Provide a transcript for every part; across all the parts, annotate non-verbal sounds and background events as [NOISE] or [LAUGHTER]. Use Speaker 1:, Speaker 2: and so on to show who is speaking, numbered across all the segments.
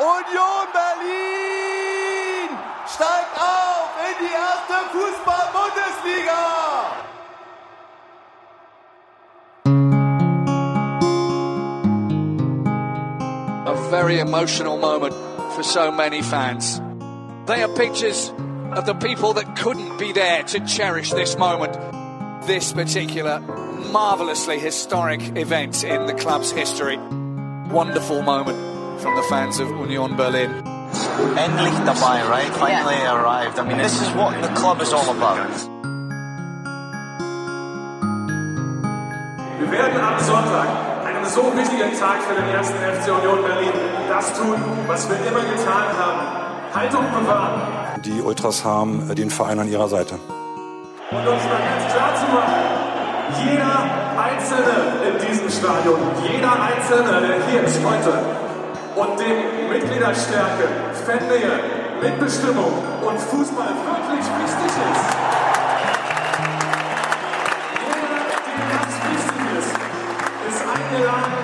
Speaker 1: Union Berlin steigt auf in die erste Fußball-Bundesliga!
Speaker 2: a very emotional moment for so many fans. They are pictures of the people that couldn't be there to cherish this moment, this particular marvellously historic event in the club's history. Wonderful moment from the fans of Union Berlin.
Speaker 3: endlich dabei, right? Finally arrived. I mean, this is what the club is all about.
Speaker 4: Wir werden am Sonntag, einem so wichtigen Tag für den ersten FC Union Berlin, das tun, was wir immer getan haben. Haltung bewahren
Speaker 5: Die Ultras haben äh, den Verein an ihrer Seite.
Speaker 4: und uns mal ganz klar zu machen, jeder Einzelne in diesem Stadion, jeder Einzelne, der hier ist heute und dem Mitgliederstärke, Fannähe, Mitbestimmung und Fußball wirklich wichtig ist. Jeder, dem das wichtig ist, ist eingeladen,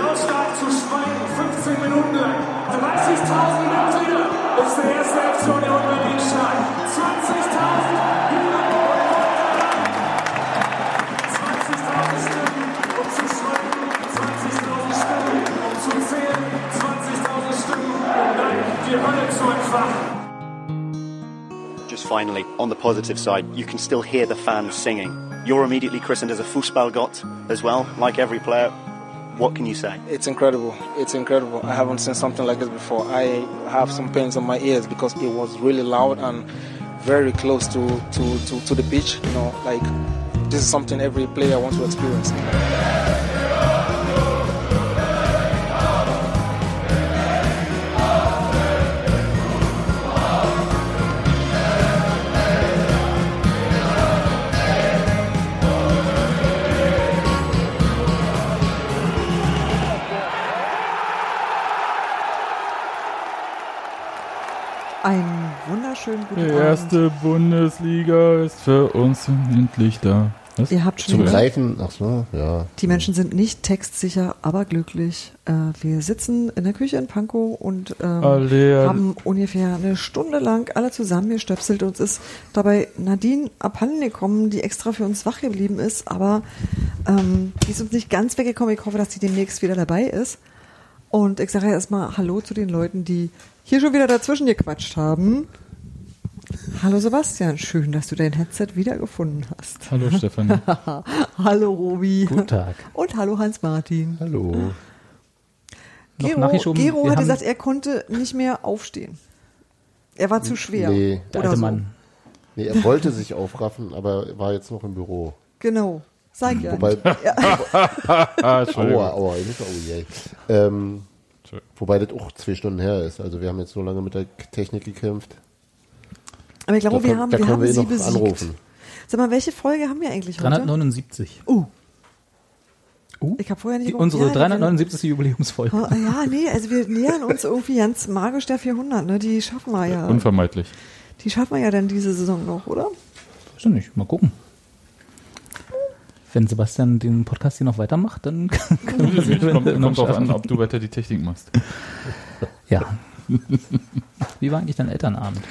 Speaker 4: lautstark zu schweigen, 15 Minuten lang. 30.000 Mitglieder ist der erste Aktion der Berlin-Stadt. 20.000 Jünger und Unterlagen. 20.000 Stimmen, um zu schweigen. 20.000 Stimmen, um zu zählen. 20.000 Stimmen, um dann die Hölle zu entfachen.
Speaker 6: Just finally, on the positive side, you can still hear the fans singing. You're immediately christened as a Fußballgott as well, like every player. What can you say?
Speaker 7: It's incredible. It's incredible. I haven't seen something like this before. I have some pains on my ears because it was really loud and very close to, to, to, to the beach. You know, like this is something every player wants to experience.
Speaker 8: Einen wunderschönen guten
Speaker 9: Die
Speaker 8: Abend.
Speaker 9: erste Bundesliga ist für uns endlich da. Was?
Speaker 8: Ihr habt schon
Speaker 10: Zum
Speaker 8: gehört,
Speaker 10: Greifen, ach so, ja.
Speaker 8: Die Menschen sind nicht textsicher, aber glücklich. Äh, wir sitzen in der Küche in Pankow und ähm,
Speaker 9: Alle-
Speaker 8: haben ungefähr eine Stunde lang alle zusammengestöpselt. Uns ist dabei Nadine abhanden gekommen, die extra für uns wach geblieben ist, aber ähm, die ist uns nicht ganz weggekommen. Ich hoffe, dass sie demnächst wieder dabei ist. Und ich sage ja erstmal Hallo zu den Leuten, die hier schon wieder dazwischen gequatscht haben. Hallo Sebastian, schön, dass du dein Headset wiedergefunden hast.
Speaker 9: Hallo
Speaker 10: [LAUGHS]
Speaker 9: Stefanie.
Speaker 8: [LAUGHS] hallo Robi.
Speaker 11: Guten Tag.
Speaker 8: Und hallo Hans-Martin.
Speaker 10: Hallo.
Speaker 11: Noch
Speaker 8: Gero,
Speaker 11: nachgeschoben,
Speaker 8: Gero
Speaker 11: wir
Speaker 8: hat
Speaker 11: haben-
Speaker 8: gesagt, er konnte nicht mehr aufstehen. Er war zu schwer.
Speaker 10: Nee,
Speaker 11: Der alte
Speaker 8: so.
Speaker 11: Mann.
Speaker 10: Nee, er wollte sich aufraffen, aber war jetzt noch im Büro.
Speaker 8: Genau. Sag ich ja.
Speaker 10: Wobei,
Speaker 9: Ah, Entschuldigung.
Speaker 10: aua, aua, nicht, oh je. Ähm, wobei das auch zwei Stunden her ist. Also wir haben jetzt so lange mit der Technik gekämpft.
Speaker 8: Aber ich glaube,
Speaker 10: da
Speaker 8: wir
Speaker 10: können-
Speaker 8: haben,
Speaker 10: da
Speaker 8: wir
Speaker 10: können
Speaker 8: haben
Speaker 10: wir ihn
Speaker 8: sie
Speaker 10: noch
Speaker 8: besiegt.
Speaker 10: anrufen.
Speaker 8: Sag mal, welche Folge haben wir eigentlich heute? Uh.
Speaker 11: 379.
Speaker 8: Ich habe vorher nicht
Speaker 11: Uh. Die,
Speaker 8: geguckt.
Speaker 11: unsere
Speaker 8: Ja, die-
Speaker 11: 379. Jubiläumsfolge.
Speaker 8: Oh, Ja, nee, also wir nähern uns irgendwie ganz magisch der 400, ne? Die schaffen wir ja.
Speaker 9: Unvermeidlich.
Speaker 8: Die schaffen wir ja dann diese Saison noch, oder?
Speaker 11: Weiß ich nicht. Mal gucken. Wenn Sebastian den Podcast hier noch weitermacht, dann [LAUGHS] können wir
Speaker 9: Ich
Speaker 11: sehen,
Speaker 9: kommt
Speaker 11: wenn wir noch
Speaker 9: kommt drauf an,
Speaker 11: schaffen.
Speaker 9: ob du weiter die Technik machst.
Speaker 11: Ja. [LAUGHS] Wie war eigentlich dein Elternabend?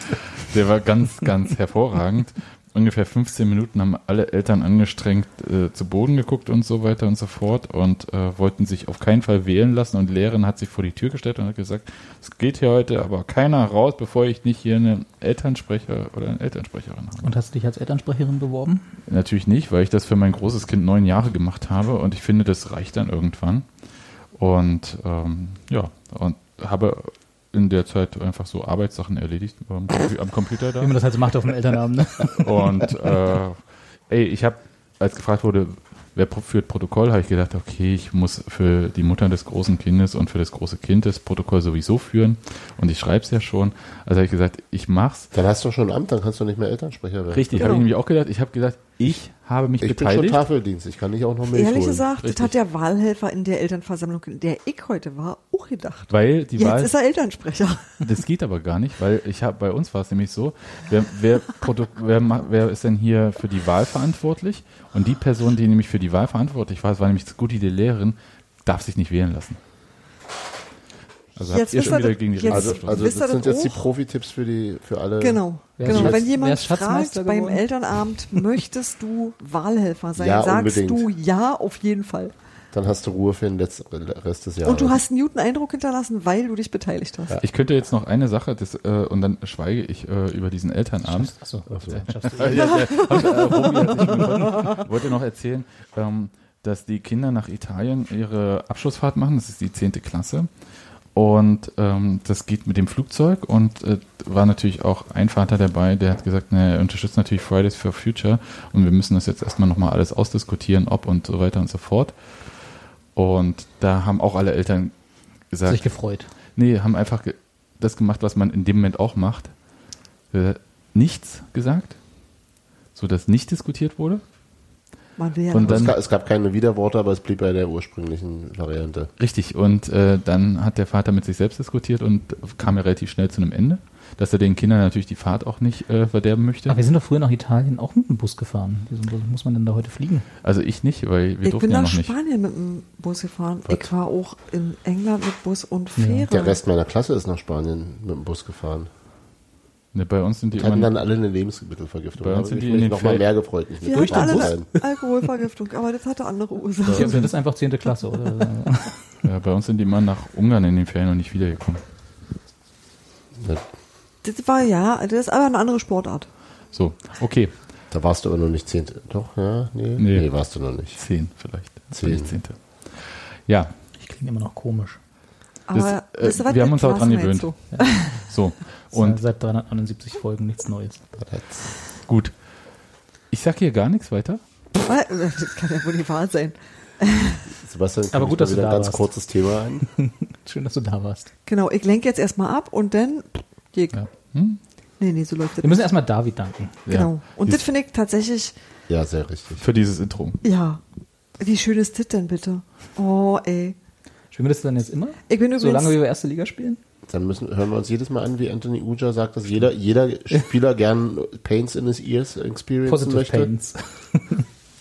Speaker 9: Der war ganz, ganz hervorragend. Ungefähr 15 Minuten haben alle Eltern angestrengt äh, zu Boden geguckt und so weiter und so fort und äh, wollten sich auf keinen Fall wählen lassen. Und Lehrerin hat sich vor die Tür gestellt und hat gesagt, es geht hier heute aber keiner raus, bevor ich nicht hier einen Elternsprecher oder eine Elternsprecherin habe.
Speaker 11: Und hast du dich als Elternsprecherin beworben?
Speaker 9: Natürlich nicht, weil ich das für mein großes Kind neun Jahre gemacht habe und ich finde, das reicht dann irgendwann. Und ähm, ja, und habe in der Zeit einfach so Arbeitssachen erledigt am, Compu- am Computer da.
Speaker 11: Wie man das halt so macht auf dem Elternabend. [LAUGHS] Ne?
Speaker 9: Und äh, ey, ich habe, als gefragt wurde, wer pro- führt Protokoll, habe ich gedacht, okay, ich muss für die Mutter des großen Kindes und für das große Kind das Protokoll sowieso führen. Und ich schreibe es ja schon. Also habe ich gesagt, ich mach's.
Speaker 10: Dann hast du schon ein Amt, dann kannst du nicht mehr Elternsprecher werden.
Speaker 9: Richtig,
Speaker 8: Genau.
Speaker 9: habe ich nämlich auch gedacht. Ich habe gedacht, ich habe mich
Speaker 10: Ich bin schon
Speaker 9: beteiligt.
Speaker 10: Tafeldienst, ich kann nicht auch noch Milch
Speaker 8: Ehrlich
Speaker 10: holen.
Speaker 8: gesagt, das
Speaker 9: Richtig.
Speaker 8: hat der Wahlhelfer in der Elternversammlung, in der ich heute war, auch gedacht.
Speaker 9: Weil die
Speaker 8: Jetzt
Speaker 9: Wahl,
Speaker 8: ist er Elternsprecher.
Speaker 9: das geht aber gar nicht, weil ich habe bei uns war es nämlich so, wer, wer, Produkt, wer, ma- wer ist denn hier für die Wahl verantwortlich? Und die Person, die nämlich für die Wahl verantwortlich war, es war nämlich Scooty, die Lehrerin, darf sich nicht wählen lassen. Also habt ihr schon wieder gegen die
Speaker 10: jetzt,
Speaker 9: Regeln
Speaker 10: Also,
Speaker 9: verstoßen.
Speaker 10: also das
Speaker 8: wisst ihr
Speaker 10: sind
Speaker 8: das
Speaker 10: jetzt die
Speaker 8: auch?
Speaker 10: Profi-Tipps für, die, für alle.
Speaker 8: Genau,
Speaker 10: die
Speaker 8: genau.
Speaker 10: jetzt-
Speaker 8: Wenn
Speaker 11: wer
Speaker 8: jemand
Speaker 11: ist Schatzmeister
Speaker 8: fragt beim
Speaker 11: geworden?
Speaker 9: [LAUGHS]
Speaker 8: Elternamt, möchtest du Wahlhelfer sein,
Speaker 10: Ja,
Speaker 8: sagst du
Speaker 10: unbedingt.
Speaker 8: ja, auf jeden Fall.
Speaker 10: Dann hast du Ruhe für den letzten Rest des Jahres.
Speaker 8: Und du hast einen guten Eindruck hinterlassen, weil du dich beteiligt hast.
Speaker 9: Ich könnte jetzt noch eine Sache, das, äh, und dann schweige ich äh, über diesen Elternabend.
Speaker 11: Achso,
Speaker 10: so.
Speaker 11: schaffst
Speaker 9: [LAUGHS]
Speaker 11: du.
Speaker 9: Ja, ja, hab ich, äh, rumgehört, ich wollte- wollte noch erzählen, ähm, dass die Kinder nach Italien ihre Abschlussfahrt machen. Das ist die 10. Klasse. Und ähm, das geht mit dem Flugzeug. Und äh, war natürlich auch ein Vater dabei, der hat gesagt, ne, er unterstützt natürlich Fridays for Future. Und wir müssen das jetzt erstmal nochmal alles ausdiskutieren, ob und so weiter und so fort. Und da haben auch alle Eltern gesagt,
Speaker 11: Sich gefreut.
Speaker 9: Nee, haben einfach ge das gemacht, was man in dem Moment auch macht. Äh, nichts gesagt, sodass nicht diskutiert wurde.
Speaker 8: Man will ja
Speaker 9: Und
Speaker 10: Also es,
Speaker 9: dann-
Speaker 10: gab, es gab keine Widerworte, aber es blieb bei der ursprünglichen Variante.
Speaker 9: Richtig, und äh, dann hat der Vater mit sich selbst diskutiert und kam ja relativ schnell zu einem Ende, dass er den Kindern natürlich die Fahrt auch nicht äh, verderben möchte.
Speaker 11: Aber wir sind doch früher nach Italien auch mit dem Bus gefahren. Wieso muss man denn da heute fliegen?
Speaker 9: Also ich nicht, weil wir
Speaker 8: ich
Speaker 9: durften
Speaker 8: bin
Speaker 9: ja
Speaker 8: nach
Speaker 9: noch nicht.
Speaker 8: Spanien mit dem Bus gefahren. Ich war auch in England mit Bus und Fähre.
Speaker 10: Der Rest meiner Klasse ist nach Spanien mit dem Bus gefahren.
Speaker 9: Ne, bei uns sind die
Speaker 10: Die hatten
Speaker 9: immer,
Speaker 10: dann alle eine Lebensmittelvergiftung.
Speaker 9: Bei
Speaker 10: Da
Speaker 9: uns sind
Speaker 10: habe ich
Speaker 9: die in
Speaker 10: mich
Speaker 9: den
Speaker 10: nochmal
Speaker 9: Ferien-
Speaker 10: mehr gefreut. Nicht
Speaker 8: Wir
Speaker 10: mit
Speaker 8: hatten
Speaker 10: dem Bus
Speaker 8: alle
Speaker 10: rein.
Speaker 8: eine Alkoholvergiftung, aber das hatte andere Ursachen.
Speaker 11: Das ist einfach 10. Klasse, oder? [LAUGHS]
Speaker 9: ja, bei uns sind die immer nach Ungarn in den Ferien noch nicht wiedergekommen.
Speaker 8: Das war ja, das ist aber eine andere Sportart.
Speaker 9: So, okay,
Speaker 10: Da warst du aber noch nicht zehnte. Doch, ja? Nee,
Speaker 9: Nee.
Speaker 10: nee. warst du noch nicht.
Speaker 9: zehn vielleicht.
Speaker 10: Zehn.
Speaker 9: Vielleicht zehnte. Ja,
Speaker 11: Ich klinge immer noch komisch.
Speaker 8: Aber
Speaker 9: Das, äh,
Speaker 8: wisst ihr was?
Speaker 9: wir haben uns auch
Speaker 8: Das lassen
Speaker 9: dran
Speaker 8: wir jetzt
Speaker 9: gewöhnt.
Speaker 8: so.
Speaker 9: so.
Speaker 11: Und
Speaker 9: Und
Speaker 11: seit 379 Folgen nichts Neues.
Speaker 9: Gut. Ich sag hier gar nichts weiter.
Speaker 8: Weil- äh, Das kann ja wohl nicht wahr sein.
Speaker 10: Sebastian,
Speaker 11: Aber
Speaker 10: aber
Speaker 11: gut,
Speaker 10: gut,
Speaker 11: dass
Speaker 10: ich mal
Speaker 11: du
Speaker 10: wieder ein
Speaker 11: da
Speaker 10: ganz
Speaker 11: warst.
Speaker 10: kurzes Thema
Speaker 11: [LAUGHS]
Speaker 10: ein.
Speaker 11: Schön, dass du da warst.
Speaker 8: Genau, ich lenke jetzt erstmal ab und dann. Jig.
Speaker 9: Ja. Hm?
Speaker 8: Nee, nee, so läuft das.
Speaker 11: Wir müssen erstmal David danken.
Speaker 8: Genau.
Speaker 9: Ja.
Speaker 8: Und das
Speaker 9: Dies-
Speaker 8: finde ich tatsächlich,
Speaker 10: Ja, sehr richtig.
Speaker 9: für dieses Intro.
Speaker 8: ja. Wie schön ist das denn bitte? Oh, ey.
Speaker 11: Spielen wir das dann jetzt immer?
Speaker 8: Ich bin übrigens-
Speaker 11: Solange wir erste Liga spielen?
Speaker 10: Dann müssen, hören wir uns jedes Mal an, wie Anthony Uja sagt, dass jeder, jeder Spieler gern Pains in his ears experiencen
Speaker 11: Positive
Speaker 10: möchte.
Speaker 11: Pains.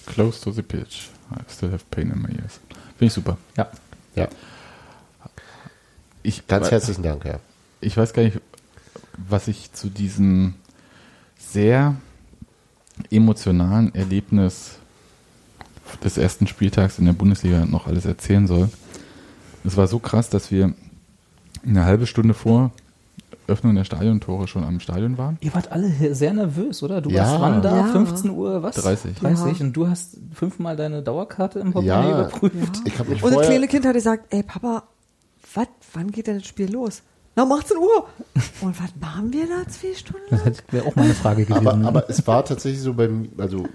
Speaker 9: Close to the pitch. I still have pain in my ears. Finde ich super.
Speaker 11: Ja.
Speaker 10: Ja,
Speaker 9: Ich,
Speaker 10: ganz
Speaker 9: wei-
Speaker 10: herzlichen Dank, ja.
Speaker 9: Ich weiß gar nicht, was ich zu diesem sehr emotionalen Erlebnis des ersten Spieltags in der Bundesliga noch alles erzählen soll. Es war so krass, dass wir eine halbe Stunde vor Öffnung der Stadiontore schon am Stadion waren.
Speaker 11: Ihr wart alle sehr nervös, oder? Du
Speaker 10: Ja.
Speaker 11: warst wann da?
Speaker 8: Ja.
Speaker 11: 15 Uhr, was?
Speaker 9: 30.
Speaker 11: 30.
Speaker 8: Ja.
Speaker 11: Und du hast fünfmal deine Dauerkarte im Portemonnaie
Speaker 10: Ja.
Speaker 11: überprüft.
Speaker 10: Ich habe mich
Speaker 8: Und das
Speaker 10: vorher,
Speaker 8: kleine Kind hat gesagt, ey Papa, was, wann geht denn das Spiel los? Na, um 18 Uhr.
Speaker 9: [LAUGHS]
Speaker 8: Und was machen wir da zwei Stunden?
Speaker 11: Das
Speaker 8: lang?
Speaker 11: hätte- wäre auch meine Frage gewesen. ne?
Speaker 10: aber, aber es war tatsächlich so beim, also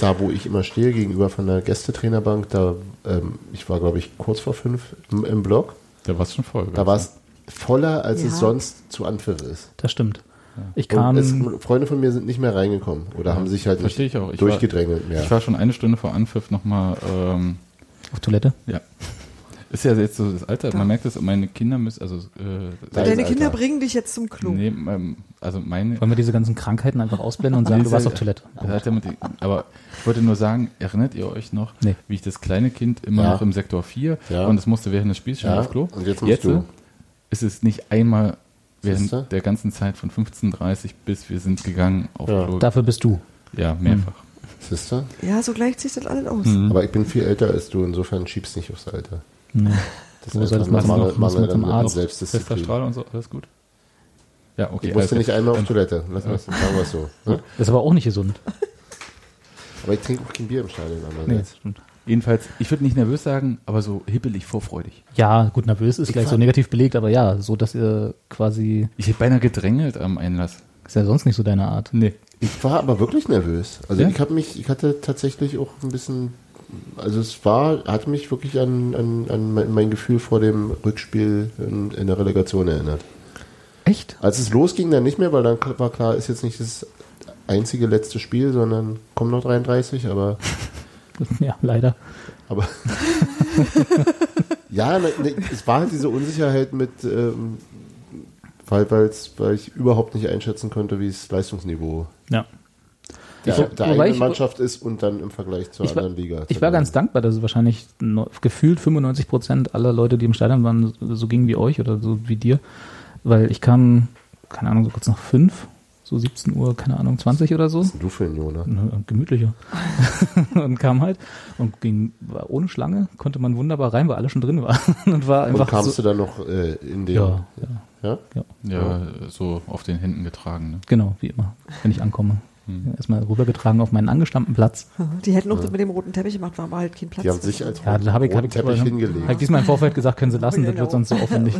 Speaker 10: da, wo ich immer stehe, gegenüber von der Gästetrainerbank, da, ähm, ich war, glaube ich, kurz vor fünf im, im Block,
Speaker 9: Da war es schon voll.
Speaker 10: da war es voller, als
Speaker 8: Ja.
Speaker 10: es sonst zu Anpfiff ist.
Speaker 11: das stimmt. Ich
Speaker 10: Und
Speaker 11: kam.
Speaker 10: es, äh, Freunde von mir sind nicht mehr reingekommen oder haben sich halt
Speaker 9: Verstehe
Speaker 10: nicht
Speaker 9: ich auch. Ich
Speaker 10: durchgedrängelt
Speaker 9: war,
Speaker 10: mehr.
Speaker 9: Ich war schon eine Stunde vor Anpfiff nochmal, ähm,
Speaker 11: auf Toilette?
Speaker 10: [LAUGHS]
Speaker 9: ja. Ist ja jetzt so das Alter, man merkt es, meine Kinder müssen, also, äh,
Speaker 10: Dein
Speaker 8: Deine Kinder
Speaker 10: Alter.
Speaker 8: bringen dich jetzt zum Klo.
Speaker 9: nee, ähm, also meine,
Speaker 11: Wollen wir diese ganzen Krankheiten einfach ausblenden und sagen, du warst auf Toilette?
Speaker 9: Das hat ja mit, aber ich wollte nur sagen, erinnert ihr euch noch,
Speaker 11: Nee.
Speaker 9: wie ich das kleine Kind immer
Speaker 10: Ja.
Speaker 9: noch im Sektor 4
Speaker 10: Ja.
Speaker 9: und es musste während des Spiels schon
Speaker 10: Ja,
Speaker 9: auf Klo.
Speaker 10: und jetzt musst du.
Speaker 9: ist es nicht einmal während
Speaker 10: Siehste?
Speaker 9: der ganzen Zeit von 15.30 bis wir sind gegangen auf
Speaker 10: Ja.
Speaker 9: Klo.
Speaker 11: Dafür bist du.
Speaker 9: Ja, mehrfach.
Speaker 10: Siehst du?
Speaker 8: Ja, so gleicht sich das alles aus.
Speaker 9: Hm.
Speaker 10: Aber ich bin viel älter als du, insofern schiebst nicht aufs Alter. Das
Speaker 11: Wo
Speaker 10: ist
Speaker 11: soll
Speaker 10: einfach
Speaker 11: das machen?
Speaker 10: Mangel-
Speaker 11: Muss man
Speaker 10: Mangel
Speaker 11: zum
Speaker 10: an- an
Speaker 11: Arzt?
Speaker 9: Fester
Speaker 10: Selbstdisziplin.
Speaker 9: Strahl und so, alles gut? Ja, okay. also alles
Speaker 10: Ich musste
Speaker 9: klar.
Speaker 10: nicht einmal auf Toilette. Lass uns sagen wir es so. ne?
Speaker 11: Das ist aber auch nicht gesund.
Speaker 10: Aber ich trinke auch kein Bier im Stadion andererseits.
Speaker 11: stimmt.
Speaker 9: Jedenfalls, ich würde nicht nervös sagen, aber so hippelig vorfreudig.
Speaker 11: Ja, gut, nervös ist gleich so negativ belegt, aber ja, so dass ihr quasi.
Speaker 9: Ich hätte beinahe gedrängelt am Einlass.
Speaker 11: Ist ja sonst nicht so deine Art.
Speaker 9: Nee.
Speaker 10: Ich war aber wirklich nervös. Also
Speaker 9: Ja?
Speaker 10: ich habe mich, ich hatte tatsächlich auch ein bisschen, also es war, hat mich wirklich an, an, an mein- mein Gefühl vor dem Rückspiel in, in der Relegation erinnert.
Speaker 11: Echt?
Speaker 10: Als es losging, dann nicht mehr, weil dann war klar, ist jetzt nicht das einzige letzte Spiel, sondern kommen noch 33, aber
Speaker 11: [LAUGHS] Ja, leider.
Speaker 10: Aber. ja, ne, ne, es war halt diese Unsicherheit mit, ähm, weil, weil's- weil ich überhaupt nicht einschätzen konnte, wie das Leistungsniveau
Speaker 11: Ja.
Speaker 10: der,
Speaker 11: Ich war-
Speaker 10: der
Speaker 11: wobei
Speaker 10: eigenen
Speaker 11: ich-
Speaker 10: Mannschaft ist und dann im Vergleich zur
Speaker 11: Ich war,
Speaker 10: anderen Liga.
Speaker 11: ich war ganz dankbar, dass es wahrscheinlich no- gefühlt 95 Prozent aller Leute, die im Stadion waren, so gingen wie euch oder so wie dir. Weil ich kam, keine Ahnung, so kurz nach fünf, so 17 Uhr, keine Ahnung, 20 oder so. Was
Speaker 10: du für ein Jona? [LAUGHS]
Speaker 11: Gemütlicher. und kam halt und ging war ohne Schlange, konnte man wunderbar rein, weil alle schon drin waren. [LAUGHS] Und war einfach
Speaker 10: Und kamst
Speaker 11: so,
Speaker 10: du dann noch äh, in den.
Speaker 11: Ja,
Speaker 10: ja.
Speaker 11: Ja?
Speaker 9: Ja, so auf den Händen getragen. Ne?
Speaker 11: Genau, wie immer, wenn ich ankomme. Erstmal rübergetragen auf meinen angestammten Platz.
Speaker 8: Die hätten auch
Speaker 11: Ja.
Speaker 8: das mit dem roten Teppich gemacht, war aber halt kein Platz.
Speaker 11: ja, da habe ich, hab ich,
Speaker 10: Teppich
Speaker 11: hab
Speaker 10: hingelegt.
Speaker 11: ich diesmal im Vorfeld gesagt, können sie lassen, das wird sonst so aufwendig.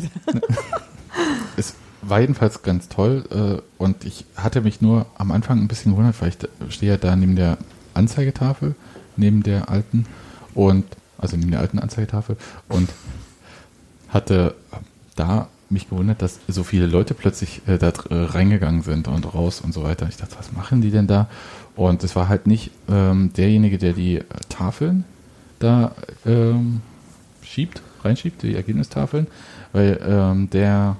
Speaker 9: Es war jedenfalls ganz toll äh, und ich hatte mich nur am Anfang ein bisschen gewundert, weil ich da- stehe ja da neben der Anzeigetafel, neben der alten und also neben der alten Anzeigetafel und hatte da mich gewundert, dass so viele Leute plötzlich äh, da dr- äh, reingegangen sind und raus und so weiter. Ich dachte, was machen die denn da? Und es war halt nicht ähm, derjenige, der die äh, Tafeln da ähm, schiebt, reinschiebt, die Ergebnistafeln, weil ähm, der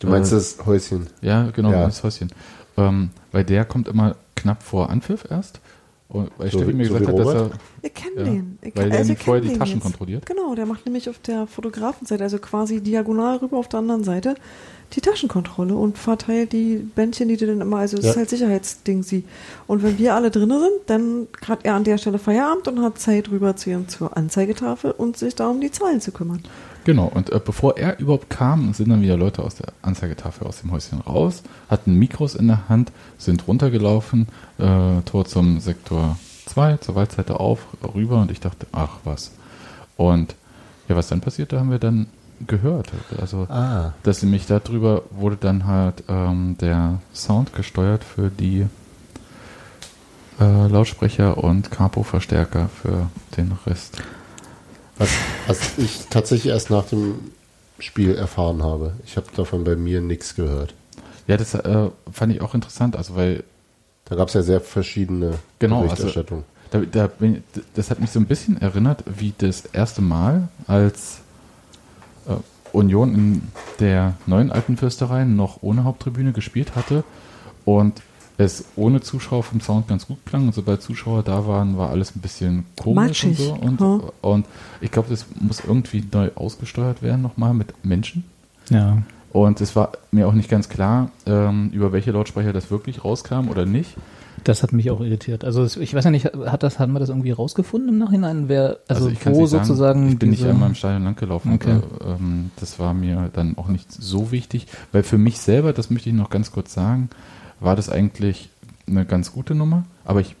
Speaker 10: Du meinst das Häuschen?
Speaker 9: Ja, genau,
Speaker 10: Ja.
Speaker 9: das Häuschen. Ähm, weil der kommt immer knapp vor Anpfiff erst. Und weil
Speaker 10: So
Speaker 9: Steffi
Speaker 10: wie-
Speaker 9: mir
Speaker 10: so
Speaker 9: gesagt hat,
Speaker 10: wie
Speaker 9: dass er.
Speaker 10: Robert?
Speaker 8: Ich kenne
Speaker 9: Ja,
Speaker 8: den. Ich
Speaker 9: weil
Speaker 8: kenn-
Speaker 9: der
Speaker 8: also ich
Speaker 9: nicht vorher
Speaker 8: kenn
Speaker 9: die
Speaker 8: den
Speaker 9: Taschen
Speaker 8: jetzt.
Speaker 9: kontrolliert.
Speaker 8: Genau, der macht nämlich auf der Fotografenseite, also quasi diagonal rüber auf der anderen Seite, die Taschenkontrolle und verteilt die Bändchen, die du dann immer, also es
Speaker 10: Ja.
Speaker 8: ist halt Sicherheitsding sie. Und wenn wir alle drinnen sind, dann hat er an der Stelle Feierabend und hat Zeit rüber zu ihm zur Anzeigetafel und sich da um die Zahlen zu kümmern.
Speaker 9: Genau, und äh, bevor er überhaupt kam, sind dann wieder Leute aus der Anzeigetafel aus dem Häuschen raus, hatten Mikros in der Hand, sind runtergelaufen, äh, Tor zum Sektor 2, zur Waldseite auf, rüber und ich dachte, ach was. Und ja, was dann passierte, haben wir dann gehört. Also,
Speaker 10: Ah.
Speaker 9: dass nämlich darüber wurde dann halt ähm, der Sound gesteuert für die äh, Lautsprecher und Capo-Verstärker für den Rest.
Speaker 10: Was, was ich tatsächlich erst nach dem Spiel erfahren habe. Ich habe davon bei mir nichts gehört.
Speaker 9: Ja, das äh, fand ich auch interessant, also weil
Speaker 10: Da gab es ja sehr verschiedene
Speaker 9: Genau, also,
Speaker 10: Berichterstattungen.
Speaker 9: da, da bin, ich- das hat mich so ein bisschen erinnert, wie das erste Mal, als äh, Union in der neuen alten Fürsterei noch ohne Haupttribüne gespielt hatte und es ohne Zuschauer vom Sound ganz gut klang und sobald Zuschauer da waren, war alles ein bisschen komisch
Speaker 8: Matschig,
Speaker 9: und so. Und, und ich glaube, das muss irgendwie neu ausgesteuert werden nochmal mit Menschen.
Speaker 11: Ja.
Speaker 9: Und es war mir auch nicht ganz klar, ähm, über welche Lautsprecher das wirklich rauskam oder nicht.
Speaker 11: Das hat mich auch irritiert. Also es- ich weiß ja nicht, hat das, haben wir das irgendwie rausgefunden im Nachhinein, wer, also,
Speaker 9: kann's
Speaker 11: wo
Speaker 9: nicht sagen.
Speaker 11: sozusagen
Speaker 9: Ich bin nicht
Speaker 11: diese-
Speaker 9: einmal im Stadion lang gelaufen.
Speaker 11: Okay.
Speaker 9: ähm, das war mir dann auch nicht so wichtig, weil für mich selber, das möchte ich noch ganz kurz sagen, war das eigentlich eine ganz gute Nummer. Aber ich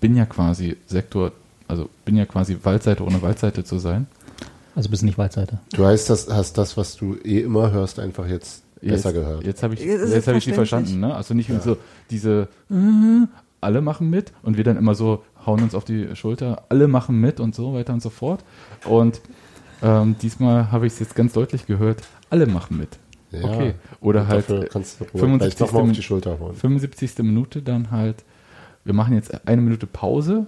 Speaker 9: bin ja quasi Sektor, also bin ja quasi Waldseite ohne Waldseite zu sein.
Speaker 11: Also bist du nicht Waldseite.
Speaker 10: Du heißt, das, hast das, was du eh immer hörst, einfach jetzt
Speaker 9: Jetzt-
Speaker 10: besser gehört.
Speaker 9: Jetzt habe ich, jetzt habe ich die verstanden, ne? Also nicht
Speaker 10: Ja.
Speaker 9: so diese äh, alle machen mit und wir dann immer so hauen uns auf die Schulter, alle machen mit und so weiter und so fort. Und ähm, diesmal habe ich es jetzt ganz deutlich gehört, alle machen mit.
Speaker 10: Ja.
Speaker 9: Okay. Oder
Speaker 10: Und
Speaker 9: halt
Speaker 10: dafür kannst du Robert gleich
Speaker 9: 75.
Speaker 10: noch mal auf
Speaker 9: Min-
Speaker 10: die Schulter hauen.
Speaker 9: 75. Minute dann halt, wir machen jetzt eine Minute Pause,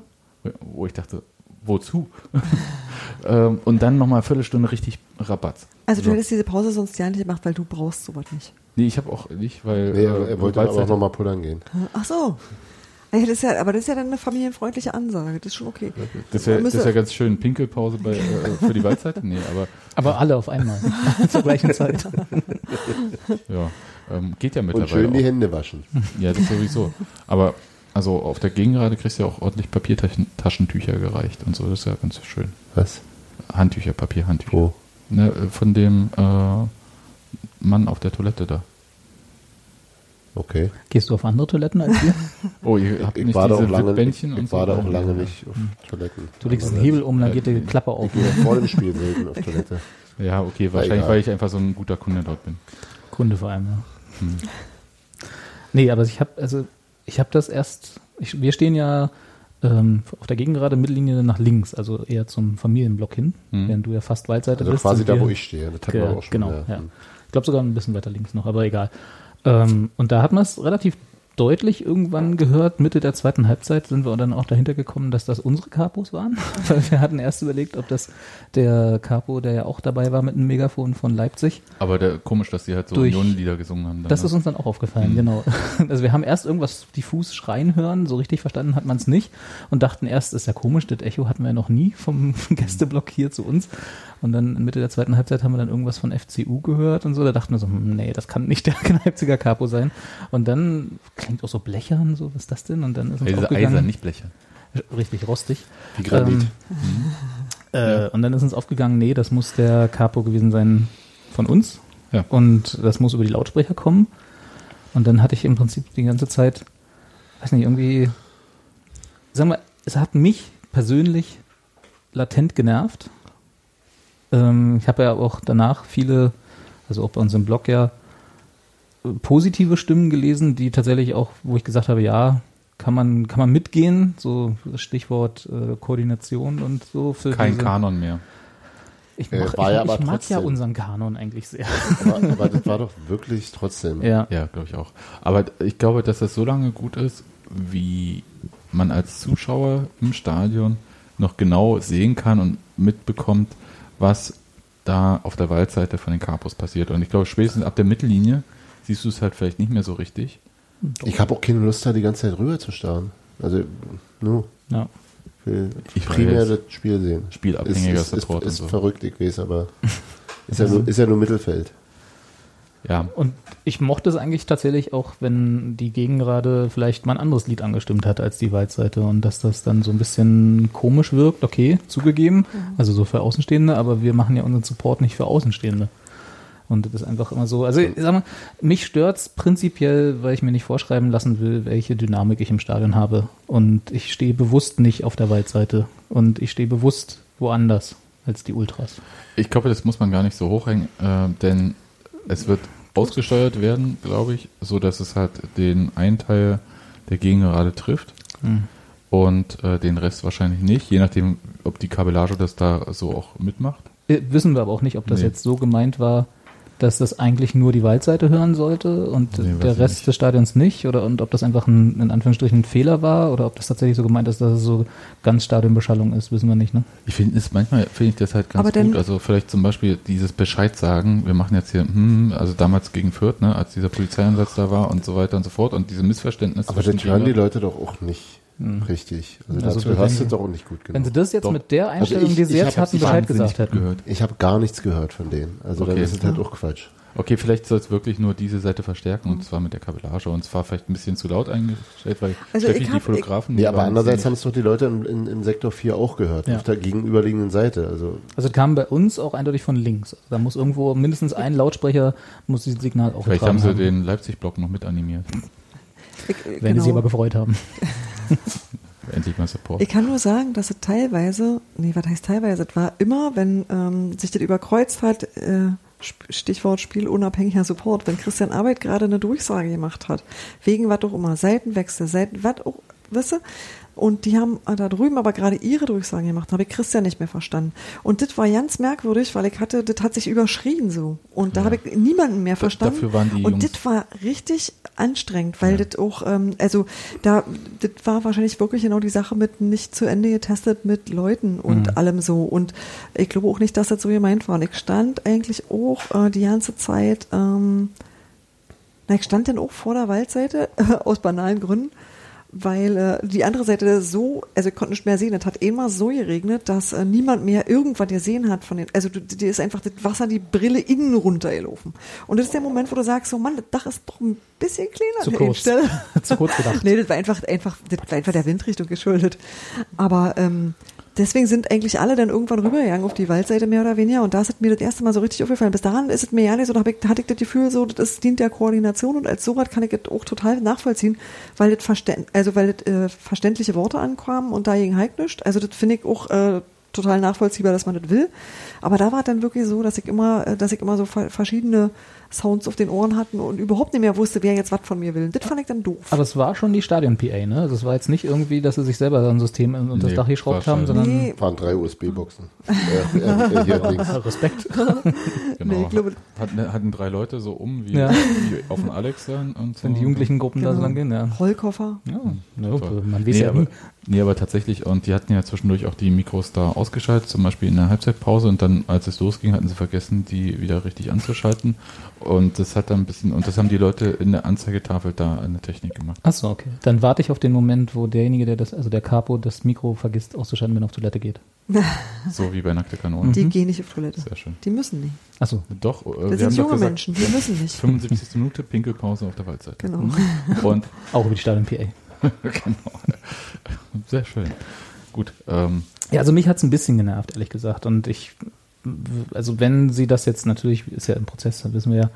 Speaker 9: wo ich dachte, wozu? [LAUGHS] ähm, und dann nochmal eine Viertelstunde richtig Rabatz.
Speaker 8: Also du
Speaker 9: So.
Speaker 8: hättest diese Pause sonst ja nicht gemacht, weil du brauchst sowas nicht.
Speaker 9: Nee, ich habe auch nicht, weil. äh,
Speaker 10: Nee, er- er wollte aber auch noch mal
Speaker 9: pullern gehen.
Speaker 8: Ach so. Ja, das ist ja, aber das ist ja dann eine familienfreundliche Ansage, das ist schon okay.
Speaker 9: Das wäre
Speaker 8: Man müsse-
Speaker 9: das wär ganz schön. Pinkelpause bei, äh, für die Wahlzeit? Nee, aber.
Speaker 11: Aber alle
Speaker 9: [LAUGHS]
Speaker 11: auf einmal, zur gleichen Zeit.
Speaker 9: Ja, ähm, geht ja
Speaker 10: Und
Speaker 9: mittlerweile.
Speaker 10: schön die
Speaker 9: auch.
Speaker 10: Hände waschen.
Speaker 9: Ja, das sowieso. Aber also auf der Gegengerade kriegst du ja auch ordentlich Papiertaschentücher gereicht und so. Das ist ja ganz schön.
Speaker 10: Was?
Speaker 9: Handtücher, Papier, Handtücher. Ne, äh, von dem äh, Mann auf der Toilette da.
Speaker 10: Okay.
Speaker 11: Gehst du auf andere Toiletten als wir?
Speaker 9: Oh, ihr habt
Speaker 10: Ich
Speaker 9: nicht
Speaker 10: war da
Speaker 9: diese
Speaker 10: auch lange-
Speaker 9: Bändchen
Speaker 10: ich
Speaker 9: und so.
Speaker 10: war da auch
Speaker 9: Ja.
Speaker 10: lange nicht auf Toiletten.
Speaker 11: Du legst den Hebel um, dann geht die
Speaker 9: Äh,
Speaker 11: Klappe auf.
Speaker 10: Ich gehe vor dem Spiel selten auf Toilette.
Speaker 9: Ja, okay,
Speaker 10: War
Speaker 9: wahrscheinlich,
Speaker 10: egal.
Speaker 9: weil ich einfach so ein guter Kunde dort bin.
Speaker 11: Kunde vor allem, ja.
Speaker 9: Hm.
Speaker 11: Nee, aber ich habe also ich habe das erst. Ich, wir stehen ja ähm, auf der Gegengerade Mittellinie nach links, also eher zum Familienblock hin,
Speaker 10: Mhm.
Speaker 11: während du ja fast Waldseite
Speaker 10: Also
Speaker 11: bist.
Speaker 10: quasi
Speaker 11: sind
Speaker 10: da,
Speaker 11: wir-
Speaker 10: wo ich stehe. Das hatten wir
Speaker 11: Ge-
Speaker 10: aber auch schon,
Speaker 11: Genau,
Speaker 10: ja.
Speaker 11: ja. Ich glaube sogar ein bisschen weiter links noch, aber egal. Ähm, und da hat man es relativ deutlich irgendwann gehört, Mitte der zweiten Halbzeit sind wir dann auch dahinter gekommen, dass das unsere Capos waren. [LAUGHS] Weil wir hatten erst überlegt, ob das der Capo, der ja auch dabei war mit einem Megafon von Leipzig.
Speaker 9: Aber der, komisch, dass die halt so
Speaker 11: Durch-
Speaker 9: Union-Lieder gesungen haben. dann,
Speaker 11: das
Speaker 9: ne?
Speaker 11: ist uns dann auch aufgefallen,
Speaker 9: Hm.
Speaker 11: genau. [LAUGHS] Also wir haben erst irgendwas diffus schreien hören, so richtig verstanden hat man es nicht und dachten erst, ist ja komisch, das Echo hatten wir ja noch nie vom [LAUGHS] Gästeblock hier zu uns. Und dann Mitte der zweiten Halbzeit haben wir dann irgendwas von FCU gehört und so. Da dachten wir so, hm, nee, das kann nicht der [LAUGHS] Leipziger Capo sein. Und dann klingt auch so blechern, so, was ist das denn? Und dann ist uns
Speaker 9: Eise-
Speaker 11: aufgegangen.
Speaker 9: eisern, nicht Ähm, blechern.
Speaker 11: Richtig rostig.
Speaker 9: Wie Granit.
Speaker 11: äh, Und dann ist uns aufgegangen, nee, das muss der Capo gewesen sein von uns.
Speaker 9: Ja.
Speaker 11: Und das muss über die Lautsprecher kommen. Und dann hatte ich im Prinzip die ganze Zeit, weiß nicht, irgendwie, sagen wir, es hat mich persönlich latent genervt. Ähm, ich habe ja auch danach viele, also auch bei uns im Blog ja, äh, positive Stimmen gelesen, die tatsächlich auch, wo ich gesagt habe, ja, kann man, kann man mitgehen, so Stichwort äh, Koordination und so. Für
Speaker 9: Kein
Speaker 11: diese-
Speaker 9: Kanon mehr.
Speaker 11: Ich,
Speaker 10: Äh,
Speaker 11: mach,
Speaker 10: war
Speaker 11: ich,
Speaker 10: ja aber
Speaker 11: ich mag ja
Speaker 10: trotzdem.
Speaker 11: unseren Kanon eigentlich sehr.
Speaker 10: Aber, aber das war doch wirklich trotzdem.
Speaker 11: Ja.
Speaker 9: Ja, glaube ich auch. Aber ich glaube, dass das so lange gut ist, wie man als Zuschauer im Stadion noch genau sehen kann und mitbekommt, was da auf der Waldseite von den Capos passiert. Und ich glaube, spätestens ab der Mittellinie siehst du es halt vielleicht nicht mehr so richtig.
Speaker 10: Ich habe auch keine Lust, da die ganze Zeit rüber zu starren. Also, nur.
Speaker 11: Ja.
Speaker 10: Ich will
Speaker 9: Ich
Speaker 10: primär
Speaker 9: weiß.
Speaker 10: das Spiel sehen.
Speaker 9: Spielabhängiger
Speaker 10: ist, ist,
Speaker 9: Support und
Speaker 10: Ist,
Speaker 9: so.
Speaker 10: ist verrückt, ich weiß,
Speaker 8: [LAUGHS]
Speaker 10: aber ist ja, nur, ist ja nur Mittelfeld.
Speaker 9: Ja,
Speaker 11: Und ich mochte es eigentlich tatsächlich auch, wenn die Gegengerade vielleicht mal ein anderes Lied angestimmt hat als die Waldseite und dass das dann so ein bisschen komisch wirkt, okay, zugegeben, also so für Außenstehende, aber wir machen ja unseren Support nicht für Außenstehende. Und das ist einfach immer so, also ich sag mal, mich stört's prinzipiell, weil ich mir nicht vorschreiben lassen will, welche Dynamik ich im Stadion habe. Und ich stehe bewusst nicht auf der Waldseite und ich stehe bewusst woanders als die Ultras.
Speaker 9: Ich glaube, das muss man gar nicht so hochhängen, äh, denn es wird ausgesteuert werden, glaube ich, so dass es halt den einen Teil der Gegengerade trifft
Speaker 11: Mhm.
Speaker 9: und äh, den Rest wahrscheinlich nicht, je nachdem, ob die Kabellage das da so auch mitmacht.
Speaker 11: Äh, Wissen wir aber auch nicht, ob das
Speaker 9: Nee.
Speaker 11: jetzt so gemeint war, dass das eigentlich nur die Waldseite hören sollte und
Speaker 9: Nee, weiß
Speaker 11: der
Speaker 9: ich
Speaker 11: Rest des Stadions nicht oder und ob das einfach ein, in Anführungsstrichen ein Fehler war oder ob das tatsächlich so gemeint ist, dass es so ganz Stadionbeschallung ist, wissen wir nicht, ne?
Speaker 9: Ich finde es manchmal finde ich das halt ganz
Speaker 8: Aber dann-
Speaker 9: gut. Also vielleicht zum Beispiel dieses Bescheid sagen, wir machen jetzt hier, hm, also damals gegen Fürth, ne, als dieser Polizeieinsatz da war und so weiter und so fort und diese Missverständnisse.
Speaker 10: Aber das
Speaker 9: zwischen
Speaker 10: hören die
Speaker 9: Gegner-
Speaker 10: Leute doch auch nicht richtig. Also,
Speaker 11: Also
Speaker 10: dazu hast du
Speaker 11: wenn-
Speaker 10: doch auch nicht gut genug.
Speaker 11: Wenn sie das jetzt
Speaker 9: Doch.
Speaker 11: mit der Einstellung,
Speaker 10: ich-
Speaker 11: die sie
Speaker 10: ich
Speaker 11: jetzt
Speaker 10: hab's
Speaker 11: hatten,
Speaker 10: nicht
Speaker 11: Bescheid
Speaker 9: wahnsinnig
Speaker 11: gesagt hätten.
Speaker 9: gehört.
Speaker 10: Ich habe gar nichts gehört von denen. Also
Speaker 9: Okay.
Speaker 10: dann ist es halt auch Quatsch.
Speaker 9: Okay, vielleicht soll es wirklich nur diese Seite verstärken und zwar mit der Kabellage und zwar vielleicht ein bisschen zu laut eingestellt, weil
Speaker 8: Also
Speaker 9: Steffi,
Speaker 8: ich hab-
Speaker 9: die Fotografen.
Speaker 10: Nee,
Speaker 9: die
Speaker 10: aber
Speaker 9: waren
Speaker 10: andererseits haben
Speaker 9: ziemlich-
Speaker 10: es doch die Leute im, in, im Sektor 4 auch gehört,
Speaker 11: Ja.
Speaker 10: auf der gegenüberliegenden Seite. Also
Speaker 11: Also es kam bei uns auch eindeutig von links. Also da muss irgendwo mindestens ein Lautsprecher muss dieses Signal auch
Speaker 9: Vielleicht haben sie den Leipzig-Block noch mit
Speaker 10: [LAUGHS]
Speaker 9: animiert.
Speaker 8: Ich, äh,
Speaker 11: Wenn sie sich aber gefreut haben.
Speaker 9: Endlich mal Support.
Speaker 8: Ich kann nur sagen, dass es teilweise, nee, was heißt teilweise, es war immer, wenn ähm, sich das überkreuzt hat, äh, Sp- Stichwort spielunabhängiger Support, wenn Christian Arbeit gerade eine Durchsage gemacht hat, wegen was auch immer, Seitenwechsel, Seiten, was auch, wisse, und die haben äh, da drüben aber gerade ihre Durchsagen gemacht, habe ich Christian nicht mehr verstanden. Und das war ganz merkwürdig, weil ich hatte, das hat sich überschrien so. Und da habe ich niemanden mehr verstanden.
Speaker 9: dafür waren die
Speaker 8: und
Speaker 9: Jungs-
Speaker 8: das das war richtig anstrengend, weil das auch, ähm, also da, das war wahrscheinlich wirklich genau die Sache mit nicht zu Ende getestet mit Leuten und
Speaker 9: Mhm.
Speaker 8: allem so. Und ich glaube auch nicht, dass das so gemeint war. Und ich stand eigentlich auch äh, die ganze Zeit, ähm, na, ich stand dann auch vor der Waldseite, [LAUGHS] aus banalen Gründen, weil äh, die andere Seite so, also ich konnte nicht mehr sehen, es hat einmal so geregnet, dass äh, niemand mehr irgendwas gesehen hat von den, also du- dir ist einfach das Wasser die Brille innen runtergelaufen. Und das ist der Moment, wo du sagst, so Mann, das Dach ist doch ein bisschen kleiner
Speaker 11: Zu
Speaker 8: an der einen
Speaker 11: kurz.
Speaker 8: Stelle.
Speaker 11: [LAUGHS] Zu kurz gedacht.
Speaker 8: Nee, das war einfach, einfach, das war einfach der Windrichtung geschuldet. Aber ähm, deswegen sind eigentlich alle dann irgendwann rübergegangen auf die Waldseite mehr oder weniger. Und da ist es mir das erste Mal so richtig aufgefallen. Bis dahin ist es mir ja nicht so, da hab ich, hatte ich das Gefühl, so, das ist- dient der Koordination und als sowas kann ich das auch total nachvollziehen, weil das verständ, also weil das äh, verständliche Worte ankamen und da ging halt nichts. Also das finde ich auch äh, total nachvollziehbar, dass man das will. Aber da war es dann wirklich so, dass ich immer, äh, dass ich immer so ver- verschiedene Sounds auf den Ohren hatten und überhaupt nicht mehr wusste, wer jetzt was von mir will. Das fand ich dann doof.
Speaker 11: Aber es war schon die Stadion-PA, ne? Das war jetzt nicht irgendwie, dass sie sich selber so ein System in- unter das
Speaker 10: Nee,
Speaker 11: Dach geschraubt haben,
Speaker 10: wahrscheinlich.
Speaker 11: sondern.
Speaker 8: Nee.
Speaker 10: Waren drei
Speaker 8: [LAUGHS]
Speaker 10: USB-Boxen. äh, äh, äh, hier links.
Speaker 11: Respekt.
Speaker 9: Genau.
Speaker 11: Nee, ich glaube-
Speaker 9: hatten, hatten drei Leute so um wie,
Speaker 11: Ja.
Speaker 9: wie auf den Alex dann und so.
Speaker 11: Wenn die jugendlichen Gruppen da so
Speaker 8: Genau.
Speaker 11: lang gehen, ja.
Speaker 8: Rollkoffer.
Speaker 11: Ja, ne,
Speaker 9: Toll.
Speaker 11: man weiß ja
Speaker 9: aber,
Speaker 11: nie.
Speaker 9: Hm, Nee, aber tatsächlich, und die hatten ja zwischendurch auch die Mikros da ausgeschaltet, zum Beispiel in der Halbzeitpause und dann, als es losging, hatten sie vergessen, die wieder richtig anzuschalten. Und das hat dann ein bisschen, und das haben die Leute in der Anzeigetafel da an der Technik gemacht.
Speaker 11: Achso, okay. Dann warte ich auf den Moment, wo derjenige, der das, also der Capo, das Mikro vergisst auszuschalten, wenn er auf Toilette geht.
Speaker 9: So wie bei nackte Kanone.
Speaker 8: Die gehen nicht auf Toilette.
Speaker 9: Sehr schön.
Speaker 8: Die müssen nicht.
Speaker 11: Achso.
Speaker 9: Doch, äh, wir
Speaker 8: sind
Speaker 9: haben doch
Speaker 8: junge
Speaker 9: gesagt,
Speaker 8: Menschen, die müssen nicht.
Speaker 9: 75. Minute, Pinkelpause auf der Waldseite. Mhm.
Speaker 8: Genau.
Speaker 9: Und
Speaker 11: auch über die Stadion PA.
Speaker 9: genau. Sehr schön. Gut. Ähm,
Speaker 11: Ja, also mich hat's ein bisschen genervt, ehrlich gesagt. Und ich, also wenn sie das jetzt natürlich, ist ja im Prozess, dann wissen wir ja,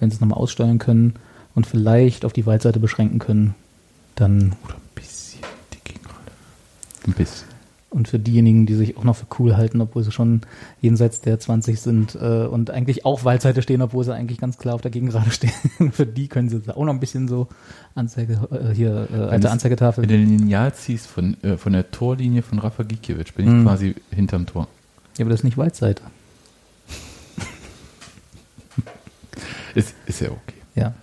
Speaker 11: wenn sie es nochmal aussteuern können und vielleicht auf die Waldseite beschränken können, dann. Oder ein bisschen die
Speaker 9: Ein bisschen.
Speaker 11: Und für diejenigen, die sich auch noch für cool halten, obwohl sie schon jenseits der 20 sind äh, und eigentlich auch Waldseite stehen, obwohl sie eigentlich ganz klar auf der Gegengerade [LAUGHS] stehen, für die können sie auch noch ein bisschen so Anzeige, äh, hier, äh,
Speaker 9: Wenn
Speaker 11: alte
Speaker 9: du's-
Speaker 11: Anzeigetafel.
Speaker 9: Wenn du den Lineal ziehst von, äh, von der Torlinie von Rafa Gikiewicz, bin ich
Speaker 11: Mhm.
Speaker 9: quasi hinterm Tor.
Speaker 11: Ja, aber das ist nicht Waldseite.
Speaker 9: Ist, ist ja okay.
Speaker 11: Ja.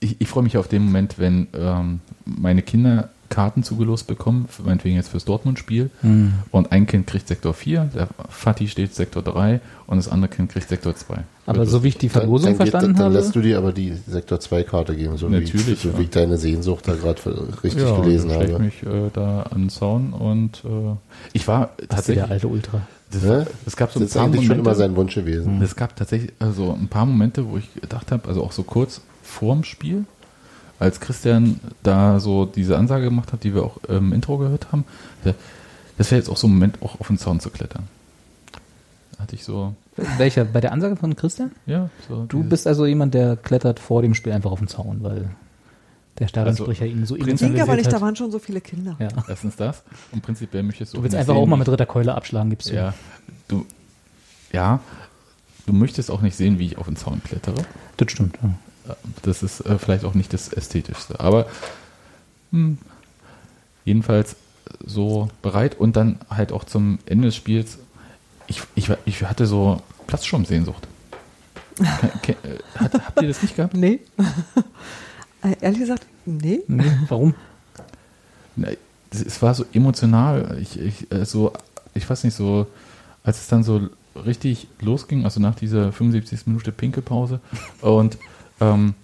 Speaker 9: Ich, ich freue mich auf den Moment, wenn ähm, meine Kinder Karten zugelost bekommen, für- meinetwegen jetzt fürs Dortmund-Spiel.
Speaker 11: Mhm.
Speaker 9: Und ein Kind kriegt Sektor 4, der Fatih steht Sektor 3 und das andere Kind kriegt Sektor 2.
Speaker 11: Aber so wie ich die
Speaker 10: dann,
Speaker 11: Verlosung
Speaker 10: geht-
Speaker 11: verstanden
Speaker 10: dann
Speaker 11: habe.
Speaker 10: lässt du dir aber die Sektor 2 Karte geben, so Also wie,
Speaker 9: Natürlich,
Speaker 10: so
Speaker 9: ja.
Speaker 10: wie ich deine Sehnsucht da gerade ver- richtig
Speaker 9: Ja,
Speaker 10: gelesen
Speaker 9: dann
Speaker 10: habe.
Speaker 9: stell Ich mich äh, da an den Zaun und äh, ich war
Speaker 11: Basti,
Speaker 9: tatsächlich
Speaker 11: der alte Ultra.
Speaker 9: Das,
Speaker 10: Ne?
Speaker 9: es gab so ein
Speaker 10: Das ist
Speaker 9: paar
Speaker 10: eigentlich
Speaker 9: Momente,
Speaker 10: schon immer sein Wunsch gewesen.
Speaker 9: Mhm. Es gab tatsächlich also ein paar Momente, wo ich gedacht habe, also auch so kurz vorm Spiel, als Christian da so diese Ansage gemacht hat, die wir auch im Intro gehört haben, äh, das wäre jetzt auch so ein Moment, auch auf den Zaun zu klettern. Hatte ich so.
Speaker 11: Welcher? Bei der Ansage von Christian?
Speaker 9: Ja, so
Speaker 11: du
Speaker 9: dieses-
Speaker 11: bist also jemand, der klettert vor dem Spiel einfach auf den Zaun, weil der Stadionsprecher
Speaker 9: Also,
Speaker 11: ihn so
Speaker 9: Prinz-
Speaker 8: Ging
Speaker 11: emotionalisiert
Speaker 8: aber nicht,
Speaker 11: hat.
Speaker 8: da waren schon so viele Kinder.
Speaker 11: halt Ja.
Speaker 9: Erstens das. Und prinzipiell möchtest du.
Speaker 11: Du willst
Speaker 9: nicht
Speaker 11: einfach
Speaker 9: sehen,
Speaker 11: auch mal mit
Speaker 9: wie-
Speaker 11: dritter Keule abschlagen, gibst du.
Speaker 9: Ja, du. Ja, du möchtest auch nicht sehen, wie ich auf den Zaun klettere.
Speaker 11: Das [LAUGHS] stimmt. Ja.
Speaker 9: Das ist äh, vielleicht auch nicht das Ästhetischste, aber hm, jedenfalls so bereit und dann halt auch zum Ende des Spiels. Ich, ich, war- ich hatte so Platzschirmsehnsucht. Ke- ke- äh, Hat, habt ihr das nicht gehabt?
Speaker 8: Nee. Äh, Ehrlich gesagt, nee.
Speaker 11: Nee, warum?
Speaker 9: Na, das- Es war so emotional. Ich, ich, äh, so, ich weiß nicht, so, als es dann so richtig losging, also nach dieser 75. Minute Pinkelpause und ähm,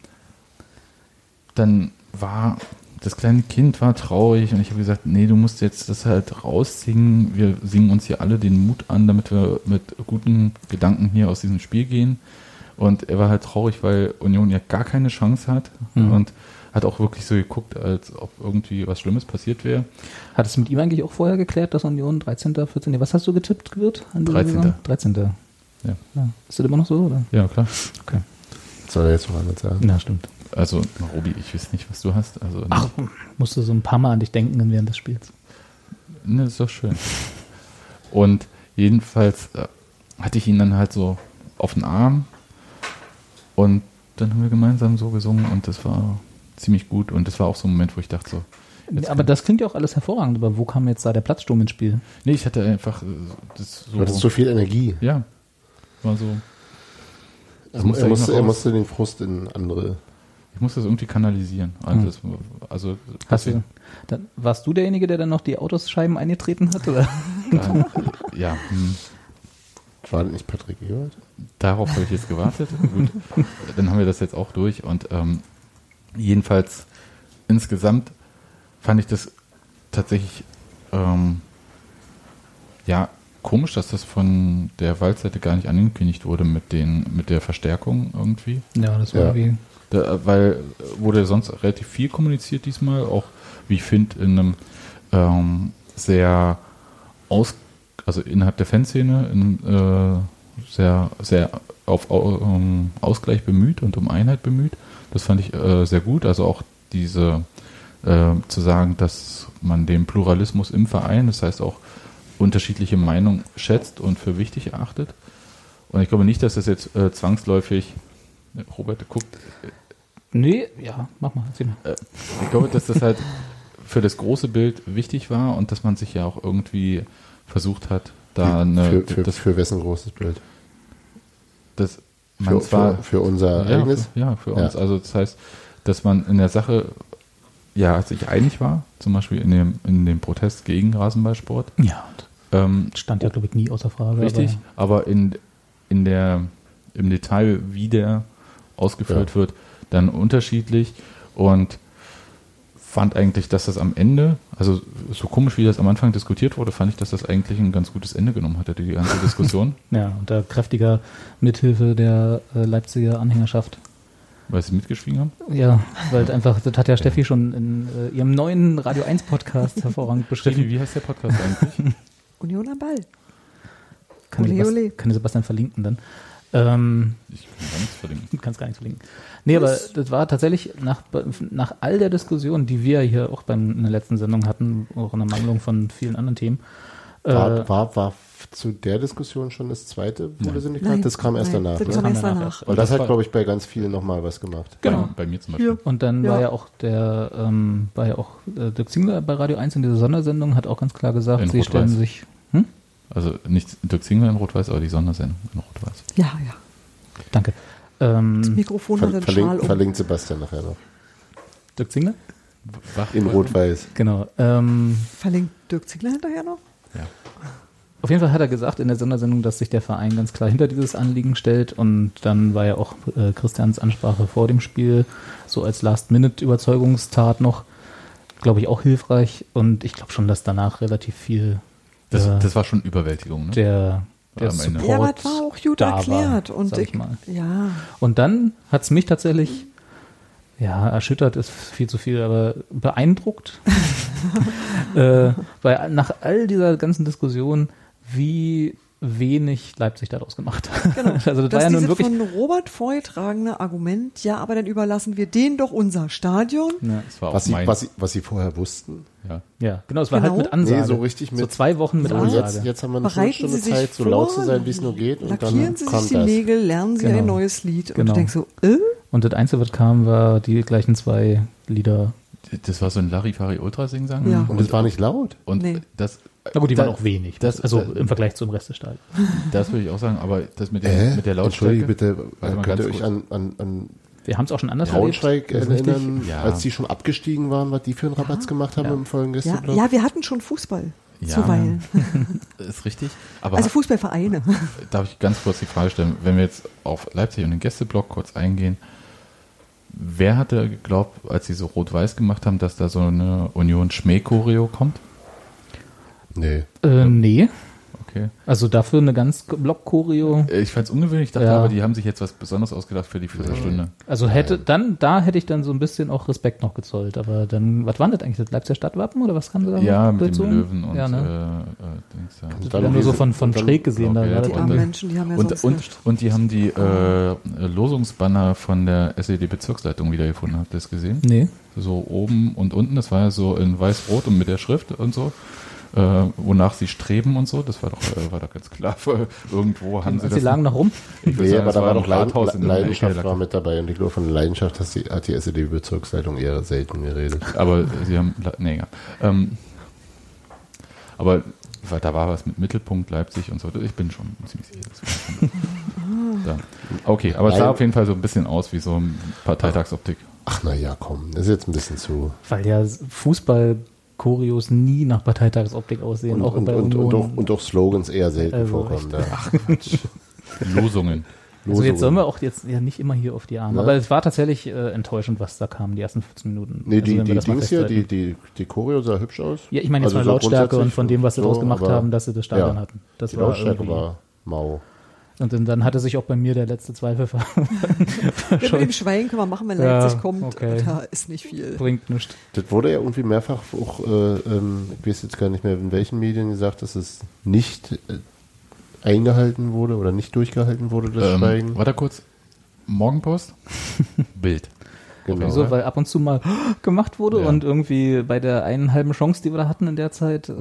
Speaker 9: dann war das kleine Kind war traurig und ich habe gesagt, nee, du musst jetzt das halt raussingen. Wir singen uns hier alle den Mut an, damit wir mit guten Gedanken hier aus diesem Spiel gehen. Und er war halt traurig, weil Union ja gar keine Chance hat
Speaker 11: Mhm.
Speaker 9: und hat auch wirklich so geguckt, als ob irgendwie was Schlimmes passiert wäre.
Speaker 11: Hattest du mit ihm eigentlich auch vorher geklärt, dass Union 13., 14., nee, was hast du getippt wird? an dieser
Speaker 9: 13..
Speaker 11: Saison? 13.
Speaker 9: Ja.
Speaker 11: Ja. Ist das immer noch so, oder?
Speaker 9: Ja, klar.
Speaker 11: Okay.
Speaker 10: Soll er jetzt noch anders sagen?
Speaker 11: Ja, stimmt.
Speaker 9: Also, Robi, ich weiß nicht, was du hast. Also,
Speaker 11: Ach, musste so ein paar Mal an dich denken während des Spiels.
Speaker 9: Ne, ist doch schön. Und jedenfalls äh, hatte ich ihn dann halt so auf den Arm und dann haben wir gemeinsam so gesungen und das war ziemlich gut und das war auch so ein Moment, wo ich dachte so, jetzt
Speaker 11: aber das klingt ja auch alles hervorragend, aber wo kam jetzt da der Platzsturm ins Spiel?
Speaker 9: nee, ich hatte einfach äh, das so,
Speaker 10: Du hattest so viel Energie.
Speaker 9: ja, war so,
Speaker 10: Er,
Speaker 9: Das muss
Speaker 10: er,
Speaker 9: eigentlich
Speaker 10: musste,
Speaker 9: noch
Speaker 10: er
Speaker 9: raus.
Speaker 10: musste den Frust in andere. Hm.
Speaker 9: ich muss das irgendwie kanalisieren. Also, das, also
Speaker 11: Hast du,
Speaker 9: deswegen-
Speaker 11: dann, warst du derjenige, der dann noch die Autosscheiben eingetreten hat? Oder?
Speaker 9: ja, hm.
Speaker 10: War das nicht Patrick Ebert?
Speaker 9: Darauf habe ich jetzt
Speaker 10: [LAUGHS]
Speaker 9: gewartet. Gut, dann haben wir das jetzt auch durch. Und ähm, jedenfalls insgesamt fand ich das tatsächlich ähm, ja komisch, dass das von der Waldseite gar nicht angekündigt wurde mit den mit der Verstärkung irgendwie.
Speaker 11: [LAUGHS] Ja, das war
Speaker 10: Ja.
Speaker 11: irgendwie.
Speaker 9: Da, weil äh, wurde sonst relativ viel kommuniziert diesmal, auch wie ich finde, in einem ähm, sehr aus, also innerhalb der Fanszene, in, einem, äh, sehr, sehr auf au, ähm, Ausgleich bemüht und um Einheit bemüht. Das fand ich äh, sehr gut. Also auch diese äh, zu sagen, dass man den Pluralismus im Verein, das heißt auch unterschiedliche Meinungen schätzt und für wichtig erachtet. Und ich glaube nicht, dass das jetzt äh, zwangsläufig. Robert guckt.
Speaker 11: Nee, ja, mach mal. Erzähl mal.
Speaker 9: Äh, ich glaube, dass das halt für das große Bild wichtig war und dass man sich ja auch irgendwie versucht hat, da eine.
Speaker 10: für, für,
Speaker 9: das,
Speaker 10: für wessen großes Bild?
Speaker 9: das,
Speaker 10: Für, für, für unser
Speaker 9: ja,
Speaker 10: eigenes?
Speaker 9: Für, ja, für uns. Also das heißt, dass man in der Sache ja sich einig war, zum Beispiel in dem, in dem Protest gegen Rasenballsport.
Speaker 11: Ja.
Speaker 9: Ähm,
Speaker 11: Stand ja, glaube ich, nie außer Frage.
Speaker 9: richtig, aber, in, in der, im Detail, wie der ausgeführt wird, dann unterschiedlich und fand eigentlich, dass das am Ende, also so komisch wie das am Anfang diskutiert wurde, fand ich, dass das eigentlich ein ganz gutes Ende genommen hatte, die ganze [LAUGHS] Diskussion.
Speaker 11: Aber, ja, unter kräftiger Mithilfe der äh, Leipziger Anhängerschaft.
Speaker 9: weil sie mitgeschwiegen haben.
Speaker 11: Ja, weil einfach, das hat ja Steffi schon in äh, ihrem neuen Radio 1 Podcast hervorragend beschrieben.
Speaker 9: Steffi, wie heißt der Podcast eigentlich?
Speaker 8: Union am Ball.
Speaker 11: Kann,
Speaker 8: Ole,
Speaker 11: Sebast
Speaker 8: ole.
Speaker 11: kann der Sebastian verlinken dann. Ähm,
Speaker 9: [LAUGHS] Ich kann gar nichts verlinken.
Speaker 11: du kannst gar nichts verlinken. Nee, aber das war tatsächlich nach, nach all der Diskussion, die wir hier auch beim, in der letzten Sendung hatten, auch in der Mangelung von vielen anderen Themen. äh,
Speaker 10: War, war, war zu der Diskussion schon das zweite Bundesliga?
Speaker 8: Nein,
Speaker 10: Das kam erst
Speaker 8: nein,
Speaker 10: danach.
Speaker 8: das
Speaker 10: ne?
Speaker 8: kam erst
Speaker 11: danach
Speaker 8: danach.
Speaker 10: Weil das,
Speaker 9: Das
Speaker 10: hat,
Speaker 9: war-
Speaker 10: glaube ich, bei ganz vielen nochmal was gemacht.
Speaker 9: Genau. Bei, bei mir zum Beispiel.
Speaker 8: Hier.
Speaker 11: Und dann
Speaker 8: Ja.
Speaker 11: war ja auch der, ähm, war ja auch äh, Dirk Zingler bei Radio 1 in dieser Sondersendung, hat auch ganz klar gesagt,
Speaker 9: In
Speaker 11: sie stellen
Speaker 9: Rot-Weiß.
Speaker 11: sich. Hm?
Speaker 9: Also nicht Dirk Zingler in Rot-Weiß, aber die Sondersendung in Rot-Weiß.
Speaker 8: Ja, ja.
Speaker 11: Danke. Ähm,
Speaker 8: Mikrofon
Speaker 10: Ver
Speaker 8: hat den Schal
Speaker 10: verlinkt,
Speaker 8: um.
Speaker 10: verlinkt Sebastian nachher noch.
Speaker 11: Dirk Zingler?
Speaker 9: Wach-
Speaker 10: In Rot-Weiß.
Speaker 11: Genau. Ähm,
Speaker 8: Verlinkt Dirk Ziegler hinterher noch?
Speaker 11: Auf jeden Fall hat er gesagt in der Sondersendung, dass sich der Verein ganz klar hinter dieses Anliegen stellt und dann war ja auch äh, Christians Ansprache vor dem Spiel so als Last-Minute-Überzeugungstat noch, glaube ich, auch hilfreich und ich glaube schon, dass danach relativ viel
Speaker 9: Das,
Speaker 11: äh,
Speaker 9: das war schon Überwältigung, ne?
Speaker 11: der, der
Speaker 9: Am Ende.
Speaker 11: Support
Speaker 8: Ja, aber das war auch gut
Speaker 11: da war,
Speaker 8: erklärt. und
Speaker 11: sag ich
Speaker 8: ich,
Speaker 11: mal.
Speaker 8: Ja,
Speaker 11: Und dann hat es mich tatsächlich, ja, erschüttert ist viel zu viel, aber
Speaker 8: [LAUGHS]
Speaker 11: beeindruckt. äh, weil nach all dieser ganzen Diskussion, wie wenig Leipzig daraus gemacht hat. Genau. [LAUGHS] Also das war
Speaker 8: dass
Speaker 11: ja nun
Speaker 8: dieses
Speaker 11: wirklich.
Speaker 8: von Robert vorgetragene Argument, ja, aber dann überlassen wir denen doch unser Stadion.
Speaker 11: Ja,
Speaker 9: Das war auch
Speaker 10: Was sie,
Speaker 9: mein.
Speaker 10: was, sie, was sie vorher wussten.
Speaker 9: ja.
Speaker 11: ja, genau, es war halt
Speaker 8: Genau.
Speaker 11: mit Ansage.
Speaker 10: Nee, so richtig mit-
Speaker 11: So zwei Wochen mit
Speaker 10: So,
Speaker 11: Ansage.
Speaker 10: jetzt, jetzt haben wir eine
Speaker 8: Bereiten
Speaker 10: Stunde
Speaker 8: Sie sich
Speaker 10: Zeit, so
Speaker 8: vor,
Speaker 10: laut zu sein, wie es nur geht. Und
Speaker 8: Lackieren
Speaker 10: dann
Speaker 8: Sie sich
Speaker 10: kommt
Speaker 8: die
Speaker 10: das.
Speaker 8: Nägel, lernen Sie
Speaker 11: Genau.
Speaker 8: ein neues Lied. Und
Speaker 11: Genau.
Speaker 8: du denkst so, äh?
Speaker 11: Und das Einzige, was kam, war die gleichen zwei Lieder.
Speaker 9: Das war so ein Larifari-Ultra-Sing-Sang.
Speaker 8: Ja.
Speaker 10: Und es war nicht laut.
Speaker 9: Und
Speaker 8: Nee.
Speaker 9: das,
Speaker 11: Na gut, die
Speaker 9: Da-
Speaker 11: waren auch wenig.
Speaker 9: das-
Speaker 11: also
Speaker 9: das-
Speaker 11: im Vergleich zum Rest des Stadions.
Speaker 9: das würde ich auch sagen, aber das mit der,
Speaker 10: Äh?
Speaker 9: mit der Lautstärke.
Speaker 10: Entschuldige bitte, äh,
Speaker 9: Warte mal
Speaker 10: könnt ihr
Speaker 9: ganz
Speaker 10: euch an, an, an
Speaker 11: Wir haben es auch schon anders erlebt.
Speaker 10: Braunschweig
Speaker 11: Das ist richtig.
Speaker 10: erinnern,
Speaker 9: Ja.
Speaker 10: als die schon abgestiegen waren, was die für einen Rabatz gemacht haben im vollen
Speaker 8: Ja,
Speaker 10: Gästeblock?
Speaker 8: ja, wir hatten schon Fußball.
Speaker 9: Ja.
Speaker 8: Zuweilen.
Speaker 9: Ist richtig. Aber
Speaker 8: Also Fußballvereine.
Speaker 9: darf ich ganz kurz die Frage stellen, wenn wir jetzt auf Leipzig und den Gästeblock kurz eingehen. Wer hatte geglaubt, als sie so rot-weiß gemacht haben, dass da so eine Union-Schmäh-Choreo kommt?
Speaker 10: Nee.
Speaker 11: Äh, nee,
Speaker 9: Okay. Äh,
Speaker 11: also dafür eine ganz Block-Choreo.
Speaker 9: Ich fand es ungewöhnlich, ich dachte
Speaker 11: Ja.
Speaker 9: aber, die haben sich jetzt was Besonderes ausgedacht für die Viertelstunde.
Speaker 11: Also hätte dann, da hätte ich dann so ein bisschen auch Respekt noch gezollt. Aber dann, was war denn das eigentlich? Das Leipziger Stadtwappen oder was kann sie da
Speaker 9: Ja, mit dem
Speaker 11: bezogen?
Speaker 9: Löwen und
Speaker 11: ja, ne?
Speaker 9: äh, genau, äh, Dings da.
Speaker 11: Das wurde nur so von, von schräg gesehen. Da,
Speaker 9: Blau-Gelb
Speaker 11: war das
Speaker 8: Die
Speaker 9: und
Speaker 11: irgendwie-
Speaker 8: armen Menschen, die haben ja
Speaker 9: Und,
Speaker 8: sonst
Speaker 9: und,
Speaker 8: nichts.
Speaker 9: und die haben die äh, Losungsbanner von der SED-Bezirksleitung wiedergefunden. Habt ihr das gesehen?
Speaker 11: Nee.
Speaker 9: So oben und unten, das war ja so in weiß-rot und mit der Schrift und so, äh, wonach sie streben und so. Das war doch, äh, war doch ganz klar. [LAUGHS] Für irgendwo haben sie
Speaker 11: Also
Speaker 9: das.
Speaker 11: sie lagen noch rum.
Speaker 9: ich würde
Speaker 10: Nee,
Speaker 9: sagen,
Speaker 10: aber
Speaker 9: das
Speaker 10: da war
Speaker 9: im
Speaker 10: doch Leid-
Speaker 9: Rathaus in der
Speaker 10: Leidenschaft
Speaker 9: Ecke.
Speaker 10: war mit dabei und ich glaube, von Leidenschaft hat die, hat die SED-Bezirksleitung eher selten geredet.
Speaker 9: Aber sie haben. Nee, egal. Ähm, aber weil da war was mit Mittelpunkt Leipzig und so. Ich bin schon ziemlich sicher. das war schon- Da. Okay, aber es sah
Speaker 10: Nein.
Speaker 9: auf jeden Fall so ein bisschen aus wie so eine Parteitagsoptik.
Speaker 10: Ach naja, komm, das ist jetzt ein bisschen zu.
Speaker 11: Weil ja Fußball-Choreos nie nach Parteitagsoptik aussehen.
Speaker 10: Und,
Speaker 11: auch
Speaker 10: und,
Speaker 11: bei
Speaker 10: und, und,
Speaker 11: Union.
Speaker 10: auch, und auch Slogans eher selten
Speaker 11: Also,
Speaker 10: vorkommen. Da.
Speaker 9: Losungen.
Speaker 11: also
Speaker 10: Losungen.
Speaker 11: jetzt sollen wir auch jetzt ja nicht immer hier auf die Arme.
Speaker 10: Ne?
Speaker 11: Aber es war tatsächlich äh, enttäuschend, was da kam, die ersten 15 Minuten.
Speaker 10: Nee,
Speaker 11: also, wenn
Speaker 10: die,
Speaker 11: wir
Speaker 10: die
Speaker 11: das mal
Speaker 10: Dings hier,
Speaker 11: festhalten.
Speaker 10: die, die, die Choreo sah hübsch aus.
Speaker 11: Ja, ich meine jetzt
Speaker 10: Also
Speaker 11: von
Speaker 10: so
Speaker 11: der Lautstärke und
Speaker 10: grundsätzlich
Speaker 11: von dem, was sie
Speaker 10: so,
Speaker 11: daraus gemacht
Speaker 10: aber
Speaker 11: haben, dass sie das Stadion
Speaker 10: ja,
Speaker 11: hatten. Das
Speaker 10: die
Speaker 11: war
Speaker 10: Lautstärke
Speaker 11: irgendwie-
Speaker 10: war mau.
Speaker 11: Und dann, dann hatte sich auch bei mir der letzte Zweifel [LAUGHS] ver
Speaker 8: Ja, mit dem Schweigen können wir machen, wenn
Speaker 11: Ja,
Speaker 8: Leipzig kommt.
Speaker 11: okay.
Speaker 8: Da ist nicht viel.
Speaker 11: bringt nichts.
Speaker 10: Das wurde ja irgendwie mehrfach auch, äh, ähm, ich weiß jetzt gar nicht mehr, in welchen Medien gesagt, dass es nicht äh, eingehalten wurde oder nicht durchgehalten wurde, das
Speaker 9: Ähm,
Speaker 10: Schweigen.
Speaker 9: warte kurz.
Speaker 10: [LAUGHS]
Speaker 9: Morgenpost? Bild.
Speaker 10: Genau.
Speaker 11: Wieso? Weil ab und zu mal [GASPS] gemacht wurde
Speaker 9: Ja.
Speaker 11: und irgendwie bei der einen halben Chance, die wir da hatten in der Zeit, äh,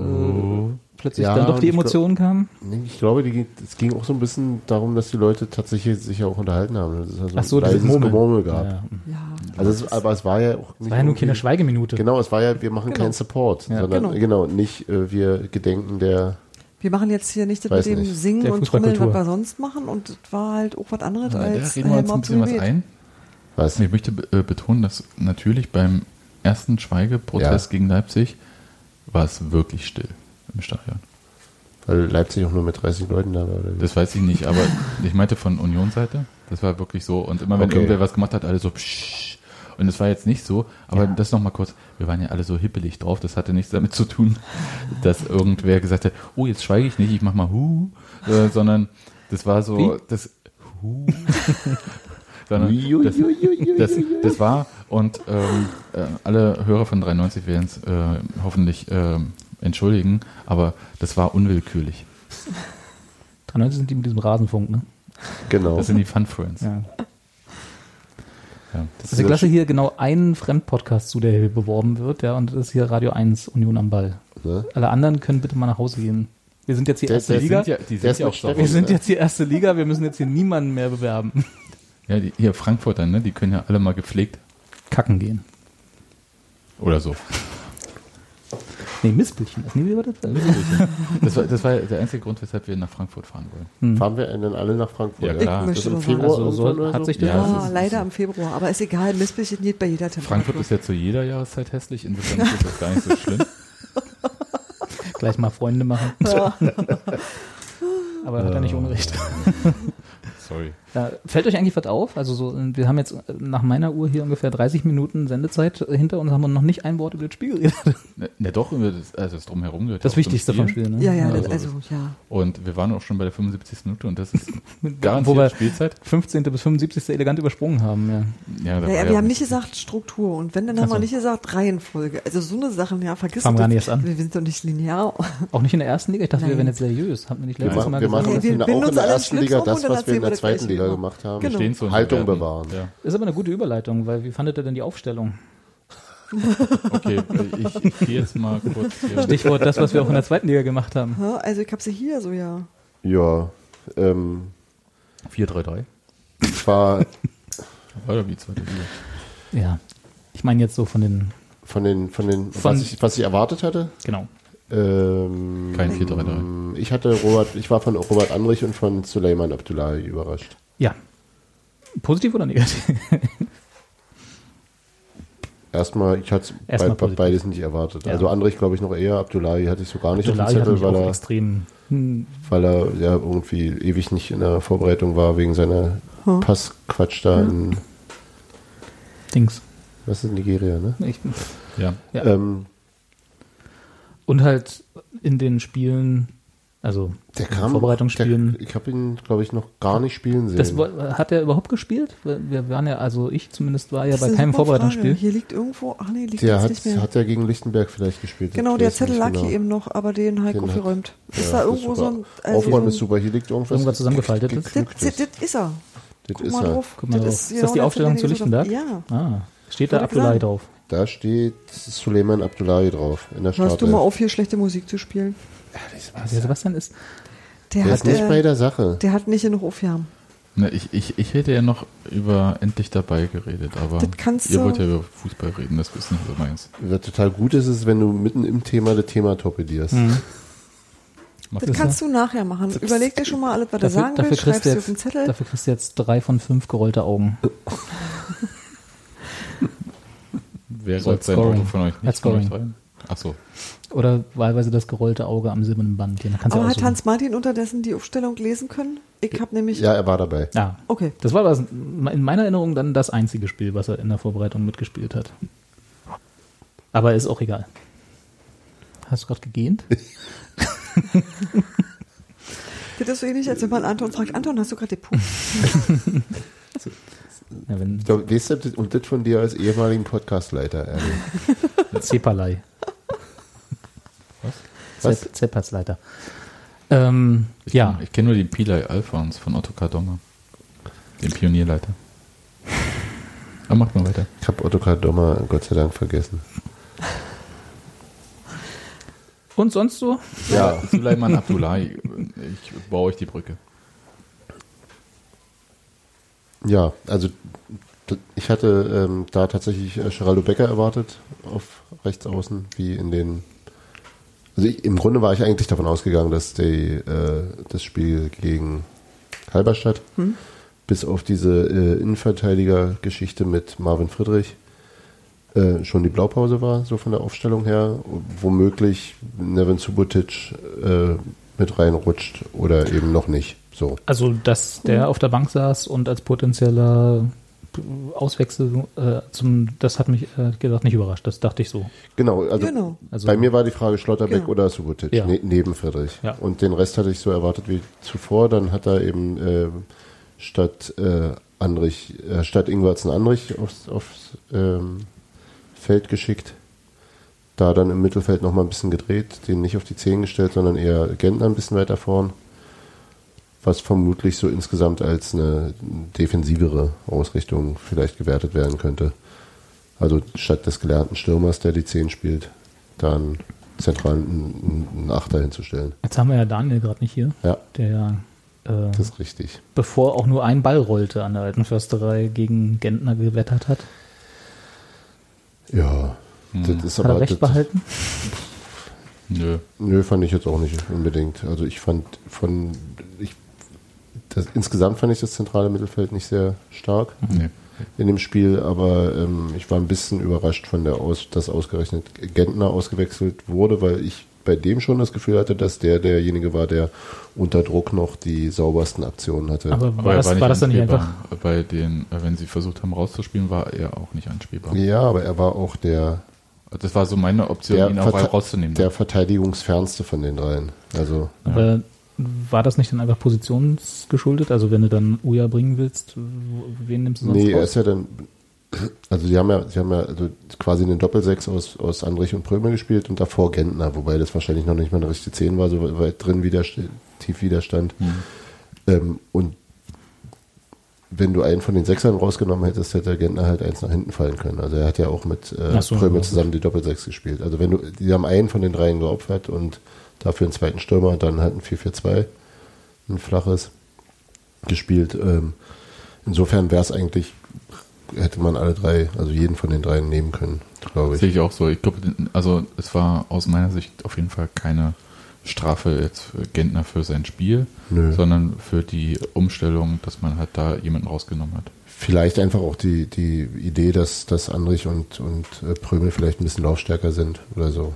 Speaker 11: plötzlich dann doch
Speaker 10: und
Speaker 11: die
Speaker 10: Mhm. ich glaub-
Speaker 11: Emotionen kamen?
Speaker 10: Nee, ich glaube, die, geht- es ging auch so ein bisschen darum, dass die Leute tatsächlich sich ja auch unterhalten haben. Dass es also
Speaker 11: Ach so,
Speaker 10: ein
Speaker 11: dieses
Speaker 10: leises
Speaker 11: Murmeln.
Speaker 10: Gemurmel gab.
Speaker 11: Ja.
Speaker 8: Ja.
Speaker 10: Also es, aber es war ja auch nicht
Speaker 11: war ja nur
Speaker 10: irgendwie-
Speaker 11: keine Schweigeminute.
Speaker 10: Genau, es war ja, wir machen
Speaker 8: Genau.
Speaker 10: keinen Support,
Speaker 11: Ja.
Speaker 10: sondern genau,
Speaker 8: Genau.
Speaker 10: nicht äh, wir gedenken der
Speaker 8: Wir machen jetzt hier nicht das
Speaker 10: Weiß
Speaker 8: mit dem
Speaker 10: nicht.
Speaker 8: Singen
Speaker 11: Der
Speaker 8: und Trommeln, was
Speaker 11: Fußballkultur.
Speaker 8: wir sonst machen. Und das war halt auch was anderes
Speaker 9: Da
Speaker 8: als äh,
Speaker 9: reden wir uns ein bisschen was ein.
Speaker 10: was.
Speaker 9: Ich möchte äh, betonen, dass natürlich beim ersten Schweigeprotest gegen Leipzig war es wirklich still im Stadion.
Speaker 10: Weil Leipzig auch nur mit 30 Leuten da war. Oder wie?
Speaker 9: Das weiß ich nicht, aber ich meinte von Union-Seite. Das war wirklich so. Und immer wenn
Speaker 10: Okay.
Speaker 9: irgendwer was gemacht hat, alle so psch. Und es war jetzt nicht so, aber das noch mal kurz. Wir waren ja alle so hippelig drauf. Das hatte nichts damit zu tun, dass irgendwer gesagt hat, oh, jetzt schweige ich nicht, ich mach mal hu, äh, sondern das war so,
Speaker 11: Wie?
Speaker 9: das hu, [LAUGHS] sondern das, das, das war und ähm, äh, alle Hörer von 93 werden es äh, hoffentlich ähm, entschuldigen, aber das war unwillkürlich.
Speaker 11: 93 ne, sind die mit diesem Rasenfunk, ne?
Speaker 10: Genau.
Speaker 9: Das sind die Fun Friends.
Speaker 11: Ja.
Speaker 9: Ja.
Speaker 11: Das ist ja klasse, hier genau einen Fremdpodcast zu, der hier beworben wird, ja, und das ist hier Radio 1, Union am Ball.
Speaker 10: Ne?
Speaker 11: Alle anderen können bitte mal nach Hause gehen. Wir sind jetzt die
Speaker 10: Der-
Speaker 11: erste
Speaker 10: der
Speaker 11: Liga.
Speaker 9: sind ja, die sind
Speaker 10: Der ist ne?
Speaker 9: ja auch
Speaker 10: mit Steffi.
Speaker 9: sauer.
Speaker 11: wir sind jetzt die erste Liga, wir müssen jetzt hier niemanden mehr bewerben.
Speaker 9: Ja, die, hier Frankfurter, ne? Die können ja alle mal gepflegt
Speaker 11: [LAUGHS] Kacken gehen.
Speaker 9: oder
Speaker 10: [LAUGHS]
Speaker 9: so.
Speaker 11: Nee, Mistbildchen. Das nie wieder das.
Speaker 9: Das war, das war der einzige Grund, weshalb wir nach Frankfurt fahren wollen.
Speaker 10: Fahren wir dann alle nach Frankfurt?
Speaker 9: Ja, klar.
Speaker 8: Ich
Speaker 10: Das ist
Speaker 8: möchte
Speaker 10: im
Speaker 8: mal
Speaker 10: Februar
Speaker 8: sagen.
Speaker 11: Also so
Speaker 10: irgendwann oder
Speaker 11: hat sich das-
Speaker 9: Ja,
Speaker 8: Ja,
Speaker 9: es ist-
Speaker 8: Ah, leider im Februar. Aber ist egal, Mistbällchen geht bei jeder Temperatur.
Speaker 9: Frankfurt ist ja zu jeder Jahreszeit hässlich, insofern ist das gar nicht so
Speaker 10: [LAUGHS]
Speaker 9: schlimm.
Speaker 11: Gleich mal Freunde machen. [LAUGHS] Aber hat er
Speaker 10: Äh.
Speaker 11: nicht unrecht.
Speaker 9: Sorry.
Speaker 11: Ja, fällt euch eigentlich was auf? Also so, wir haben jetzt äh, nach meiner Uhr hier ungefähr 30 Minuten Sendezeit äh, hinter uns, haben wir noch nicht ein Wort über das Spiel geredet.
Speaker 9: Na, na doch, über das, also das drumherum gehört. ja auch
Speaker 11: Das
Speaker 9: zum
Speaker 11: Wichtigste vom Spiel, ne?
Speaker 8: Ja, ja, das,
Speaker 9: so
Speaker 8: also, ja.
Speaker 9: Und wir waren auch schon bei der 75. Minute und das ist
Speaker 8: äh,
Speaker 11: Wo wir-
Speaker 9: garantiert Spielzeit.
Speaker 11: 15. bis 75. elegant übersprungen haben, ja.
Speaker 9: Ja, da war
Speaker 8: Naja,
Speaker 9: ja-
Speaker 8: wir haben nicht gesagt Struktur und wenn, dann haben
Speaker 11: Ach so.
Speaker 8: wir nicht gesagt Reihenfolge. Also so eine Sache, ja, vergiss
Speaker 11: Fangen wir
Speaker 8: das.
Speaker 11: gar nicht erst an.
Speaker 8: Wir sind doch nicht linear.
Speaker 11: Auch nicht in der ersten Liga. Ich dachte, wir
Speaker 8: Nein.
Speaker 11: wären jetzt seriös. Haben wir nicht
Speaker 10: Wir
Speaker 11: letztes Mal
Speaker 10: machen, wir
Speaker 11: gesagt?
Speaker 10: machen
Speaker 8: Nee,
Speaker 10: das
Speaker 8: wir
Speaker 10: in der,
Speaker 8: binden
Speaker 10: auch in
Speaker 8: uns
Speaker 10: der
Speaker 8: alle
Speaker 10: ersten
Speaker 8: Schlips
Speaker 10: Liga
Speaker 8: um und
Speaker 10: das,
Speaker 8: dann
Speaker 10: was wir in
Speaker 8: erzählen wir
Speaker 10: der
Speaker 8: das
Speaker 10: zweiten
Speaker 8: Gleiche
Speaker 10: Liga
Speaker 8: nochmal.
Speaker 10: gemacht haben.
Speaker 9: wir
Speaker 8: Genau.
Speaker 9: stehen zu uns
Speaker 10: Haltung
Speaker 9: Werten.
Speaker 10: bewahren.
Speaker 9: Ja,
Speaker 11: Ist aber eine gute Überleitung, weil wie fandet ihr denn die Aufstellung?
Speaker 9: okay. Ich, ich gehe jetzt mal kurz hier.
Speaker 10: [LAUGHS]
Speaker 11: Stichwort das, was wir auch in der zweiten Liga gemacht haben.
Speaker 8: Hä? Also ich hab sie hier, so ja.
Speaker 10: Ja, ähm,
Speaker 9: 4-3-3.
Speaker 10: war
Speaker 9: War doch die zweite Liga.
Speaker 11: Ja. Ich meine jetzt so von den,
Speaker 10: von den, von den
Speaker 11: Von-
Speaker 10: was, ich, was ich erwartet hatte.
Speaker 11: genau.
Speaker 10: Ähm,
Speaker 9: Kein 4-3-3.
Speaker 10: ich hatte Robert, ich war von Robert Andrich und von Suleiman Abdullahi überrascht.
Speaker 11: Ja. Positiv oder negativ?
Speaker 10: Erstmal, ich hatte
Speaker 11: Erstmal
Speaker 10: be
Speaker 11: positiv.
Speaker 10: beides nicht erwartet.
Speaker 11: Ja.
Speaker 10: Also Andrich glaube ich noch eher, Abdullahi hatte ich so gar nicht
Speaker 11: Abdullahi
Speaker 10: auf
Speaker 11: hat
Speaker 10: dem
Speaker 11: mich
Speaker 10: Zettel, weil
Speaker 11: auch
Speaker 10: er,
Speaker 11: extrem. Hm,
Speaker 10: weil er ja irgendwie ewig nicht in der Vorbereitung war wegen seiner
Speaker 8: Hm.
Speaker 10: Passquatsch da in
Speaker 11: Dings.
Speaker 10: was ist Nigeria, ne?
Speaker 11: Ich,
Speaker 9: Ja.
Speaker 11: ja.
Speaker 10: Ähm,
Speaker 11: Und halt in den Spielen, also
Speaker 10: der
Speaker 11: in den
Speaker 10: kam.
Speaker 11: Vorbereitungsspielen.
Speaker 10: Der, ich habe ihn, glaube ich, noch gar nicht spielen sehen.
Speaker 11: das, wo- hat er überhaupt gespielt? Wir wir waren ja, also ich zumindest war ja
Speaker 8: Das ist
Speaker 11: bei
Speaker 8: eine
Speaker 11: keinem
Speaker 8: super
Speaker 11: Vorbereitungsspiel.
Speaker 8: Frage. Hier liegt irgendwo, ach nee, liegt
Speaker 10: der
Speaker 8: jetzt
Speaker 10: hat,
Speaker 8: nicht mehr.
Speaker 10: hat ja gegen Lichtenberg vielleicht gespielt. das
Speaker 8: genau, der
Speaker 10: weiß ich
Speaker 8: Zettel
Speaker 10: nicht
Speaker 8: lag
Speaker 10: genau.
Speaker 8: hier eben noch, aber den habe ich
Speaker 10: Den hat-
Speaker 8: aufgeräumt. Ist
Speaker 10: Ja,
Speaker 8: da
Speaker 10: das
Speaker 8: irgendwo so ein...
Speaker 10: super.
Speaker 8: also
Speaker 10: Aufräumen
Speaker 8: so
Speaker 10: ist super, hier liegt irgendwas.
Speaker 11: Irgendwas zusammengefaltet ist?
Speaker 8: Das,
Speaker 10: geknickt
Speaker 8: das, das ist er.
Speaker 10: Das
Speaker 8: Guck
Speaker 10: ist
Speaker 8: mal
Speaker 10: er.
Speaker 8: drauf.
Speaker 11: Guck mal drauf. Ist, das
Speaker 8: genau
Speaker 11: die
Speaker 8: der
Speaker 11: Aufstellung zu
Speaker 8: Zettel, den
Speaker 11: Lichtenberg?
Speaker 8: ich so- Ja.
Speaker 11: Ah, steht da
Speaker 8: Wurde
Speaker 11: Abdullahi
Speaker 8: gesagt.
Speaker 11: drauf.
Speaker 10: Da steht Suleiman Abdullahi drauf in der
Speaker 8: Hörst du
Speaker 10: Startelf.
Speaker 8: mal auf, hier schlechte Musik zu spielen?
Speaker 11: Der Sebastian ist
Speaker 8: Der,
Speaker 10: Der
Speaker 8: hat,
Speaker 10: ist nicht
Speaker 8: äh,
Speaker 10: bei der Sache.
Speaker 8: der hat nicht genug Aufwärmen.
Speaker 9: Na, ich, ich, ich hätte ja noch über endlich dabei geredet, aber
Speaker 8: Das kannst
Speaker 9: ihr
Speaker 8: du-
Speaker 9: wollt ja über Fußball reden, das ist nicht so meins.
Speaker 10: Was total gut ist, ist, wenn du mitten im Thema das Thema torpedierst.
Speaker 11: Hm.
Speaker 9: Macht
Speaker 8: Das kannst du nachher machen. Überleg dir schon mal alles, was du
Speaker 11: Dafür,
Speaker 8: sagen
Speaker 11: dafür,
Speaker 8: willst,
Speaker 11: kriegst
Speaker 8: schreibst
Speaker 11: du
Speaker 8: dir auf den
Speaker 11: jetzt,
Speaker 8: Zettel.
Speaker 11: dafür kriegst du jetzt drei von fünf gerollte Augen.
Speaker 9: Wer
Speaker 11: So
Speaker 9: rollt
Speaker 11: als
Speaker 9: sein
Speaker 11: Scoring.
Speaker 9: Auto von euch nicht?
Speaker 11: Als
Speaker 9: Von euch
Speaker 11: Scoring.
Speaker 9: dreien? Ach so.
Speaker 11: Oder wahlweise das gerollte Auge am silbernen Band. Ja, da kannst du
Speaker 8: Aber
Speaker 11: ja
Speaker 8: hat
Speaker 11: aussuchen.
Speaker 8: Hans Martin unterdessen die Aufstellung lesen können? Ich habe nämlich.
Speaker 10: Ja, er war dabei.
Speaker 11: Ja.
Speaker 8: Okay.
Speaker 11: Das war was, in meiner Erinnerung dann das einzige Spiel, was er in der Vorbereitung mitgespielt hat. Aber ist auch egal. Hast du gerade gegähnt?
Speaker 10: [LAUGHS]
Speaker 8: Das ist so ähnlich, als wenn man Anton fragt: Anton, hast du gerade gepupst?
Speaker 11: Ja, wenn
Speaker 10: Ich glaub, weißt du, das- und das von dir als ehemaligen Podcastleiter, ehrlich.
Speaker 11: Zepalei.
Speaker 10: Was?
Speaker 11: Zep- Zeppelsleiter. Ähm, ja,
Speaker 9: Ich kenne nur den Pilai Alphons von Otto Kardonga, den Pionierleiter. Aber macht mal weiter.
Speaker 10: Ich habe Ottokar Dommer Gott sei Dank vergessen.
Speaker 11: Und sonst so?
Speaker 9: Ja. Ah, Suleiman Abdullahi, ich baue euch die Brücke.
Speaker 10: Ja, also d- ich hatte ähm, da tatsächlich äh, Geraldo Becker erwartet auf rechts außen, wie in den. Also ich, im Grunde war ich eigentlich davon ausgegangen, dass die, äh, das Spiel gegen Halberstadt,
Speaker 8: Hm.
Speaker 10: bis auf diese äh, Innenverteidiger-Geschichte mit Marvin Friedrich, äh, schon die Blaupause war, so von der Aufstellung her. Womöglich Nevin Subotic äh, mit reinrutscht oder eben noch nicht. So.
Speaker 11: Also, dass
Speaker 10: Mhm.
Speaker 11: der auf der Bank saß und als potenzieller Auswechsel äh, zum, das hat mich äh, gesagt nicht überrascht. Das dachte ich so.
Speaker 10: Genau, also
Speaker 11: Genau. Also-
Speaker 10: bei mir war die Frage Schlotterbeck
Speaker 11: Genau.
Speaker 10: oder Subotic
Speaker 11: Ja.
Speaker 10: ne, neben Friedrich.
Speaker 11: Ja.
Speaker 10: Und den Rest hatte ich so erwartet wie zuvor. Dann hat er eben äh, statt äh, Andrich, äh, statt Ingwertsen Andrich aufs, aufs ähm, Feld geschickt. Da dann im Mittelfeld nochmal ein bisschen gedreht, den nicht auf die 10 gestellt, sondern eher Gentner ein bisschen weiter vorn. Was vermutlich so insgesamt als eine defensivere Ausrichtung vielleicht gewertet werden könnte. Also statt des gelernten Stürmers, der die 10 spielt, dann zentral einen, einen Achter hinzustellen.
Speaker 11: Jetzt haben wir ja Daniel gerade nicht hier.
Speaker 10: Ja.
Speaker 11: Der ja. Äh,
Speaker 10: Das ist richtig.
Speaker 11: Bevor auch nur ein Ball rollte an der alten Försterei gegen Gentner gewettert hat.
Speaker 10: Ja, das ist
Speaker 11: Hat
Speaker 10: aber.
Speaker 11: er recht
Speaker 10: das-
Speaker 11: behalten?
Speaker 9: Nö.
Speaker 10: Nö, fand ich jetzt auch nicht unbedingt. Also ich fand von. Ich, das, insgesamt fand ich das zentrale Mittelfeld nicht sehr stark
Speaker 9: Nee.
Speaker 10: in dem Spiel, aber ähm, ich war ein bisschen überrascht von der Aus, dass ausgerechnet Gentner ausgewechselt wurde, weil ich bei dem schon das Gefühl hatte, dass der derjenige war, der unter Druck noch die saubersten Aktionen hatte.
Speaker 11: Aber
Speaker 9: Aber er
Speaker 11: das- war das dann nicht
Speaker 9: anspielbar. Bei den, äh, wenn sie versucht haben rauszuspielen, war er auch nicht anspielbar.
Speaker 10: Ja, aber er war auch der.
Speaker 9: Das war so meine Option, ihn auch
Speaker 10: Verte-
Speaker 9: rauszunehmen.
Speaker 10: Der verteidigungsfernste von den dreien. Also,
Speaker 11: Aber war das nicht dann einfach positionsgeschuldet? Also wenn du dann Uja bringen willst, w- wen nimmst du sonst
Speaker 10: nee, er
Speaker 11: raus?
Speaker 10: ist ja dann. Also, sie haben ja, sie haben ja also quasi einen Doppelsechs aus, aus Andrich und Prömer gespielt und davor Gentner, wobei das wahrscheinlich noch nicht mal eine richtige 10 war, so weit drin wieder, tief Widerstand.
Speaker 9: Hm.
Speaker 10: Ähm, und wenn du einen von den Sechsern rausgenommen hättest, hätte Gentner halt eins nach hinten fallen können. Also er hat ja auch mit äh,
Speaker 11: Ach so, ja.
Speaker 10: Prömel zusammen die Doppelsechs gespielt. Also wenn du, die haben einen von den dreien geopfert und dafür einen zweiten Stürmer und dann halt ein 4-4-2, ein flaches, gespielt. Ähm, insofern wäre es eigentlich, hätte man alle drei, also jeden von den dreien nehmen können, glaube ich.
Speaker 9: Sehe ich auch so. Ich glaube, den- also es war aus meiner Sicht auf jeden Fall keine Strafe jetzt für Gentner für sein Spiel,
Speaker 10: Nö.
Speaker 9: sondern für die Umstellung, dass man halt da jemanden rausgenommen hat.
Speaker 10: Vielleicht einfach auch die, die Idee, dass, dass Andrich und, und äh, Prömel vielleicht ein bisschen laufstärker sind oder so.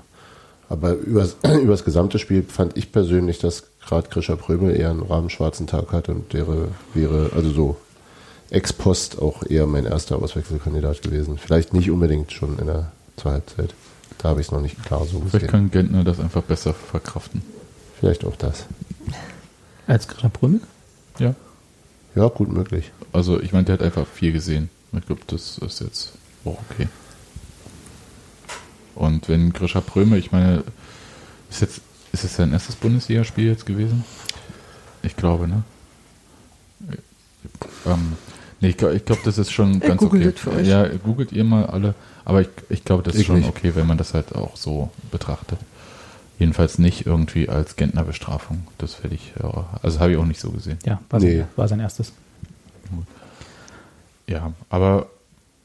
Speaker 10: Aber übers, über das gesamte Spiel fand ich persönlich, dass gerade Grisha Prömel eher einen rahmenschwarzen Tag hat und der wäre, also so ex post auch eher mein erster Auswechselkandidat gewesen. Vielleicht nicht unbedingt schon in der zur Halbzeit. Da habe ich es noch nicht klar so
Speaker 9: Vielleicht
Speaker 10: gesehen.
Speaker 9: kann Gentner das einfach besser verkraften.
Speaker 10: Vielleicht auch das.
Speaker 11: Als Christian Prömel?
Speaker 9: Ja.
Speaker 10: Ja, gut möglich.
Speaker 9: Also ich meine, der hat einfach viel gesehen. Ich glaube, das ist jetzt auch okay. Und wenn Grisha Pröme, ich meine, ist jetzt ist es sein erstes Bundesligaspiel jetzt gewesen? Ich glaube, ne? Ähm, nee, ich glaube, ich glaub, das ist schon
Speaker 8: Ihr
Speaker 9: ganz
Speaker 8: googelt
Speaker 9: okay.
Speaker 8: das für euch.
Speaker 9: Ja, googelt ihr mal alle. Aber ich, ich glaube, das ist
Speaker 10: Ich
Speaker 9: schon
Speaker 10: nicht.
Speaker 9: okay, wenn man das halt auch so betrachtet. Jedenfalls nicht irgendwie als Gentner Bestrafung. Das werde ich, ja, also habe ich auch nicht so gesehen.
Speaker 11: Ja, war,
Speaker 10: Nee.
Speaker 11: sein, war sein erstes.
Speaker 9: Ja, aber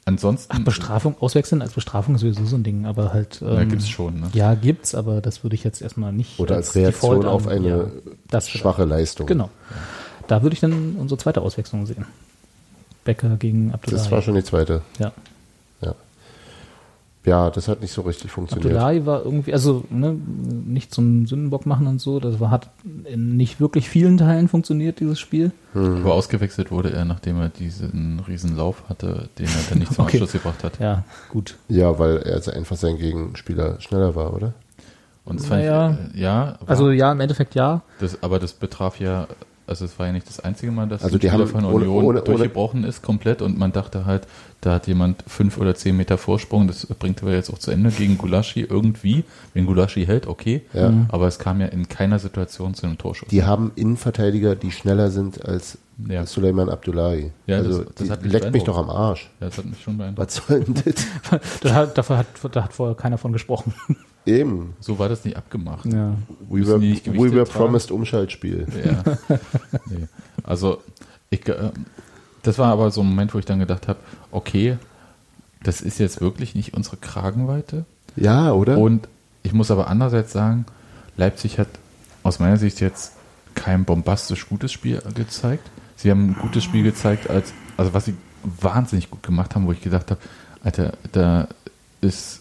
Speaker 9: ansonsten.
Speaker 11: Ach, Bestrafung, auswechseln als Bestrafung ist sowieso so ein Ding, aber halt.
Speaker 9: Ja, gibt's schon, ne?
Speaker 11: Ja, gibt's, aber das würde ich jetzt erstmal nicht.
Speaker 10: Oder als
Speaker 11: die
Speaker 10: Reaktion
Speaker 11: Folge
Speaker 10: auf
Speaker 11: an-
Speaker 10: eine
Speaker 11: ja, das
Speaker 10: schwache
Speaker 11: vielleicht.
Speaker 10: Leistung.
Speaker 11: Genau. Da würde ich dann unsere zweite Auswechslung sehen. Becker gegen Abdullahi.
Speaker 10: Das war schon die zweite.
Speaker 11: Ja.
Speaker 10: Ja, ja das hat nicht so richtig funktioniert.
Speaker 11: Abdullahi war irgendwie, also ne, nicht zum Sündenbock machen und so, das war, hat in nicht wirklich vielen Teilen funktioniert, dieses Spiel.
Speaker 10: Hm.
Speaker 9: Aber ausgewechselt wurde er, nachdem er diesen riesen Lauf hatte, den er dann nicht zum
Speaker 11: [LAUGHS] Okay.
Speaker 9: Abschluss gebracht hat.
Speaker 11: Ja, gut.
Speaker 10: Ja, weil er also einfach sein Gegenspieler schneller war, oder?
Speaker 9: Und zwar,
Speaker 11: Naja,
Speaker 9: äh, ja, war-
Speaker 11: also ja, im Endeffekt [LAUGHS] ja.
Speaker 9: das, aber das betraf ja, also es war ja nicht das einzige Mal, dass
Speaker 10: Also
Speaker 9: ein
Speaker 10: die
Speaker 9: Spieler
Speaker 10: haben
Speaker 9: von
Speaker 10: ohne-
Speaker 9: Union
Speaker 10: ohne- ohne-
Speaker 9: durchgebrochen ist komplett und man dachte halt, da hat jemand fünf oder zehn Meter Vorsprung, das bringt aber jetzt auch zu Ende gegen Gulaschi irgendwie. Wenn Gulaschi hält, okay,
Speaker 10: Ja.
Speaker 11: Mhm.
Speaker 9: aber es kam ja in keiner Situation zu einem Torschuss.
Speaker 10: Die haben Innenverteidiger, die schneller sind als
Speaker 9: Ja.
Speaker 10: Suleiman Abdullahi.
Speaker 9: Ja, das-
Speaker 10: also,
Speaker 9: das
Speaker 10: die
Speaker 9: hat mich
Speaker 10: leckt mich
Speaker 9: beeindruckt.
Speaker 10: doch am Arsch.
Speaker 9: Ja, das hat mich schon beeindruckt.
Speaker 10: Was soll denn das? [LAUGHS]
Speaker 11: Da, hat- dafür hat, da hat vorher keiner von gesprochen.
Speaker 10: Eben.
Speaker 9: So war das nicht abgemacht.
Speaker 11: Ja.
Speaker 10: We were, we were promised Umschaltspiel.
Speaker 9: Ja. nee. Also, ich, äh, das war aber so ein Moment, wo ich dann gedacht habe, okay, das ist jetzt wirklich nicht unsere Kragenweite.
Speaker 10: Ja, oder?
Speaker 9: Und ich muss aber andererseits sagen, Leipzig hat aus meiner Sicht jetzt kein bombastisch gutes Spiel gezeigt. Sie haben ein gutes Spiel gezeigt, als, also was sie wahnsinnig gut gemacht haben, wo ich gedacht habe, Alter, da ist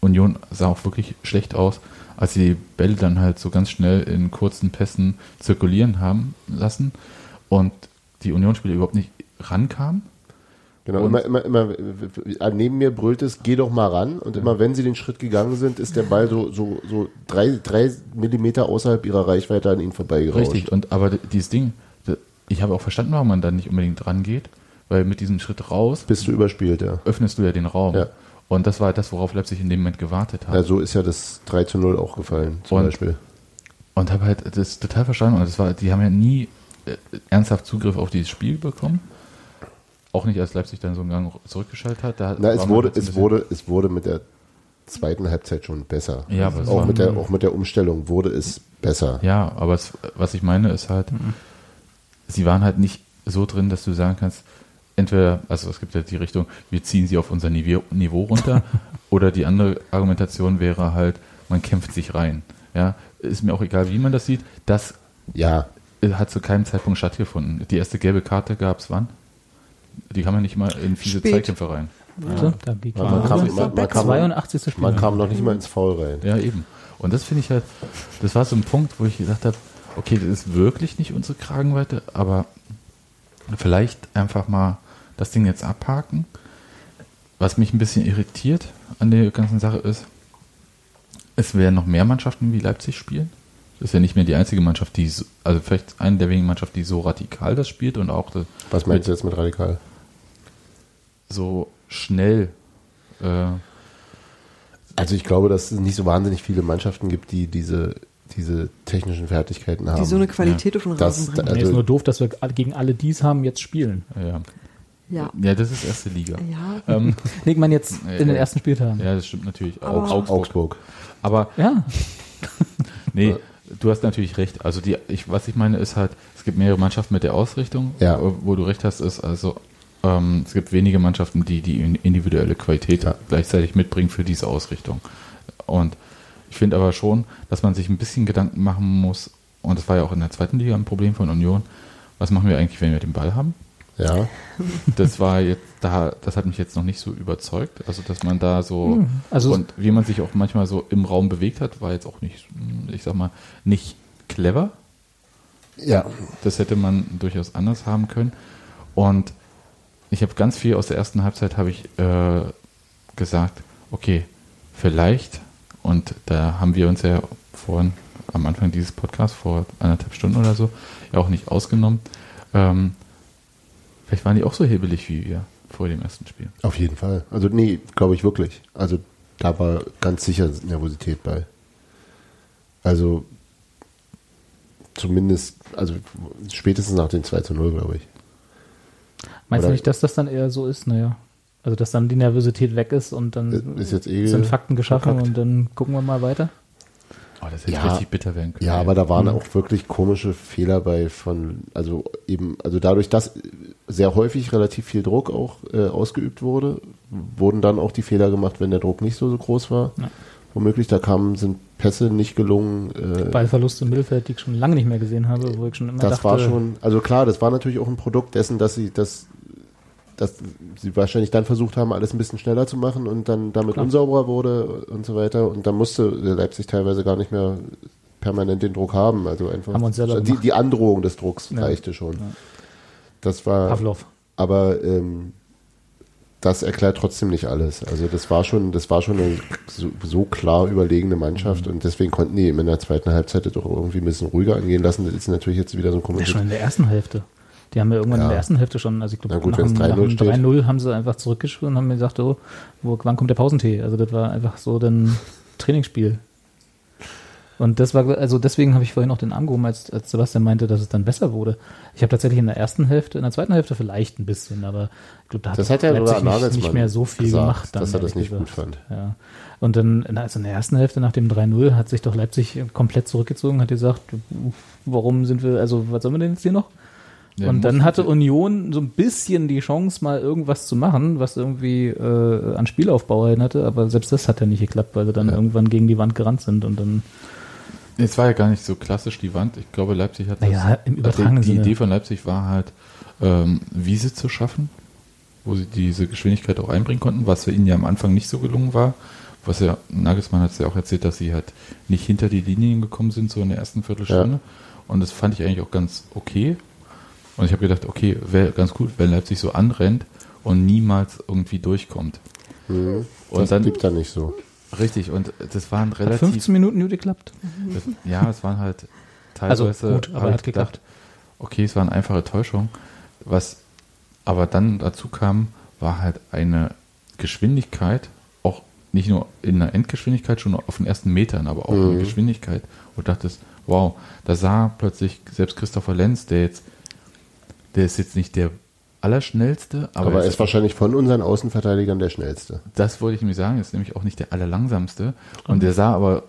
Speaker 9: Union sah auch wirklich schlecht aus, als sie die Bälle dann halt so ganz schnell in kurzen Pässen zirkulieren haben lassen und die Unionsspieler überhaupt nicht rankamen.
Speaker 10: Genau, immer, immer, immer, äh, neben mir brüllt es, geh doch mal ran. Und immer wenn sie den Schritt gegangen sind, ist der Ball so, so, so drei, drei Millimeter außerhalb ihrer Reichweite an ihnen vorbeigerauscht.
Speaker 9: Richtig, und aber dieses Ding, ich habe auch verstanden, warum man da nicht unbedingt rangeht, weil mit diesem Schritt raus
Speaker 10: Bist du überspielt, ja.
Speaker 9: öffnest du ja den Raum.
Speaker 10: Ja.
Speaker 9: Und das war das, worauf Leipzig in dem Moment gewartet hat.
Speaker 10: ja. So ist ja das 3 zu 0 auch gefallen, zum
Speaker 9: Und-
Speaker 10: Beispiel.
Speaker 9: Und habe halt das total verstanden. Und das war, die haben ja nie äh, ernsthaft Zugriff auf dieses Spiel bekommen. Auch nicht, als Leipzig dann so einen Gang zurückgeschaltet hat. Da
Speaker 10: Na,
Speaker 9: war
Speaker 10: es
Speaker 9: man
Speaker 10: wurde,
Speaker 9: halt so ein
Speaker 10: es
Speaker 9: bisschen-
Speaker 10: wurde, es wurde mit der zweiten Halbzeit schon besser.
Speaker 9: Ja, aber es
Speaker 10: auch
Speaker 9: war-
Speaker 10: mit der, auch mit der Umstellung wurde es besser.
Speaker 9: Ja, aber es, was ich meine ist halt, sie waren halt nicht so drin, dass du sagen kannst, entweder, also es gibt ja die Richtung, wir ziehen sie auf unser Niveau, Niveau runter, oder die andere Argumentation wäre halt, man kämpft sich rein. Ja, ist mir auch egal, wie man das sieht, das
Speaker 10: Ja.
Speaker 9: hat zu keinem Zeitpunkt stattgefunden. Die erste gelbe Karte gab es wann? Die kann man nicht mal in fiese
Speaker 8: Spät.
Speaker 9: Zweikämpfe rein.
Speaker 11: Warte, da geht
Speaker 10: Man, man, kam, man, man, kam,
Speaker 11: 82. Spiel.
Speaker 10: man kam noch nicht mal ins Foul rein.
Speaker 9: Ja, eben. Und das finde ich halt, das war so ein Punkt, wo ich gesagt habe, okay, das ist wirklich nicht unsere Kragenweite, aber vielleicht einfach mal das Ding jetzt abhaken. Was mich ein bisschen irritiert an der ganzen Sache ist, es werden noch mehr Mannschaften wie Leipzig spielen. Das ist ja nicht mehr die einzige Mannschaft, die, so, also vielleicht eine der wenigen Mannschaften, die so radikal das spielt und auch das
Speaker 10: Was meinst du jetzt mit radikal?
Speaker 9: so schnell. Äh,
Speaker 10: Also ich glaube, dass es nicht so wahnsinnig viele Mannschaften gibt, die diese, diese technischen Fertigkeiten haben.
Speaker 8: die so eine Qualität auf den
Speaker 10: das,
Speaker 8: Rasen bringen.
Speaker 11: Also, ist
Speaker 10: also,
Speaker 11: nur doof, dass wir gegen alle dies haben jetzt spielen.
Speaker 9: ja.
Speaker 8: Ja.
Speaker 9: ja, das ist erste Liga.
Speaker 8: Ja.
Speaker 9: Ähm,
Speaker 11: Nee, ich meine jetzt
Speaker 9: Ja,
Speaker 11: in den
Speaker 9: ja.
Speaker 11: ersten Spieltagen.
Speaker 9: ja, das stimmt natürlich.
Speaker 8: Aber-
Speaker 10: Augsburg.
Speaker 9: Aber
Speaker 11: Ja,
Speaker 9: nee, du hast natürlich recht. Also die, ich, was ich meine ist halt, es gibt mehrere Mannschaften mit der Ausrichtung,
Speaker 10: Ja.
Speaker 9: Äh, wo du recht hast, ist also ähm, es gibt wenige Mannschaften, die die in- individuelle Qualität
Speaker 10: Ja.
Speaker 9: gleichzeitig mitbringen für diese Ausrichtung. Und ich finde aber schon, dass man sich ein bisschen Gedanken machen muss, und das war ja auch in der zweiten Liga ein Problem von Union, was machen wir eigentlich, wenn wir den Ball haben?
Speaker 10: Ja.
Speaker 9: Das war jetzt da, das hat mich jetzt noch nicht so überzeugt. Also, dass man da so
Speaker 11: also-
Speaker 9: und wie man sich auch manchmal so im Raum bewegt hat, war jetzt auch nicht, hm, ich sag mal, nicht clever.
Speaker 10: Ja.
Speaker 9: Das hätte man durchaus anders haben können. Und ich habe ganz viel aus der ersten Halbzeit habe ich äh, gesagt, okay, vielleicht, und da haben wir uns ja vorhin am Anfang dieses Podcasts vor anderthalb Stunden oder so ja auch nicht ausgenommen. Ähm, vielleicht waren die auch so hebelig wie wir vor dem ersten Spiel.
Speaker 10: Auf jeden Fall. Also nee, glaube ich wirklich. Also da war ganz sicher Nervosität bei. Also zumindest, also spätestens nach den 2 zu 0, glaube ich.
Speaker 11: meinst du
Speaker 10: Oder-
Speaker 11: nicht, dass das dann eher so ist? Naja. Also, dass dann die Nervosität weg ist und dann
Speaker 10: Ist jetzt eh
Speaker 11: sind Fakten geschaffen
Speaker 10: verkackt.
Speaker 11: und dann gucken wir mal weiter.
Speaker 9: Oh, das hätte
Speaker 10: Ja.
Speaker 9: richtig bitter werden können.
Speaker 10: Ja, aber da waren auch wirklich komische Fehler bei von, also eben, also dadurch, dass sehr häufig relativ viel Druck auch äh, ausgeübt wurde, wurden dann auch die Fehler gemacht, wenn der Druck nicht so, so groß war. Womöglich, da kamen, sind Pässe nicht gelungen. Äh,
Speaker 11: Ballverluste im Mittelfeld, die ich schon lange nicht mehr gesehen habe, wo ich schon immer
Speaker 10: das
Speaker 11: dachte,
Speaker 10: war schon, also klar, das war natürlich auch ein Produkt dessen, dass sie das, dass sie wahrscheinlich dann versucht haben, alles ein bisschen schneller zu machen und dann damit
Speaker 11: Klar.
Speaker 10: unsauberer wurde und so weiter. Und da musste Leipzig teilweise gar nicht mehr permanent den Druck haben. Also einfach
Speaker 11: Haben wir uns selber
Speaker 10: die,
Speaker 11: gemacht.
Speaker 10: die Androhung des Drucks
Speaker 11: Ja.
Speaker 10: reichte schon. Das war
Speaker 11: Pavlov.
Speaker 10: aber ähm, das erklärt trotzdem nicht alles. Also das war schon, das war schon eine so, so klar überlegene Mannschaft und deswegen konnten die eben in der zweiten Halbzeit das auch irgendwie ein bisschen ruhiger angehen lassen. Das ist natürlich jetzt wieder so ein
Speaker 11: Ja,
Speaker 10: komisches.
Speaker 11: schon in der ersten Hälfte. Die haben ja irgendwann
Speaker 10: Ja.
Speaker 11: in der ersten Hälfte schon, also ich
Speaker 10: Na
Speaker 11: glaube,
Speaker 10: gut,
Speaker 11: nach,
Speaker 10: wenn's
Speaker 11: dem- nach
Speaker 10: 3-0
Speaker 11: dem
Speaker 10: steht.
Speaker 11: 3-0 haben sie einfach zurückgeschrieben und haben mir gesagt, oh, wo, wann kommt der Pausentee? Also das war einfach so dann Trainingsspiel. Und das war, also deswegen habe ich vorhin auch den Arm gehoben, als, als Sebastian meinte, dass es dann besser wurde. Ich habe tatsächlich in der ersten Hälfte, in der zweiten Hälfte vielleicht ein bisschen, aber ich glaube, da hat
Speaker 10: Das hat ja
Speaker 11: Leipzig
Speaker 10: Robert
Speaker 11: nicht,
Speaker 10: Nagelsmann
Speaker 11: nicht mehr so viel
Speaker 10: gesagt,
Speaker 11: gemacht.
Speaker 10: dass er das
Speaker 11: ehrlich
Speaker 10: nicht gut
Speaker 11: gesagt.
Speaker 10: fand.
Speaker 11: Ja. Und dann, also in der ersten Hälfte nach dem 3-0 hat sich doch Leipzig komplett zurückgezogen, hat gesagt, warum sind wir, also was sollen wir denn jetzt hier noch?
Speaker 9: Ja,
Speaker 11: und dann
Speaker 9: mussten
Speaker 11: hatte Union so ein bisschen die Chance, mal irgendwas zu machen, was irgendwie äh, an Spielaufbau erinnerte, aber selbst das hat ja nicht geklappt, weil sie dann irgendwann gegen die Wand gerannt sind und dann
Speaker 9: Es war ja gar nicht so klassisch die Wand. Ich glaube, Leipzig hat also
Speaker 11: Naja, im übertragenen
Speaker 9: die
Speaker 11: Sinne.
Speaker 9: Idee von Leipzig war halt, ähm, Wiese zu schaffen, wo sie diese Geschwindigkeit auch einbringen konnten, was für ihnen ja am Anfang nicht so gelungen war. Was ja, Nagelsmann hat es ja auch erzählt, dass sie halt nicht hinter die Linien gekommen sind, so in der ersten Viertelstunde. Und das fand ich eigentlich auch ganz okay. Und ich habe gedacht, okay, wäre ganz gut, wenn Leipzig so anrennt und niemals irgendwie durchkommt.
Speaker 10: Mhm.
Speaker 9: Und
Speaker 10: das
Speaker 9: dann-
Speaker 10: gibt er nicht so.
Speaker 9: Richtig, und das waren
Speaker 11: hat
Speaker 9: relativ.
Speaker 11: 15 Minuten gut geklappt.
Speaker 9: Das, ja, es waren halt
Speaker 11: Also
Speaker 9: teilweise.
Speaker 11: gut, aber
Speaker 9: habe
Speaker 11: hat
Speaker 9: ich
Speaker 11: geklappt.
Speaker 9: Okay, es war eine einfache Täuschung. Was aber dann dazu kam, war halt eine Geschwindigkeit, auch nicht nur in der Endgeschwindigkeit, schon auf den ersten Metern, aber auch in
Speaker 10: Mhm.
Speaker 9: der Geschwindigkeit. Und dachtest, wow, da sah plötzlich selbst Christopher Lenz, der jetzt, der ist jetzt nicht der allerschnellste, aber,
Speaker 10: Aber
Speaker 9: er
Speaker 10: er ist wahrscheinlich von unseren Außenverteidigern der schnellste.
Speaker 9: das wollte ich nämlich sagen, ist nämlich auch nicht der allerlangsamste. Und der sah aber.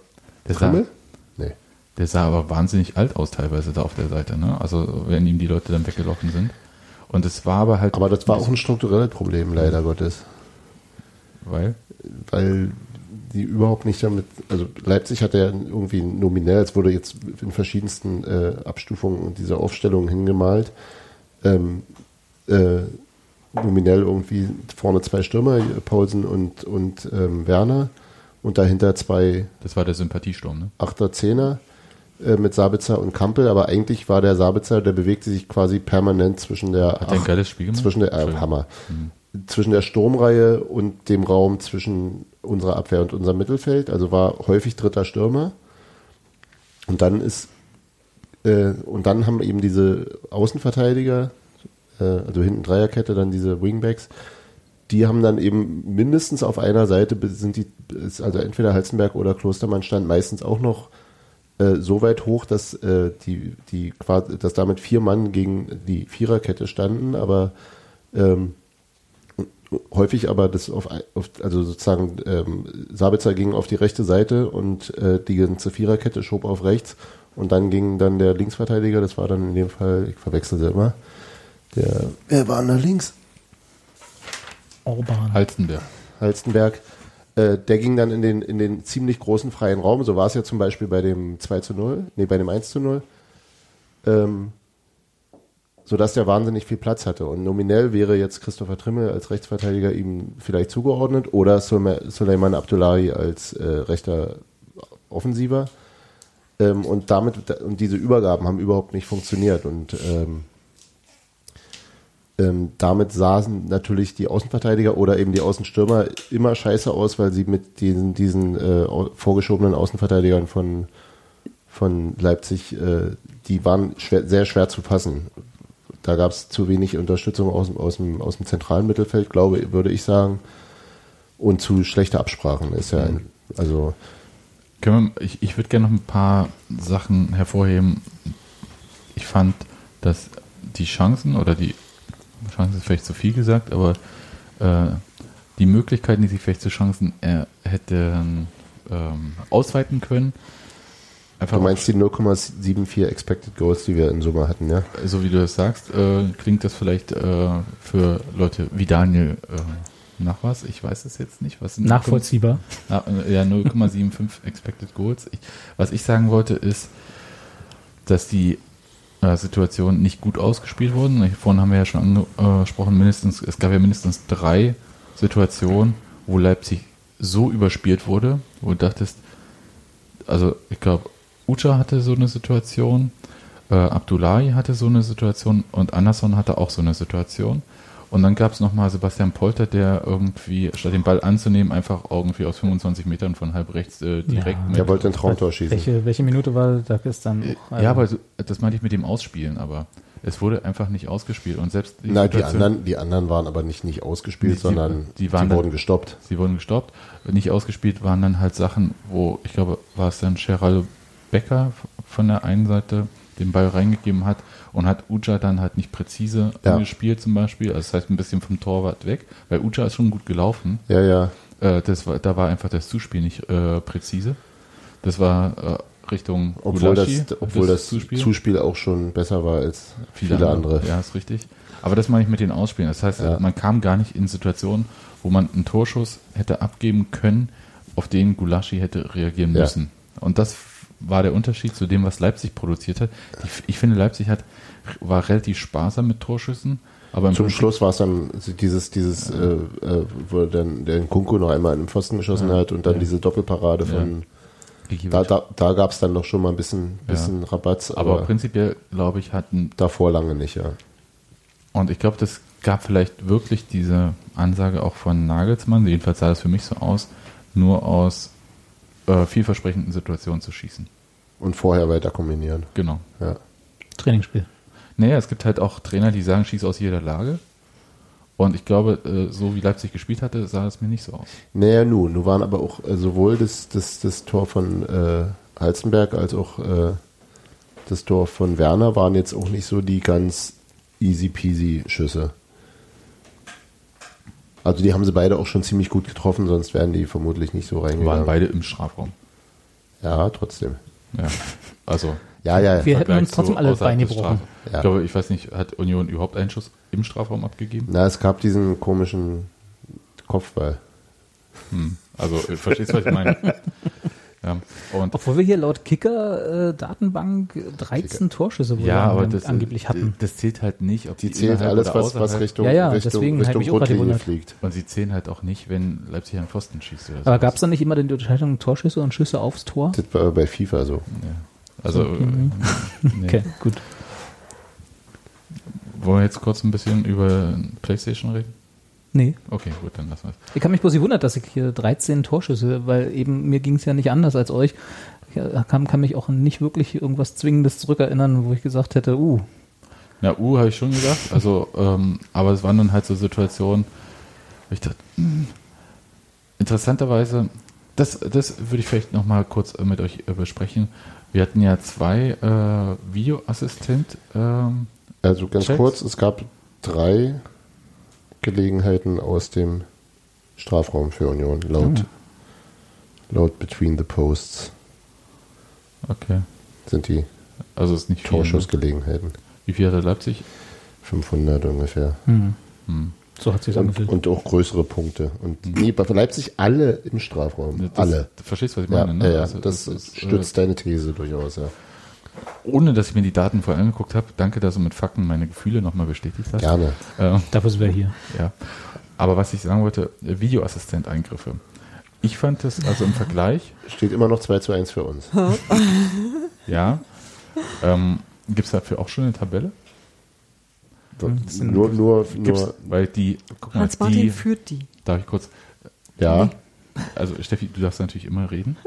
Speaker 9: Der sah,
Speaker 10: Trimmel? Nee.
Speaker 9: der sah aber wahnsinnig alt aus teilweise da auf der Seite, ne? Also wenn ihm die Leute dann weggelaufen sind. Und es war aber halt.
Speaker 10: Aber das war auch ein strukturelles Problem, leider Gottes.
Speaker 9: Weil?
Speaker 10: Weil die überhaupt nicht damit, also Leipzig hat ja irgendwie nominell, es wurde jetzt in verschiedensten äh, Abstufungen dieser Aufstellungen hingemalt, ähm, äh, nominell irgendwie vorne zwei Stürmer, Paulsen und, und ähm, Werner und dahinter zwei
Speaker 9: Das war der Sympathiesturm, ne?
Speaker 10: Achter Zehner äh, mit Sabitzer und Kampel, aber eigentlich war der Sabitzer, der bewegte sich quasi permanent zwischen der
Speaker 9: Hat der ein
Speaker 10: Ach-
Speaker 9: geiles Spiel gemacht?
Speaker 10: zwischen der äh,
Speaker 9: Entschuldigung.
Speaker 10: Hammer zwischen der Sturmreihe und dem Raum zwischen unserer Abwehr und unserem Mittelfeld, also war häufig dritter Stürmer. Und dann ist äh, und dann haben eben diese Außenverteidiger, äh, also hinten Dreierkette, dann diese Wingbacks, die haben dann eben mindestens auf einer Seite be- sind die, ist also entweder Halzenberg oder Klostermann stand meistens auch noch äh, so weit hoch, dass äh, die, die quasi, dass damit vier Mann gegen die Viererkette standen, aber ähm, häufig aber das auf, ein- auf also sozusagen ähm, Sabitzer ging auf die rechte Seite und äh, die ganze Viererkette schob auf rechts und dann ging dann der Linksverteidiger, das war dann in dem Fall, ich verwechsel sie immer, der wer war denn da links?
Speaker 9: Halt
Speaker 11: Orban.
Speaker 9: Halstenberg.
Speaker 10: Halstenberg, äh, der ging dann in den, in den ziemlich großen freien Raum. So war es ja zum Beispiel bei dem 2 zu 0, nee, bei dem 1 zu 0. Ähm, sodass der wahnsinnig viel Platz hatte. Und nominell wäre jetzt Christopher Trimmel als Rechtsverteidiger ihm vielleicht zugeordnet oder Sume- Suleiman Abdullahi als äh, rechter Offensiver. Ähm, und damit und diese Übergaben haben überhaupt nicht funktioniert. Und ähm, ähm, damit sahen natürlich die Außenverteidiger oder eben die Außenstürmer immer scheiße aus, weil sie mit diesen, diesen äh, au- vorgeschobenen Außenverteidigern von, von Leipzig, äh, die waren schwer, sehr schwer zu fassen. Da gab es zu wenig Unterstützung aus, dem- aus, dem, aus dem zentralen Mittelfeld, glaube würde ich sagen. Und zu schlechte Absprachen ist ja ein, also
Speaker 9: Können wir, ich ich würde gerne noch ein paar Sachen hervorheben. Ich fand, dass die Chancen oder die Chancen ist vielleicht zu viel gesagt, aber äh, die Möglichkeiten, die sich vielleicht zu Chancen äh, hätten ähm, ausweiten können, einfach
Speaker 10: du meinst die 0,74 Expected Goals, die wir in Summe hatten, ja?
Speaker 9: so wie du das sagst, äh, klingt das vielleicht äh, für Leute wie Daniel äh, nach was? Ich weiß es jetzt nicht. Was sind-
Speaker 11: Nachvollziehbar.
Speaker 9: Na, äh, Ja, 0,75 Expected Goals. Ich, was ich sagen wollte ist, dass die äh, Situationen nicht gut ausgespielt wurden. Ich- Vorhin haben wir ja schon ange- äh, angesprochen, mindestens, es gab ja mindestens drei Situationen, wo Leipzig so überspielt wurde, wo du dachtest, also ich glaube, Ucha hatte so eine Situation, äh, Abdullahi hatte so eine Situation und Anderson hatte auch so eine Situation. Und dann gab es nochmal Sebastian Polter, der irgendwie, statt den Ball anzunehmen, einfach irgendwie aus 25 Metern von halb rechts äh, direkt
Speaker 11: Ja.
Speaker 9: mit
Speaker 10: Der wollte ein Traumtor schießen.
Speaker 11: Welche, welche Minute war da gestern? auch,
Speaker 9: ja,
Speaker 11: äh,
Speaker 9: aber so, das meinte ich mit dem Ausspielen, aber es wurde einfach nicht ausgespielt. Und selbst die
Speaker 10: Nein, die
Speaker 9: Situation-
Speaker 10: anderen, die anderen waren aber nicht, nicht ausgespielt,
Speaker 9: Die- die-
Speaker 10: sondern
Speaker 9: die waren dann-
Speaker 10: wurden gestoppt.
Speaker 9: sie wurden gestoppt. Nicht ausgespielt waren dann halt Sachen, wo, ich glaube, war es dann Geraldo Becker von der einen Seite den Ball reingegeben hat und hat Uja dann halt nicht präzise
Speaker 10: Ja.
Speaker 9: gespielt zum Beispiel. Also das heißt ein bisschen vom Torwart weg, weil Uja ist schon gut gelaufen.
Speaker 10: Ja, ja.
Speaker 9: Äh, das war, da war einfach das Zuspiel nicht äh, präzise. Das war äh, Richtung
Speaker 10: Obwohl
Speaker 9: Gulaschi,
Speaker 10: das, obwohl das Zuspiel? auch schon besser war als viele, andere.
Speaker 9: Ja, ist richtig. Aber das meine ich mit den Ausspielen. Das heißt,
Speaker 10: Ja.
Speaker 9: man kam gar nicht in Situationen, wo man einen Torschuss hätte abgeben können, auf den Gulaschi hätte reagieren
Speaker 10: Ja.
Speaker 9: müssen. Und das f- war der Unterschied zu dem, was Leipzig produziert hat. Ich, f- ich finde, Leipzig hat, war relativ sparsam mit Torschüssen, aber im
Speaker 10: Zum
Speaker 9: Prinzip-
Speaker 10: Schluss war es dann dieses, dieses, äh, äh, wo dann der Kunku noch einmal an den Pfosten geschossen
Speaker 9: Ja.
Speaker 10: hat und dann
Speaker 9: Ja.
Speaker 10: diese Doppelparade von. Da, da, da gab es dann noch schon mal ein bisschen, bisschen
Speaker 9: Ja.
Speaker 10: Rabatz,
Speaker 9: Aber,
Speaker 10: aber,
Speaker 9: prinzipiell, glaube ich, hatten.
Speaker 10: Davor lange nicht, ja.
Speaker 9: Und ich glaube, das gab vielleicht wirklich diese Ansage auch von Nagelsmann, jedenfalls sah das für mich so aus, nur aus äh, vielversprechenden Situationen zu schießen.
Speaker 10: und vorher weiter kombinieren.
Speaker 9: Genau.
Speaker 10: Ja.
Speaker 11: Trainingsspiel.
Speaker 9: Naja, es gibt halt auch Trainer, die sagen, schieß aus jeder Lage. Und ich glaube, äh, so wie Leipzig gespielt hatte, sah es mir nicht so aus.
Speaker 10: Naja, nu, nu waren aber auch äh, sowohl das, das, das Tor von äh, Halzenberg als auch äh, das Tor von Werner waren jetzt auch nicht so die ganz easy peasy Schüsse. Also die haben sie beide auch schon ziemlich gut getroffen, sonst wären die vermutlich nicht so reingegangen.
Speaker 9: Waren beide im Strafraum.
Speaker 10: Ja, trotzdem.
Speaker 9: Ja. Also.
Speaker 10: Ja, ja,
Speaker 11: [LAUGHS]
Speaker 10: ja.
Speaker 11: Wir hätten
Speaker 9: Vergleich
Speaker 11: uns trotzdem
Speaker 9: zu
Speaker 11: alle das
Speaker 9: außerhalb
Speaker 11: Bein
Speaker 9: des
Speaker 11: gebrochen.
Speaker 9: Strafraums.
Speaker 10: Ja.
Speaker 9: Ich glaube, ich weiß nicht, hat Union überhaupt einen Schuss im Strafraum abgegeben?
Speaker 10: Na, es gab diesen komischen Kopfball.
Speaker 9: Hm. Also, äh, verstehst du, was ich
Speaker 11: [LAUGHS]
Speaker 9: meine? Ja, und
Speaker 11: Obwohl wir hier laut Kicker-Datenbank 13 Torschüsse wohl ähm,
Speaker 9: ja, aber das,
Speaker 11: angeblich hatten.
Speaker 9: das zählt halt nicht, ob
Speaker 10: Die zählen
Speaker 9: innerhalb
Speaker 10: alles,
Speaker 9: oder
Speaker 10: was, was
Speaker 9: außerhalb-
Speaker 10: Richtung,
Speaker 11: Ja, ja,
Speaker 10: Richtung,
Speaker 11: deswegen hab ich
Speaker 10: Richtung
Speaker 11: mich auch gerade
Speaker 10: Grundlinie
Speaker 11: gewundert.
Speaker 10: fliegt.
Speaker 9: Und sie zählen halt auch nicht, wenn Leipzig an den Pfosten schießt. Oder
Speaker 11: Aber
Speaker 9: sowas.
Speaker 11: gab es da nicht immer die Unterscheidung Torschüsse und Schüsse aufs Tor?
Speaker 10: Das war bei FIFA so.
Speaker 9: Also, äh, [LAUGHS] nee.
Speaker 11: mhm. Okay, gut.
Speaker 9: wollen wir jetzt kurz ein bisschen über PlayStation reden?
Speaker 11: Nee.
Speaker 9: Okay, gut, dann lassen wir es.
Speaker 11: Ich habe mich bloß gewundert, dass ich hier 13 Torschüsse, weil eben mir ging es ja nicht anders als euch. Ich äh, kann, kann mich auch nicht wirklich irgendwas Zwingendes zurückerinnern, wo ich gesagt hätte, uh,
Speaker 9: Na, U habe ich schon gedacht. Also, [LAUGHS] ähm, aber es waren dann halt so Situationen, wo ich dachte, hm, interessanterweise, das, das würde ich vielleicht nochmal kurz äh, mit euch äh, besprechen. Wir hatten ja zwei äh, Videoassistent. Ähm,
Speaker 10: Also ganz
Speaker 9: Checks.
Speaker 10: kurz, es gab drei Gelegenheiten aus dem Strafraum für Union, laut,
Speaker 9: Hm.
Speaker 10: laut Between the Posts
Speaker 9: okay.
Speaker 10: sind die
Speaker 9: Also es ist nicht viel, ne?
Speaker 10: Torschussgelegenheiten.
Speaker 9: Wie viel hatte Leipzig?
Speaker 10: 500 ungefähr.
Speaker 11: so hat sich
Speaker 10: Und,
Speaker 11: angefühlt.
Speaker 10: und auch größere Punkte. Und Mhm. nee, bei Leipzig alle im Strafraum.
Speaker 9: Das,
Speaker 10: alle.
Speaker 9: Du verstehst, was ich
Speaker 10: Ja,
Speaker 9: meine, ne?
Speaker 10: ja,
Speaker 9: Also
Speaker 10: das,
Speaker 9: es ist,
Speaker 10: stützt deine These durchaus, ja.
Speaker 9: äh, ohne, dass ich mir die Daten vorher angeguckt habe. Danke, dass du mit Fakten meine Gefühle nochmal bestätigt hast.
Speaker 10: Gerne.
Speaker 9: Ähm,
Speaker 11: Dafür sind wir hier.
Speaker 9: Ja. Aber was ich sagen wollte, Videoassistent-Eingriffe. Ich fand das also im Vergleich,
Speaker 10: Steht immer noch 2 zu 1 für uns.
Speaker 9: ja. Ähm, Gibt es dafür auch schon eine Tabelle?
Speaker 10: nur, nur,
Speaker 9: Gibt's,
Speaker 10: nur,
Speaker 9: weil die, guck mal,
Speaker 8: Hans-Martin
Speaker 9: die,
Speaker 8: führt die.
Speaker 9: darf ich kurz,
Speaker 10: ja.
Speaker 9: also Steffi, du darfst natürlich immer reden.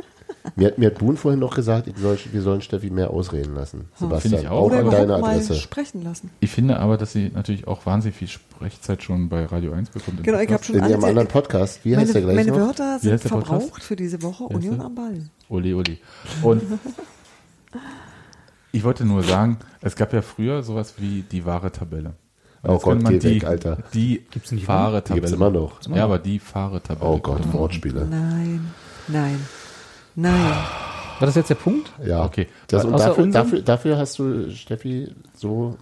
Speaker 10: Mir hat, mir hat Boon vorhin noch gesagt, ich soll, wir sollen Steffi mehr ausreden lassen.
Speaker 9: Finde
Speaker 10: Sebastian,
Speaker 9: ich
Speaker 10: auch,
Speaker 9: auch.
Speaker 10: auch
Speaker 8: Oder
Speaker 10: an deine
Speaker 8: überhaupt mal
Speaker 10: Adresse.
Speaker 8: sprechen lassen.
Speaker 9: Ich finde aber, dass sie natürlich auch wahnsinnig viel Sprechzeit schon bei Radio 1 bekommt. im
Speaker 8: Genau, ich habe
Speaker 9: Podcast.
Speaker 8: schon
Speaker 10: In
Speaker 8: alle
Speaker 10: ihrem
Speaker 8: die-
Speaker 10: anderen Podcast, wie heißt
Speaker 8: meine,
Speaker 10: der gleich
Speaker 8: meine
Speaker 10: noch?
Speaker 8: Wörter sind
Speaker 9: heißt der Podcast?
Speaker 8: verbraucht für diese Woche.
Speaker 9: heißt
Speaker 8: Union
Speaker 9: der?
Speaker 8: am Ball.
Speaker 9: Ole, ole.
Speaker 10: [LAUGHS]
Speaker 9: Und ich wollte nur sagen, es gab ja früher sowas wie die wahre Tabelle. Und
Speaker 10: Oh
Speaker 9: jetzt könnte
Speaker 10: Gott,
Speaker 9: man
Speaker 10: geh
Speaker 9: die,
Speaker 10: weg, Alter.
Speaker 9: Die
Speaker 11: Gibt's nicht mehr?
Speaker 9: wahre
Speaker 10: Die
Speaker 9: Tabelle.
Speaker 10: gibt's immer noch.
Speaker 9: Ja, aber die fahre Tabelle.
Speaker 10: Oh Gott, Wortspiele.
Speaker 8: Nein, nein, nein.
Speaker 11: War das jetzt der Punkt?
Speaker 10: Ja,
Speaker 9: Okay.
Speaker 10: Das, und
Speaker 11: Außer
Speaker 10: dafür,
Speaker 11: unserem?
Speaker 10: dafür, dafür hast du Steffi so,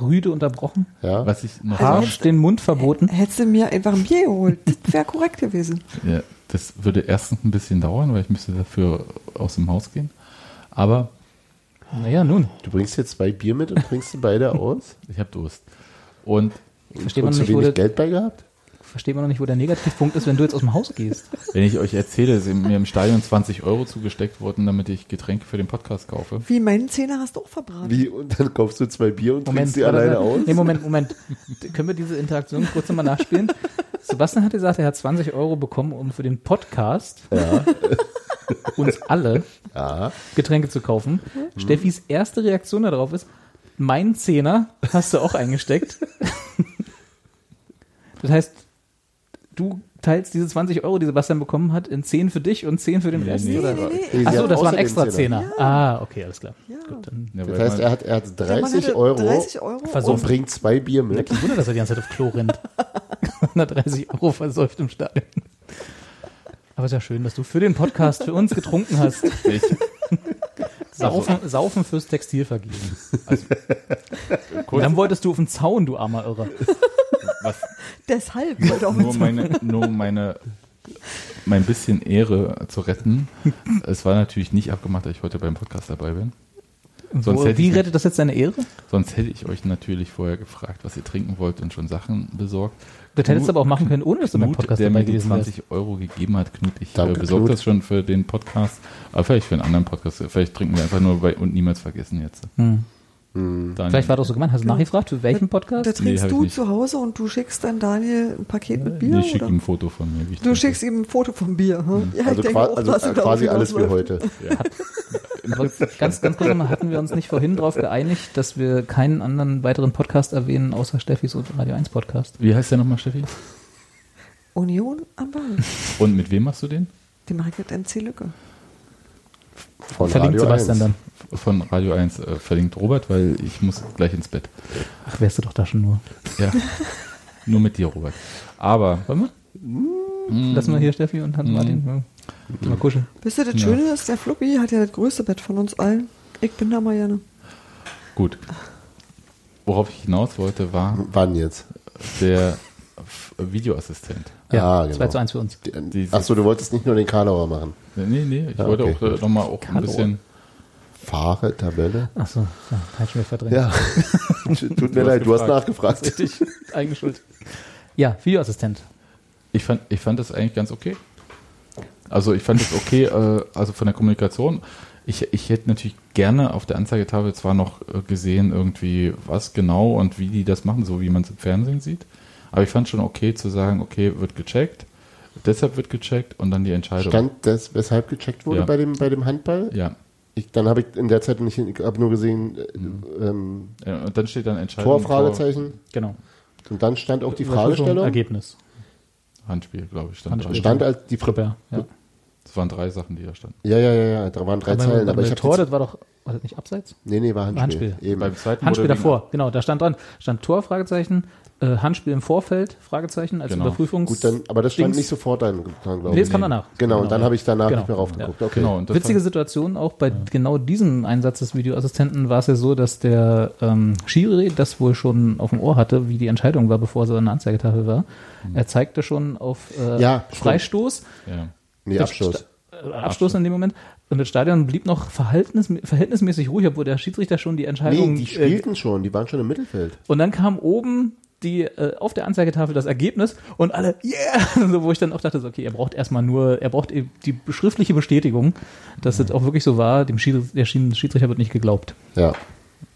Speaker 11: Rüde unterbrochen?
Speaker 10: ja.
Speaker 9: Was ich noch
Speaker 11: Harsch den Mund verboten?
Speaker 8: Hättest du mir einfach ein Bier geholt, das wäre korrekt gewesen.
Speaker 9: Ja, das würde erstens ein bisschen dauern, weil ich müsste dafür aus dem Haus gehen. Aber
Speaker 11: Naja, nun.
Speaker 10: Du bringst jetzt zwei Bier mit und trinkst sie beide aus?
Speaker 9: ich habe Durst. Und
Speaker 11: Versteht man,
Speaker 10: und
Speaker 11: noch
Speaker 10: zu
Speaker 11: nicht, wo
Speaker 10: wenig
Speaker 11: der,
Speaker 10: Geld bei gehabt?
Speaker 11: versteht man noch nicht, wo der Negativpunkt ist, wenn du jetzt aus dem Haus gehst.
Speaker 9: wenn ich euch erzähle, dass mir im Stadion 20 Euro zugesteckt wurden, damit ich Getränke für den Podcast kaufe.
Speaker 8: Wie meine Zähne hast du auch verbraten.
Speaker 10: Wie, und dann kaufst du zwei Bier und trinkst sie
Speaker 11: warte,
Speaker 10: alleine
Speaker 11: warte.
Speaker 10: aus?
Speaker 11: Nee, Moment, Moment. D- Können wir diese Interaktion kurz nochmal
Speaker 10: [LAUGHS]
Speaker 11: nachspielen? Sebastian hat gesagt, er hat 20 Euro bekommen, um für den Podcast [LAUGHS] uns alle
Speaker 10: Ja. Mhm.
Speaker 11: Getränke zu kaufen. Steffis erste Reaktion darauf ist, mein
Speaker 10: [LAUGHS]
Speaker 11: Zehner hast du auch eingesteckt. das heißt, du teilst diese 20 Euro, die Sebastian bekommen hat, in 10 für dich und 10 für den
Speaker 10: Nee,
Speaker 11: Rest?
Speaker 10: nee,
Speaker 11: oder?
Speaker 10: nee, nee.
Speaker 11: Ach
Speaker 10: Sie
Speaker 11: so, das
Speaker 10: hatten
Speaker 11: waren
Speaker 10: außerdem
Speaker 11: extra
Speaker 10: Zehner.
Speaker 11: Zehner. Ah, okay, alles klar.
Speaker 10: das heißt, er hat, er hat 30, Euro und
Speaker 11: Versumpft.
Speaker 10: bringt zwei Bier mit.
Speaker 11: Kein Wunder, dass er die ganze Zeit auf
Speaker 9: [LAUGHS]
Speaker 11: Klo rennt. 130 Euro versäuft im Stadion. Aber ist ja schön, dass du für den Podcast für uns
Speaker 9: [LAUGHS]
Speaker 11: getrunken hast.
Speaker 9: Ich-
Speaker 11: Saufen, Saufen fürs Textilvergehen. Also,
Speaker 9: [LAUGHS] Kurz-
Speaker 11: Dann wolltest du auf den Zaun, du armer Irrer.
Speaker 9: Was?
Speaker 8: Deshalb wollte auch
Speaker 9: nur
Speaker 8: [LAUGHS]
Speaker 9: meine, nur um meine, mein bisschen Ehre zu retten. Es war natürlich nicht abgemacht, dass ich heute beim Podcast dabei bin.
Speaker 11: Wo-
Speaker 9: hätte
Speaker 11: wie
Speaker 9: ich-
Speaker 11: rettet das jetzt deine Ehre?
Speaker 9: Sonst hätte ich euch natürlich vorher gefragt, was ihr trinken wollt und schon Sachen besorgt.
Speaker 11: Das hättest du aber auch machen können, ohne dass du beim
Speaker 9: Knut,
Speaker 11: Podcast
Speaker 9: der
Speaker 11: dabei
Speaker 9: mir die
Speaker 11: gewesen wärst.
Speaker 9: 20 Euro gegeben hat, Knut. Ich
Speaker 10: Danke,
Speaker 9: äh, besorge
Speaker 10: Knut.
Speaker 9: das schon für den Podcast. Aber vielleicht für einen anderen Podcast. Vielleicht trinken wir einfach nur bei und niemals vergessen jetzt.
Speaker 11: Hm.
Speaker 9: Dann-
Speaker 11: Vielleicht war das so gemeint. Hast du
Speaker 8: Genau.
Speaker 11: nachgefragt, für welchen Podcast?
Speaker 8: Da trinkst
Speaker 9: hab ich
Speaker 8: du
Speaker 9: nicht.
Speaker 8: zu Hause und du schickst dann Daniel ein Paket mit Bier?
Speaker 9: Nee, ich schicke
Speaker 8: oder?
Speaker 9: ihm ein Foto von mir. wie ich
Speaker 8: Du
Speaker 9: trinke.
Speaker 8: schickst ihm ein Foto vom Bier. Hm? Ja,
Speaker 10: Also, qua
Speaker 8: auch,
Speaker 10: also
Speaker 8: dass du darauf
Speaker 10: quasi alles wie
Speaker 8: hinausläufst.
Speaker 10: heute.
Speaker 11: Im Prinzip- ganz, ganz kurz nochmal, hatten wir uns nicht vorhin darauf geeinigt, dass wir keinen anderen weiteren Podcast erwähnen, außer Steffis und Radio 1 Podcast.
Speaker 9: Wie heißt der nochmal, Steffi?
Speaker 8: Union am Ball.
Speaker 9: Und mit wem machst du den?
Speaker 8: Die Market MC Lücke.
Speaker 10: Von
Speaker 11: Verlinkt
Speaker 10: Radio
Speaker 11: Sebastian
Speaker 10: 1.
Speaker 11: dann.
Speaker 9: Von Radio 1 äh, verlinkt Robert, weil ich muss gleich ins Bett.
Speaker 11: Ach, wärst du doch da schon nur. [LAUGHS]
Speaker 9: Ja. Nur mit dir, Robert. Aber Mm,
Speaker 11: Wollen wir? Mm. Lass mal hier Steffi und
Speaker 10: Mhm.
Speaker 11: Hans-Martin. Ja. Geh Mal kuscheln.
Speaker 8: Wisst ihr, das Schöne ist, der Fluppi hat ja das größte Bett von uns allen. Ich bin da mal gerne.
Speaker 9: gut. Worauf ich hinaus wollte, war
Speaker 10: Wann jetzt?
Speaker 9: der F- Videoassistent.
Speaker 10: Ja, ah,
Speaker 11: 2 zu 1 für uns.
Speaker 9: Dieses-
Speaker 10: Achso, du wolltest nicht nur den Karlauer machen.
Speaker 9: Nee, nee, ich
Speaker 11: Ah,
Speaker 10: Ja,
Speaker 9: wollte
Speaker 10: okay,
Speaker 9: auch äh, nochmal auch ein
Speaker 11: Hallo.
Speaker 9: bisschen.
Speaker 10: Fahre, Tabelle.
Speaker 11: Achso, ja, halt schon wieder verdrängt. [LAUGHS]
Speaker 10: Ja. Tut mir leid, du hast nachgefragt.
Speaker 11: Richtig, eigene Schuld. Ja, Videoassistent.
Speaker 9: Ich fand, ich fand das eigentlich ganz okay. Also ich fand es okay, äh, also von der Kommunikation. Ich, ich hätte natürlich gerne auf der Anzeigetafel zwar noch äh, gesehen, irgendwie was genau und wie die das machen, so wie man es im Fernsehen sieht. Aber ich fand schon okay zu sagen, okay, wird gecheckt, deshalb wird gecheckt und dann die Entscheidung.
Speaker 10: Stand das, weshalb gecheckt wurde
Speaker 9: Ja.
Speaker 10: bei, dem, bei dem Handball?
Speaker 9: Ja.
Speaker 10: Ich, dann habe ich in der Zeit nicht, hin- ich habe nur gesehen, äh,
Speaker 11: Mhm.
Speaker 10: ähm,
Speaker 9: Äh, Und dann steht dann Entscheidung.
Speaker 10: Tor, Fragezeichen.
Speaker 11: Genau.
Speaker 10: Und dann stand auch die
Speaker 11: Überprüfung,
Speaker 10: Fragestellung.
Speaker 11: Ergebnis.
Speaker 9: Tor, Handspiel, glaube ich. Stand
Speaker 11: Handspiel.
Speaker 9: Dran.
Speaker 10: Stand als die Fra
Speaker 11: Ja, ja.
Speaker 9: Das waren drei Sachen, die da standen.
Speaker 10: Ja, ja, ja, ja, da waren drei Zeilen. Aber ich
Speaker 11: beim Tor,
Speaker 10: habe
Speaker 11: das war doch, war das nicht abseits?
Speaker 10: Nee, nee, war Handspiel.
Speaker 11: Handspiel.
Speaker 10: Eben.
Speaker 9: Beim zweiten
Speaker 11: Handspiel
Speaker 9: wurde wegen-
Speaker 11: davor, genau, da stand dran. Stand Tor, Fragezeichen, äh, Handspiel im Vorfeld, Fragezeichen, als
Speaker 9: Genau.
Speaker 11: Überprüfungs...
Speaker 10: Gut, dann, aber das stand
Speaker 11: Dings.
Speaker 10: nicht sofort dann, glaube
Speaker 11: Nee, das
Speaker 10: ich.
Speaker 11: kam danach.
Speaker 10: Genau, und dann habe ich danach
Speaker 11: Genau.
Speaker 10: nicht mehr raufgeguckt. Okay.
Speaker 9: Genau. Und das
Speaker 11: Witzige
Speaker 9: war,
Speaker 11: Situation, auch bei genau diesem Einsatz des Videoassistenten war es ja so, dass der ähm, Schiri das wohl schon auf dem Ohr hatte, wie die Entscheidung war, bevor sie an der Anzeigetafel war. Er zeigte schon auf äh,
Speaker 10: Mhm. Ja, stimmt.
Speaker 11: Freistoß,
Speaker 9: ja.
Speaker 10: Nee,
Speaker 11: Das
Speaker 10: Abstoß.
Speaker 11: äh, Abstoß in dem Moment. Und das Stadion blieb noch verhaltens, verhältnismäßig ruhig, obwohl der Schiedsrichter schon die Entscheidung
Speaker 10: Nee, die
Speaker 11: äh,
Speaker 10: spielten schon, die waren schon im Mittelfeld.
Speaker 11: Und dann kam oben die äh, auf der Anzeigetafel das Ergebnis und alle yeah, [LAUGHS] so, wo ich dann auch dachte, so, okay, er braucht erstmal nur, er braucht eben die schriftliche Bestätigung, dass es auch wirklich so war. Dem Schied, der Schied, Schiedsrichter wird nicht geglaubt.
Speaker 10: Ja.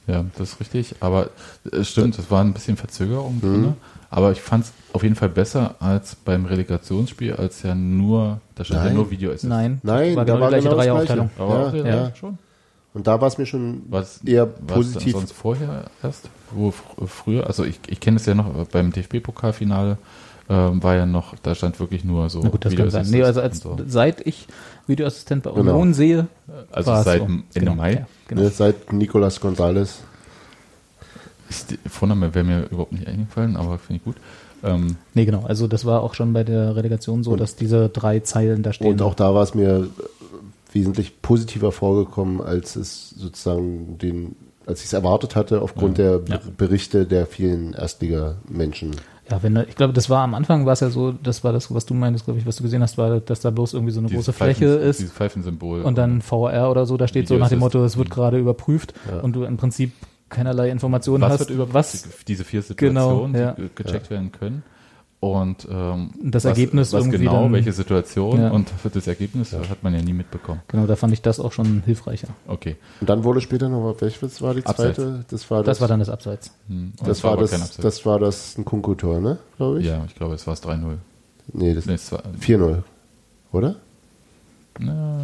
Speaker 9: Ja, das ist richtig. Aber es stimmt, es war ein bisschen Verzögerung
Speaker 10: Mhm.
Speaker 9: drin. Aber ich fand es auf jeden Fall besser als beim Relegationsspiel, als ja nur, da stand
Speaker 10: Nein.
Speaker 9: ja nur Video Assist.
Speaker 11: Nein,
Speaker 10: Nein,
Speaker 11: war
Speaker 10: da
Speaker 11: genau die
Speaker 10: war
Speaker 11: gleiche
Speaker 10: genau das
Speaker 11: Dreieraufteilung.
Speaker 10: Gleiche.
Speaker 9: Aber
Speaker 10: Ja,
Speaker 9: ja,
Speaker 10: ja.
Speaker 9: schon.
Speaker 10: Und da war es mir schon
Speaker 9: Was,
Speaker 10: eher
Speaker 9: was denn
Speaker 10: positiv.
Speaker 9: sonst vorher erst, wo fr früher, also ich, ich kenne es ja noch äh, beim DFB-Pokalfinale, ähm, war ja noch, da stand wirklich nur so
Speaker 11: Na gut, das
Speaker 9: Video
Speaker 11: kann sein.
Speaker 9: Assist
Speaker 11: Nee, also
Speaker 9: und
Speaker 11: als,
Speaker 9: so.
Speaker 11: seit ich Videoassistent bei
Speaker 10: Genau.
Speaker 11: Union sehe,
Speaker 9: also
Speaker 11: war es
Speaker 9: seit
Speaker 11: so.
Speaker 9: Ende
Speaker 11: Genau,
Speaker 9: Mai.
Speaker 11: Ja, genau.
Speaker 10: Ne, Seit Nicolas Gonzalez.
Speaker 9: Ist die- Vorname wäre mir überhaupt nicht eingefallen, aber finde ich gut. Ähm,
Speaker 11: Nee, genau. Also das war auch schon bei der Relegation so, dass diese drei Zeilen da stehen.
Speaker 10: Und auch da war es mir äh, wesentlich positiver vorgekommen, als es sozusagen den, als ich es erwartet hatte, aufgrund der B-
Speaker 11: Ja.
Speaker 10: Berichte der vielen Erstliga-Menschen.
Speaker 11: Ja, wenn ich glaube, das war am Anfang war es ja so, das war das, was du meinst, glaube ich, was du gesehen hast, war, dass da bloß irgendwie so eine
Speaker 9: dieses
Speaker 11: große Fläche
Speaker 9: Pfeifen-
Speaker 11: ist
Speaker 9: Dieses Pfeifensymbol.
Speaker 11: und dann VR oder so, da steht so
Speaker 9: Video
Speaker 11: nach dem
Speaker 9: Assist.
Speaker 11: Motto, es wird gerade überprüft und du im Prinzip keinerlei Informationen
Speaker 9: was
Speaker 11: hast.
Speaker 9: wird über
Speaker 11: was
Speaker 9: diese vier
Speaker 11: Genau,
Speaker 9: Situationen,
Speaker 11: ja.
Speaker 9: die ge- gecheckt werden können. Und ähm,
Speaker 11: Das
Speaker 9: was,
Speaker 11: Ergebnis
Speaker 9: was
Speaker 11: irgendwie
Speaker 9: genau,
Speaker 11: dann-
Speaker 9: welche Situation
Speaker 11: Ja.
Speaker 9: und für das Ergebnis hat man ja nie mitbekommen.
Speaker 11: Genau, da fand ich das auch schon hilfreicher.
Speaker 9: Okay.
Speaker 10: Und dann wurde später noch, welches war die
Speaker 9: Abseits.
Speaker 10: zweite? Das war das,
Speaker 11: Das war dann das Abseits.
Speaker 9: Hm. Und
Speaker 10: das,
Speaker 9: es
Speaker 10: war
Speaker 9: aber
Speaker 10: das,
Speaker 9: kein Abseits.
Speaker 10: das war das ein Kunku-Tor, ne? Glaube ich.
Speaker 9: ja, ich glaube, es war es 3-0.
Speaker 10: Nee, das
Speaker 9: Nee, es war,
Speaker 10: 4-0. Oder?
Speaker 9: na,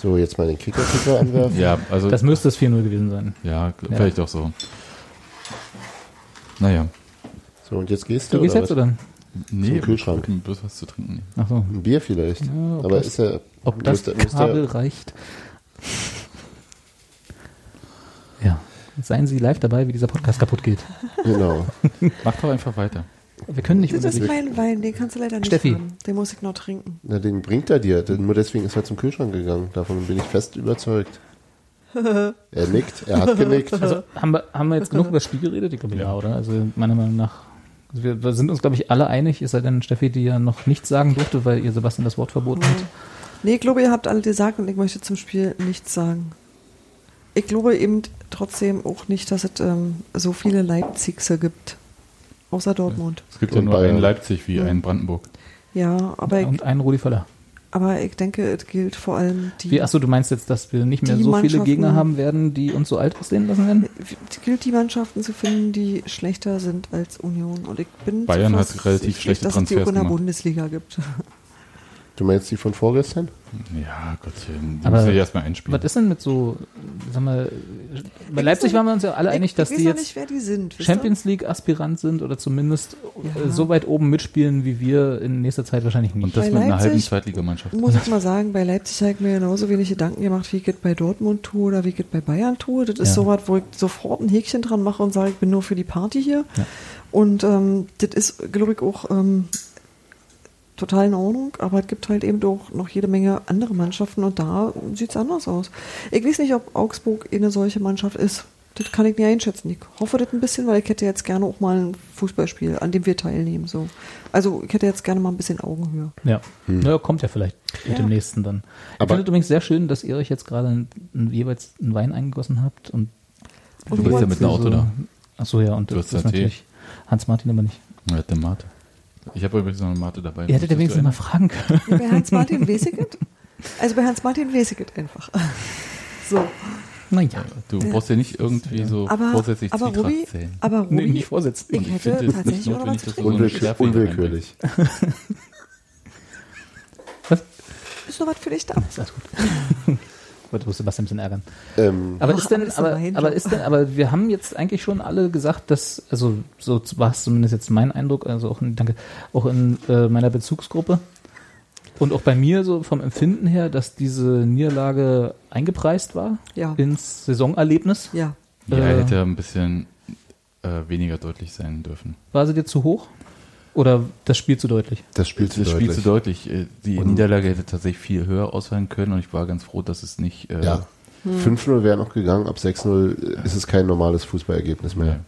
Speaker 10: So, jetzt mal den Kicker-Kicker anwerfen.
Speaker 9: ja, also
Speaker 11: Das müsste es 4-0 gewesen sein.
Speaker 9: ja, vielleicht auch so. Naja,
Speaker 10: So, und jetzt gehst du.
Speaker 11: Du gehst
Speaker 10: oder
Speaker 11: jetzt
Speaker 10: was?
Speaker 11: oder?
Speaker 10: zum Kühlschrank.
Speaker 9: Ein bisschen was zu trinken nehmen.
Speaker 11: Ach so.
Speaker 10: Ein Bier vielleicht.
Speaker 11: Ja, ob
Speaker 10: Aber
Speaker 11: das-
Speaker 10: ist ja.
Speaker 11: Ob das
Speaker 10: müsste- müsste-
Speaker 11: Kabel reicht? Ja. Seien Sie live dabei, wie dieser Podcast kaputt geht.
Speaker 10: Genau.
Speaker 9: Mach doch einfach weiter.
Speaker 11: Wir können nicht
Speaker 8: Das ist
Speaker 11: unbedingt.
Speaker 8: mein Wein, den kannst du leider nicht
Speaker 11: Steffi.
Speaker 8: haben. Den muss ich noch trinken.
Speaker 10: Na, den bringt er dir. Denn nur deswegen ist er zum Kühlschrank gegangen. Davon bin ich fest überzeugt. Er nickt. Er hat genickt.
Speaker 11: Also haben wir, haben wir jetzt genug über das Spiel geredet? Ich glaube ja, oder? Also meiner Meinung nach. Also wir, wir sind uns, glaube ich, alle einig, es sei denn Steffi, die ja noch nichts sagen durfte, weil ihr Sebastian das Wort verboten hat.
Speaker 8: Nee, ich glaube, ihr habt alle gesagt und ich möchte zum Spiel nichts sagen. Ich glaube eben trotzdem auch nicht, dass es ähm, so viele Leipzigse gibt. Außer Dortmund.
Speaker 9: Es gibt
Speaker 10: Und
Speaker 9: ja nur
Speaker 10: Bayern.
Speaker 9: einen Leipzig wie einen Brandenburg.
Speaker 8: Ja, aber ich,
Speaker 11: Und einen Rudi Völler.
Speaker 8: aber ich denke, es gilt vor allem die.
Speaker 11: Wie, achso, du meinst jetzt, dass wir nicht mehr
Speaker 8: Die
Speaker 11: so viele
Speaker 8: Mannschaften-
Speaker 11: Gegner haben werden, die uns so alt aussehen lassen werden?
Speaker 8: Es gilt die Mannschaften zu finden, die schlechter sind als Union. Und ich bin
Speaker 9: Bayern hat
Speaker 8: zuversichtlich,
Speaker 9: relativ schlechte
Speaker 8: dass es die auch
Speaker 9: Transfers
Speaker 8: in der
Speaker 9: gemacht.
Speaker 8: Bundesliga gibt.
Speaker 10: Du meinst die von vorgestern?
Speaker 9: Ja, Gottchen. Die
Speaker 11: Aber-
Speaker 9: müssen ja erstmal einspielen.
Speaker 11: Was ist denn mit so, sag mal, bei Leipzig waren wir uns ja alle einig, dass
Speaker 8: ich
Speaker 11: die
Speaker 8: weiß noch
Speaker 11: jetzt
Speaker 8: nicht, wer die sind. wisst ihr?
Speaker 11: Champions League Aspirant sind oder zumindest
Speaker 8: Ja.
Speaker 11: äh, so weit oben mitspielen, wie wir in nächster Zeit wahrscheinlich nicht.
Speaker 9: Und das
Speaker 8: Bei
Speaker 9: mit einer halben
Speaker 8: Leipzig-
Speaker 9: Zweitligamannschaft.
Speaker 8: Muss ich mal sagen, bei Leipzig habe ich mir genauso wenig Gedanken gemacht, wie ich es bei Dortmund tue oder wie ich es bei Bayern tue. Das ist
Speaker 11: Ja.
Speaker 8: so was, wo ich sofort ein Häkchen dran mache und sage, ich bin nur für die Party hier. Und ähm, das ist, glaube ich, auch ähm, total in Ordnung, aber es gibt halt eben auch noch jede Menge andere Mannschaften und da sieht es anders aus. Ich weiß nicht, ob Augsburg eine solche Mannschaft ist. Das kann ich nicht einschätzen. Ich hoffe das ein bisschen, weil ich hätte jetzt gerne auch mal ein Fußballspiel, an dem wir teilnehmen. So. Also ich hätte jetzt gerne mal ein bisschen Augenhöhe.
Speaker 11: Ja,
Speaker 9: Hm.
Speaker 11: naja, kommt ja vielleicht mit
Speaker 8: Ja.
Speaker 11: dem nächsten dann. Ich
Speaker 10: Aber-
Speaker 11: finde es übrigens sehr schön, dass ihr euch jetzt gerade ein, ein, jeweils einen Wein eingegossen habt und
Speaker 8: Und
Speaker 9: bist ja mit einem
Speaker 8: also
Speaker 11: so-
Speaker 9: Auto da.
Speaker 11: Ach so, ja, und
Speaker 9: Du hast
Speaker 11: das ist
Speaker 9: ja Tee.
Speaker 11: natürlich Hans-Martin aber nicht.
Speaker 9: Ja, der Mate. Ich habe übrigens noch eine Mate dabei.
Speaker 11: Ihr hättet ja wenigstens mal fragen können. [LAUGHS]
Speaker 8: Bei Hans-Martin Weseget? Also bei Hans-Martin Weseget einfach. So,
Speaker 11: Naja.
Speaker 9: Du brauchst ja nicht irgendwie so
Speaker 8: aber,
Speaker 9: vorsätzlich
Speaker 8: aber
Speaker 9: Zwietracht
Speaker 8: Robi,
Speaker 9: zählen.
Speaker 8: aber
Speaker 11: Nee,
Speaker 8: Robi,
Speaker 11: nicht vorsätzlich.
Speaker 8: ich
Speaker 9: Und
Speaker 8: hätte
Speaker 9: finde es nicht
Speaker 8: tatsächlich auch noch
Speaker 9: notwendig,
Speaker 8: was
Speaker 9: dass
Speaker 8: zu
Speaker 9: du so eine
Speaker 10: Unwillkür
Speaker 8: trinken.
Speaker 9: Schärfe
Speaker 10: unwillkürlich.
Speaker 11: Was?
Speaker 8: Ist noch was für dich da?
Speaker 11: Ist alles gut. [LAUGHS] Wollte bloß Sebastian ein bisschen ärgern.
Speaker 10: Ähm,
Speaker 11: Aber
Speaker 8: Ach,
Speaker 11: ist denn,
Speaker 8: alles
Speaker 11: aber,
Speaker 8: allein
Speaker 11: aber
Speaker 8: schon.
Speaker 11: ist denn, aber wir haben jetzt eigentlich schon alle gesagt, dass, also so war es zumindest jetzt mein Eindruck, also auch in, danke, auch in äh, meiner Bezugsgruppe und auch bei mir so vom Empfinden her, dass diese Niederlage eingepreist war
Speaker 8: Ja.
Speaker 11: ins Saisonerlebnis.
Speaker 8: Ja.
Speaker 9: Ja,
Speaker 11: Äh,
Speaker 9: hätte ein bisschen äh, weniger deutlich sein dürfen.
Speaker 11: War sie dir zu hoch? Oder das Spiel zu deutlich?
Speaker 10: das Spiel zu
Speaker 9: das Spiel
Speaker 10: deutlich.
Speaker 9: zu deutlich. Äh, Die
Speaker 10: Und-
Speaker 9: Niederlage hätte tatsächlich viel höher ausfallen können und ich war ganz froh, dass es nicht. Äh,
Speaker 10: Ja. 5-0 wäre noch gegangen, ab 6-0 ist es kein normales Fußballergebnis mehr.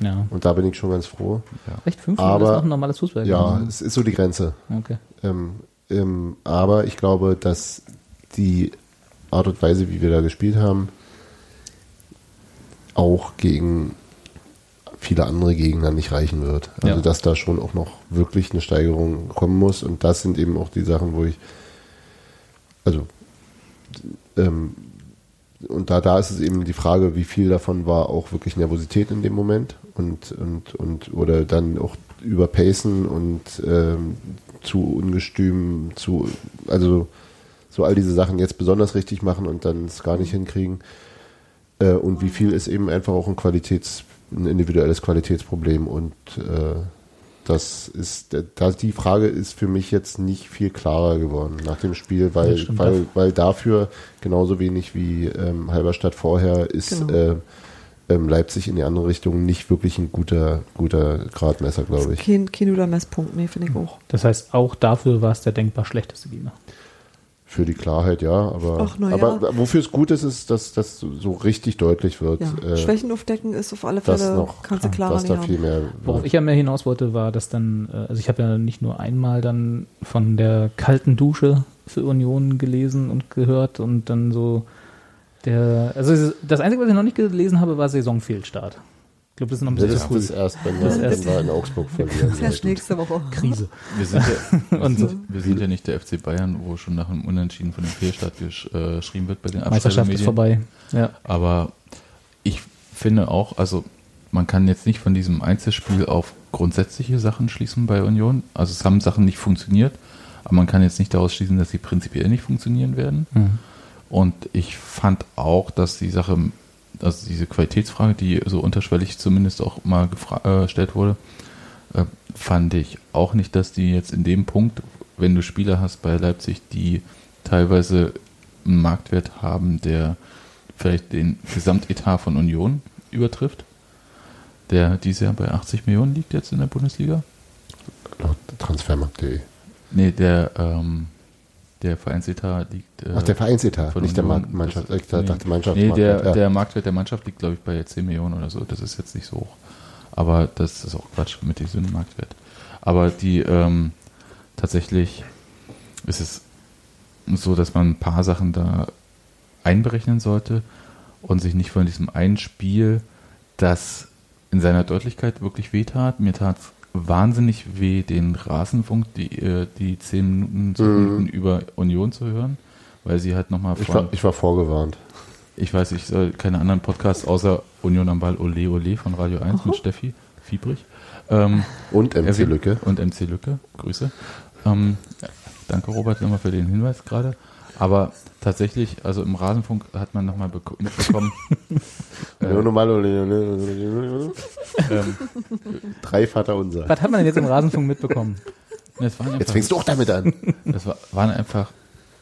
Speaker 9: Ja.
Speaker 11: Ja.
Speaker 10: Und da bin ich schon ganz froh.
Speaker 11: Recht fünf
Speaker 10: Aber-
Speaker 11: ist noch ein normales Fußball. ne?
Speaker 10: Ja,
Speaker 9: mhm.
Speaker 10: es ist so die Grenze.
Speaker 11: Okay.
Speaker 10: Ähm, ähm, aber ich glaube, dass die Art und Weise, wie wir da gespielt haben, auch gegen viele andere Gegner nicht reichen wird. Also
Speaker 11: Ja.
Speaker 10: dass da schon auch noch wirklich eine Steigerung kommen muss. Und das sind eben auch die Sachen, wo ich, also ähm, und da, da ist es eben die Frage, wie viel davon war auch wirklich Nervosität in dem Moment und, und, und oder dann auch überpacen und ähm, zu ungestüm, zu, also so all diese Sachen jetzt besonders richtig machen und dann es gar nicht hinkriegen. Äh, und wie viel ist eben einfach auch ein Qualitäts, ein individuelles Qualitätsproblem und äh, das ist, da die Frage ist für mich jetzt nicht viel klarer geworden nach dem Spiel, weil,
Speaker 11: Ja, stimmt.
Speaker 10: weil, weil dafür genauso wenig wie ähm, Halberstadt vorher ist
Speaker 8: Genau.
Speaker 10: äh, ähm, Leipzig in die andere Richtung nicht wirklich ein guter, guter Gradmesser, glaube ich.
Speaker 8: Kein, kein guter Messpunkt, nee, finde ich
Speaker 9: Hm.
Speaker 8: auch.
Speaker 11: Das heißt, auch dafür war es der denkbar schlechteste Gegner.
Speaker 10: Für die Klarheit ja, aber,
Speaker 8: Ach, na ja.
Speaker 10: aber wofür es gut ist, ist, dass das so so richtig deutlich wird,
Speaker 8: Ja.
Speaker 10: äh,
Speaker 8: Schwächen aufdecken ist auf alle
Speaker 10: dass
Speaker 8: Fälle,
Speaker 10: noch,
Speaker 8: kannst du klarer
Speaker 10: dass
Speaker 8: nicht
Speaker 10: da viel
Speaker 8: haben.
Speaker 10: mehr
Speaker 11: Worauf ich ja mehr hinaus wollte, war, dass dann, äh, also ich habe ja nicht nur einmal dann von der kalten Dusche für Union gelesen und gehört und dann so der, also es ist- das Einzige, was ich noch nicht gelesen habe, war Saisonfehlstart. Ich glaube, das ist noch ein
Speaker 10: Ja,
Speaker 11: bisschen
Speaker 10: das
Speaker 11: zu
Speaker 10: ist äh,
Speaker 11: früh.
Speaker 10: das erst, wenn wir, wenn wir in
Speaker 8: [LAUGHS]
Speaker 10: Augsburg verlieren.
Speaker 8: Das ist erst nächste Woche.
Speaker 11: Krise.
Speaker 9: Wir sind, ja,
Speaker 11: [LAUGHS]
Speaker 9: wir,
Speaker 11: Und so.
Speaker 9: sind, wir sind ja nicht der FC Bayern, wo schon nach einem Unentschieden von dem Fehlstart gesch, äh, geschrieben wird bei den
Speaker 11: Meisterschaft ist
Speaker 9: Abstellmedien.
Speaker 11: vorbei. Ja.
Speaker 9: Aber ich finde auch, also man kann jetzt nicht von diesem Einzelspiel auf grundsätzliche Sachen schließen bei Union. Also es haben Sachen nicht funktioniert, aber man kann jetzt nicht daraus schließen, dass sie prinzipiell nicht funktionieren werden.
Speaker 11: Mhm.
Speaker 9: Und ich fand auch, dass die Sache, also diese Qualitätsfrage, die so unterschwellig zumindest auch mal gefra- äh, gestellt wurde, äh, fand ich auch nicht, dass die jetzt in dem Punkt, wenn du Spieler hast bei Leipzig, die teilweise einen Marktwert haben, der vielleicht den Gesamtetat von Union übertrifft, der dieses Jahr bei 80 Millionen liegt jetzt in der Bundesliga.
Speaker 10: Laut Transfermarkt.de.
Speaker 9: Nee, der, ähm, der Vereinsetat liegt. äh,
Speaker 10: Ach, der Vereinsetat,
Speaker 9: von
Speaker 10: nicht der
Speaker 9: Union.
Speaker 10: Markt- Mannschaft.
Speaker 9: Das-
Speaker 10: Ich dachte, Mannschaft-
Speaker 9: Nee, der,
Speaker 10: Marktwert, ja.
Speaker 9: der Marktwert der Mannschaft liegt, glaube ich, bei 10 Millionen oder so. Das ist jetzt nicht so hoch. Aber das ist auch Quatsch mit diesem Marktwert. Aber die, ähm, tatsächlich ist es so, dass man ein paar Sachen da einberechnen sollte und sich nicht von diesem einen Spiel, das in seiner Deutlichkeit wirklich wehtat. Mir tat es wahnsinnig weh, den Rasenfunk, die, äh, die 10 Minuten, Sekunden über Union zu hören, weil sie halt nochmal
Speaker 10: Mhm. Ich war, ich war vorgewarnt.
Speaker 9: ich weiß, ich soll keine anderen Podcasts außer Union am Ball Ole Ole von Radio 1 mit Steffi Fiebrig. Ähm,
Speaker 10: Und MC
Speaker 9: erwähnt-
Speaker 10: Lücke.
Speaker 9: Und MC Lücke, Grüße. Ähm, danke Robert nochmal für den Hinweis gerade. Aber tatsächlich, also im Rasenfunk hat man nochmal beko- mitbekommen,
Speaker 10: Nur normal, [LAUGHS] Drei Vater unser.
Speaker 11: Was hat man denn jetzt im Rasenfunk mitbekommen?
Speaker 9: Es waren
Speaker 10: [LAUGHS] Jetzt fängst du auch damit an.
Speaker 9: Es wa- waren einfach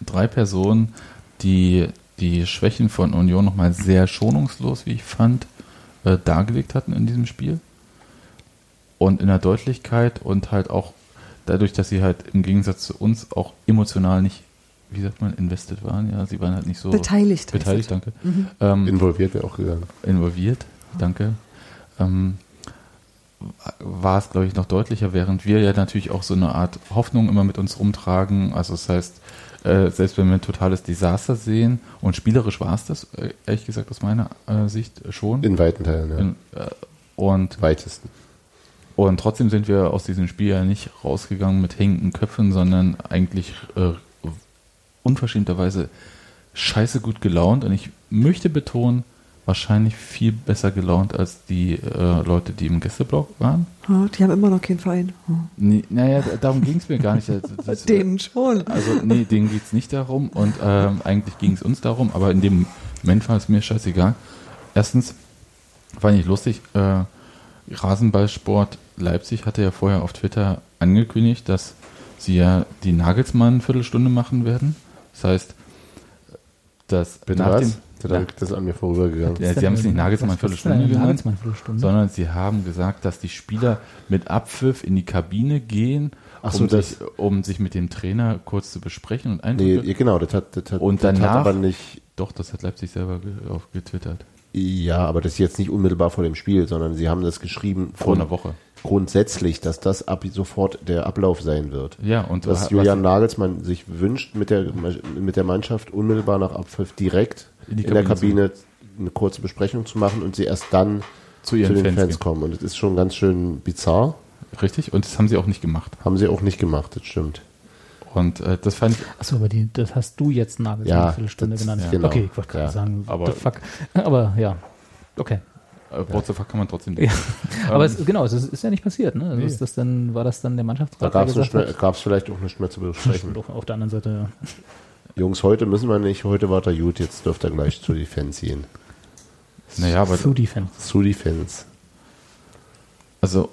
Speaker 9: drei Personen, die die Schwächen von Union nochmal sehr schonungslos, wie ich fand, äh, dargelegt hatten in diesem Spiel. Und in der Deutlichkeit und halt auch dadurch, dass sie halt im Gegensatz zu uns auch emotional nicht, wie sagt man, invested waren. Ja, sie waren halt nicht so.
Speaker 8: Beteiligt heißt
Speaker 9: Beteiligt,
Speaker 8: es.
Speaker 9: danke.
Speaker 8: Mhm.
Speaker 9: Ähm,
Speaker 10: Involviert wäre auch gegangen.
Speaker 9: involviert, danke, ähm, war es, glaube ich, noch deutlicher, während wir ja natürlich auch so eine Art Hoffnung immer mit uns rumtragen. Also das heißt, äh, selbst wenn wir ein totales Desaster sehen, und spielerisch war es das, äh, ehrlich gesagt, aus meiner äh, Sicht schon.
Speaker 10: In weiten Teilen, ja.
Speaker 9: In, äh, und
Speaker 10: Weitesten.
Speaker 9: und trotzdem sind wir aus diesem Spiel ja nicht rausgegangen mit hängenden Köpfen, sondern eigentlich äh, unverschämterweise scheiße gut gelaunt. Und ich möchte betonen, wahrscheinlich viel besser gelaunt als die äh, Leute, die im Gästeblock waren.
Speaker 8: Ah, Die haben immer noch keinen Verein. Ah.
Speaker 9: Nee, naja, darum ging es mir [LAUGHS] gar nicht. Das, das,
Speaker 8: Denen schon.
Speaker 9: Also nee, denen geht es nicht darum. Und ähm, eigentlich ging es uns darum, aber in dem Moment war es mir scheißegal. Erstens fand ich lustig, äh, Rasenballsport Leipzig hatte ja vorher auf Twitter angekündigt, dass sie ja die Nagelsmann Viertelstunde machen werden. Das heißt, dass
Speaker 10: Bitte
Speaker 9: nach dem
Speaker 10: was? Das, hat- das ist an mir vorübergegangen.
Speaker 9: ja, sie haben es nicht Nagelsmann
Speaker 11: Was- was ist
Speaker 9: Viertelstunde
Speaker 11: denn eine
Speaker 9: genannt,
Speaker 11: Nagelsmann Viertelstunde?
Speaker 9: sondern sie haben gesagt, dass die Spieler mit Abpfiff in die Kabine gehen,
Speaker 10: Ach so,
Speaker 9: um,
Speaker 10: das-
Speaker 9: sich, um sich mit dem Trainer kurz zu besprechen und
Speaker 10: Nee,
Speaker 9: Eindrücke.
Speaker 10: ja, genau, das hat, das hat,
Speaker 9: und
Speaker 10: das
Speaker 9: danach,
Speaker 10: hat aber nicht.
Speaker 9: doch, das hat Leipzig selber ge- auf- getwittert.
Speaker 10: Ja, aber das ist jetzt nicht unmittelbar vor dem Spiel, sondern sie haben das geschrieben
Speaker 9: Vor
Speaker 10: grund-
Speaker 9: einer Woche.
Speaker 10: Grundsätzlich, dass das ab sofort der Ablauf sein wird.
Speaker 9: Ja, und
Speaker 10: dass
Speaker 9: was-
Speaker 10: Julian Nagelsmann sich wünscht, mit der, mit der Mannschaft unmittelbar nach Abpfiff direkt
Speaker 9: In
Speaker 10: in,
Speaker 9: die
Speaker 10: der
Speaker 9: Kabine
Speaker 10: Kabine eine kurze Besprechung zu machen und sie erst dann
Speaker 9: Zu ihren
Speaker 10: den
Speaker 9: Fans
Speaker 10: Fans,
Speaker 9: gehen.
Speaker 10: kommen. Und das ist schon ganz schön bizarr.
Speaker 9: Richtig? Und das haben sie auch nicht gemacht.
Speaker 10: Haben sie auch nicht gemacht, das stimmt.
Speaker 9: Und äh, das fand ich
Speaker 11: Achso, aber die, das hast du jetzt Nagelsmann
Speaker 10: Ja,
Speaker 11: eine Viertelstunde
Speaker 10: das-
Speaker 11: genannt.
Speaker 10: ja. genau.
Speaker 11: Okay, ich wollte gerade
Speaker 10: Ja,
Speaker 11: sagen,
Speaker 9: aber-
Speaker 11: what the fuck. Aber ja, okay.
Speaker 9: Äh, What the fuck kann man trotzdem
Speaker 11: Ja.
Speaker 9: nicht.
Speaker 11: Aber es, genau, es ist, ist ja nicht passiert. Ne? Also
Speaker 9: Nee.
Speaker 11: ist das dann, war das dann der Mannschaftsrat,
Speaker 10: Ähm, Da gab es
Speaker 11: gesagt hat,
Speaker 10: vielleicht auch nichts mehr zu besprechen.
Speaker 11: Doch, auf der anderen Seite, ja.
Speaker 10: Jungs, heute müssen wir nicht, heute war der gut, jetzt dürft ihr gleich zu die Fans gehen.
Speaker 9: Naja, aber
Speaker 11: Through Defense.
Speaker 10: Zu die Fans.
Speaker 9: Also,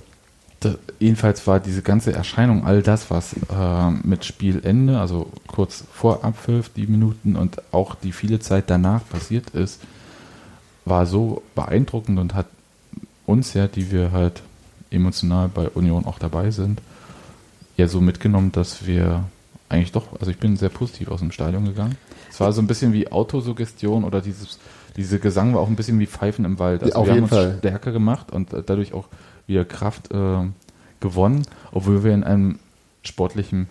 Speaker 9: da, jedenfalls war diese ganze Erscheinung, all das, was äh, mit Spielende, also kurz vor Abpfiff, die Minuten und auch die viele Zeit danach passiert ist, war so beeindruckend und hat uns ja, die wir halt emotional bei Union auch dabei sind, ja so mitgenommen, dass wir eigentlich doch, also ich bin sehr positiv aus dem Stadion gegangen. Es war so ein bisschen wie Autosuggestion oder dieses, diese Gesang war auch ein bisschen wie Pfeifen im Wald. Also
Speaker 10: Ja, auf
Speaker 9: wir
Speaker 10: jeden
Speaker 9: haben
Speaker 10: Fall.
Speaker 9: uns stärker gemacht und dadurch auch wieder Kraft äh, gewonnen, obwohl wir in einem sportlichen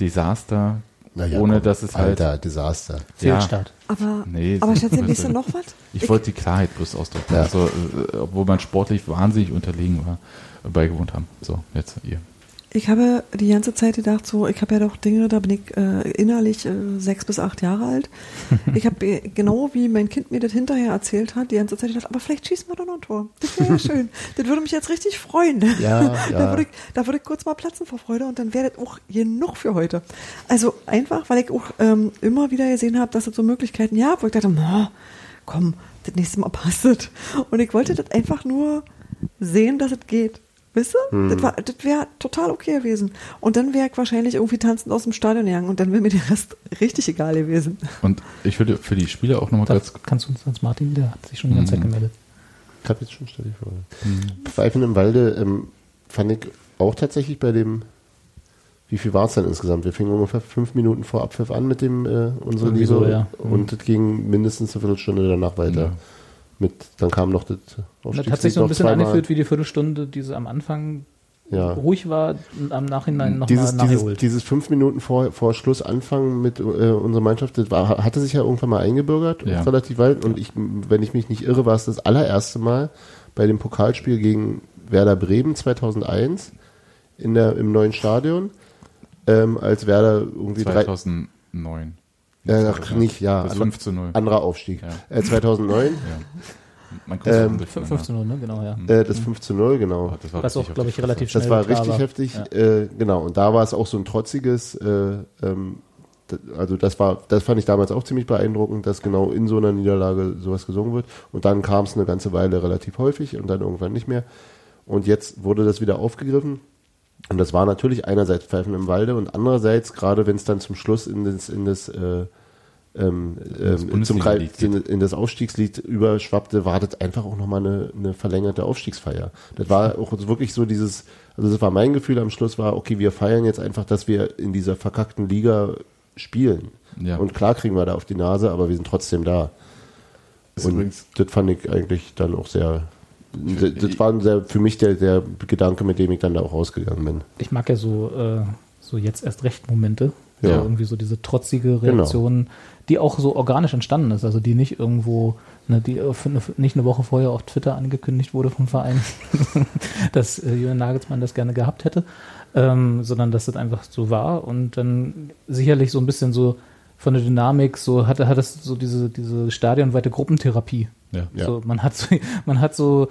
Speaker 9: Desaster,
Speaker 10: Naja,
Speaker 9: ohne
Speaker 10: komm,
Speaker 9: dass es halt.
Speaker 10: Alter, Desaster.
Speaker 11: Fehlstart.
Speaker 8: Aber,
Speaker 9: Nee,
Speaker 8: aber
Speaker 9: das-
Speaker 8: Schätzchen,
Speaker 9: das-
Speaker 8: weißt du noch was?
Speaker 9: Ich wollte die Klarheit bloß ausdrücken.
Speaker 10: Ja.
Speaker 9: Also, äh, obwohl man sportlich wahnsinnig unterlegen war, äh, beigewohnt haben. So, jetzt ihr.
Speaker 8: Ich habe die ganze Zeit gedacht, so, ich habe ja doch Dinge, da bin ich äh, innerlich äh, sechs bis acht Jahre alt. Ich habe äh, genau wie mein Kind mir das hinterher erzählt hat, die ganze Zeit gedacht, aber vielleicht schießen wir doch noch ein Tor.
Speaker 10: [LAUGHS]
Speaker 8: Das wäre ja schön. Das würde mich jetzt richtig freuen.
Speaker 10: Ja,
Speaker 8: [LAUGHS] Da,
Speaker 10: ja.
Speaker 8: würde ich, da würde ich kurz mal platzen vor Freude und dann wäre das auch genug für heute. Also einfach, weil ich auch ähm, immer wieder gesehen habe, dass es so Möglichkeiten ja, wo ich dachte, na, [LAUGHS] komm, das nächste Mal passt es. Und ich wollte das einfach nur sehen, dass es geht. Wisst ihr?
Speaker 10: Hm.
Speaker 8: Das, war- das wäre total okay gewesen. Und dann wäre ich wahrscheinlich irgendwie tanzend aus dem Stadion gegangen und dann wäre mir der Rest [LAUGHS] richtig egal gewesen.
Speaker 9: Und ich würde für die Spieler auch nochmal kurz.
Speaker 11: Kannst du uns als Martin, der hat sich schon die ganze Zeit
Speaker 9: Mhm.
Speaker 11: gemeldet.
Speaker 10: Ich habe jetzt schon stell ich vor.
Speaker 11: Mhm.
Speaker 10: Pfeifen im Walde ähm, fand ich auch tatsächlich bei dem. Wie viel war es denn insgesamt? Wir fingen ungefähr fünf Minuten vor Abpfiff an mit dem äh, unsere
Speaker 11: Irgendwie
Speaker 10: Liebe
Speaker 11: so, ja. Mhm.
Speaker 10: und das ging mindestens eine Viertelstunde danach weiter. Mit, dann kam noch das
Speaker 11: Das hat sich so
Speaker 10: noch
Speaker 11: ein bisschen
Speaker 10: zweimal.
Speaker 11: angefühlt wie die Viertelstunde, die sie am Anfang
Speaker 10: Ja.
Speaker 11: ruhig war und am Nachhinein nochmal
Speaker 10: dieses, dieses,
Speaker 11: nachgeholt.
Speaker 10: dieses fünf Minuten vor, vor Schluss anfangen mit äh, unserer Mannschaft, das war, hatte sich ja irgendwann mal eingebürgert,
Speaker 9: Ja.
Speaker 10: relativ weit. Und ich, wenn ich mich nicht irre, war es das allererste Mal bei dem Pokalspiel gegen Werder Bremen 2001 in der, im neuen Stadion, ähm, als Werder irgendwie drei,
Speaker 9: 2009.
Speaker 10: äh, ach, nicht, ja,
Speaker 9: Das
Speaker 10: aber
Speaker 9: 5 zu 0.
Speaker 10: anderer Aufstieg.
Speaker 9: Ja.
Speaker 10: Äh, 2009,
Speaker 9: Man kommt
Speaker 10: Ähm,
Speaker 9: durch.
Speaker 11: 15 Uhr, ne? Genau, ja.
Speaker 10: äh, das 5 zu 0, genau.
Speaker 9: Hm. Das war
Speaker 11: Was auch,
Speaker 9: richtig
Speaker 11: glaube ich,
Speaker 9: heftig.
Speaker 11: relativ schnell
Speaker 10: Das war
Speaker 11: klar
Speaker 10: richtig heftig,
Speaker 11: Ja.
Speaker 10: äh, genau. Und da war es auch so ein trotziges, äh, ähm, d- also das war, das fand ich damals auch ziemlich beeindruckend, dass genau in so einer Niederlage sowas gesungen wird. Und dann kam es eine ganze Weile relativ häufig und dann irgendwann nicht mehr. Und jetzt wurde das wieder aufgegriffen. Und das war natürlich einerseits Pfeifen im Walde und andererseits, gerade wenn es dann zum Schluss in das, in das äh, ähm, ähm, zum Kreis,
Speaker 9: Bundesliga-Lied
Speaker 10: in, in das Aufstiegslied überschwappte, war das einfach auch nochmal eine, eine verlängerte Aufstiegsfeier. Das war auch wirklich so dieses, also das war mein Gefühl am Schluss war, okay, wir feiern jetzt einfach, dass wir in dieser verkackten Liga spielen.
Speaker 9: Ja.
Speaker 10: Und klar kriegen wir da auf die Nase, aber wir sind trotzdem da.
Speaker 9: Ist
Speaker 10: Und
Speaker 9: übrigens-
Speaker 10: das fand ich eigentlich dann auch sehr, das, das war ein sehr, für mich der, der Gedanke, mit dem ich dann da auch rausgegangen bin.
Speaker 11: Ich mag ja so, äh, so jetzt erst recht Momente.
Speaker 10: Ja.
Speaker 11: Also irgendwie so diese trotzige Reaktion, die auch so organisch entstanden ist, also die nicht irgendwo, ne, die auf eine, nicht eine Woche vorher auf Twitter angekündigt wurde vom Verein, [LAUGHS] dass äh, Julian Nagelsmann das gerne gehabt hätte, ähm, sondern dass das einfach so war und dann sicherlich so ein bisschen so von der Dynamik, so hatte hat es so diese, diese stadionweite Gruppentherapie.
Speaker 9: Ja.
Speaker 10: Ja.
Speaker 11: So, man hat so, [LAUGHS] man hat so,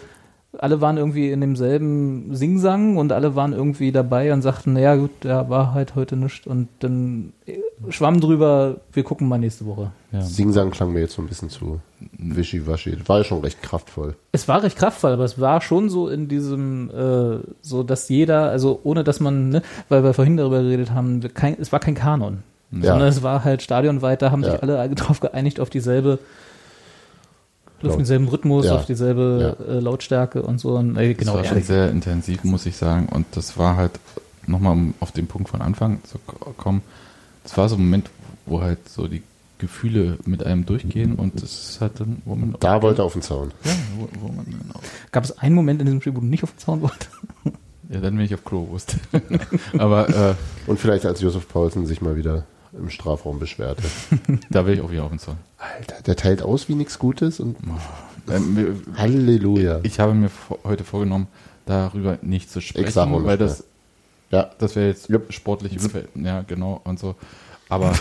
Speaker 11: alle waren irgendwie in demselben Singsang und alle waren irgendwie dabei und sagten, naja gut, da war halt heute nichts und dann äh, schwamm drüber, wir gucken mal nächste Woche.
Speaker 9: Ja.
Speaker 10: Singsang klang mir jetzt so ein bisschen zu wischiwaschi. Das war ja schon recht kraftvoll.
Speaker 11: Es war recht kraftvoll, aber es war schon so in diesem, äh, so dass jeder, also ohne dass man, ne, weil wir vorhin darüber geredet haben, wir kein, es war kein Kanon, sondern es war halt stadionweit, da haben
Speaker 10: Ja.
Speaker 11: sich alle drauf geeinigt auf dieselbe, auf
Speaker 10: Laut-
Speaker 11: denselben Rhythmus,
Speaker 10: Ja.
Speaker 11: auf dieselbe äh, Lautstärke und so. Und, äh,
Speaker 9: Genau,
Speaker 11: genau,
Speaker 9: das war schon
Speaker 11: ehrlich.
Speaker 9: sehr intensiv, muss ich sagen. Und das war halt, nochmal um auf den Punkt von Anfang zu k- kommen, das war so ein Moment, wo halt so die Gefühle mit einem durchgehen und das ist halt dann, wo man
Speaker 10: Da wollte er auf den Zaun.
Speaker 9: ja, wo, wo man dann auch,
Speaker 11: Gab es einen Moment in diesem Spiel, wo du nicht auf den Zaun wolltest?
Speaker 9: ja, dann bin ich auf Klo wusste. [LAUGHS] Aber äh,
Speaker 10: Und vielleicht als Josef Paulsen sich mal wieder im Strafraum beschwerte.
Speaker 9: da will ich auch wieder auf den Zorn.
Speaker 10: Alter, der teilt aus wie nichts Gutes und
Speaker 9: Ähm, wir-
Speaker 10: Halleluja.
Speaker 9: Ich habe mir vor, heute vorgenommen, darüber nicht zu sprechen,
Speaker 10: Ich sag auch nicht
Speaker 9: weil das,
Speaker 10: ja,
Speaker 9: das wäre jetzt
Speaker 10: Jupp.
Speaker 9: sportlich unfair. Ja, genau und so. Aber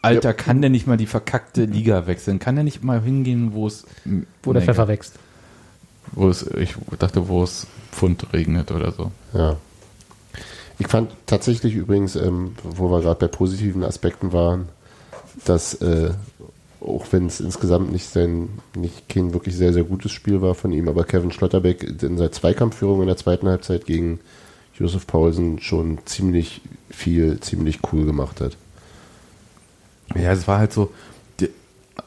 Speaker 9: Alter, kann der nicht mal die verkackte Liga wechseln? Kann der nicht mal hingehen, wo es
Speaker 11: Wo der
Speaker 9: Nee,
Speaker 11: Pfeffer wächst.
Speaker 9: Wo es, ich dachte, wo es Pfund regnet oder so.
Speaker 10: ja. Ich fand tatsächlich übrigens, ähm, wo wir gerade bei positiven Aspekten waren, dass äh, auch wenn es insgesamt nicht sein, nicht kein wirklich sehr, sehr gutes Spiel war von ihm, aber Kevin Schlotterbeck in seiner Zweikampfführung in der zweiten Halbzeit gegen Josef Paulsen schon ziemlich viel, ziemlich cool gemacht hat.
Speaker 9: Ja, es war halt so. der-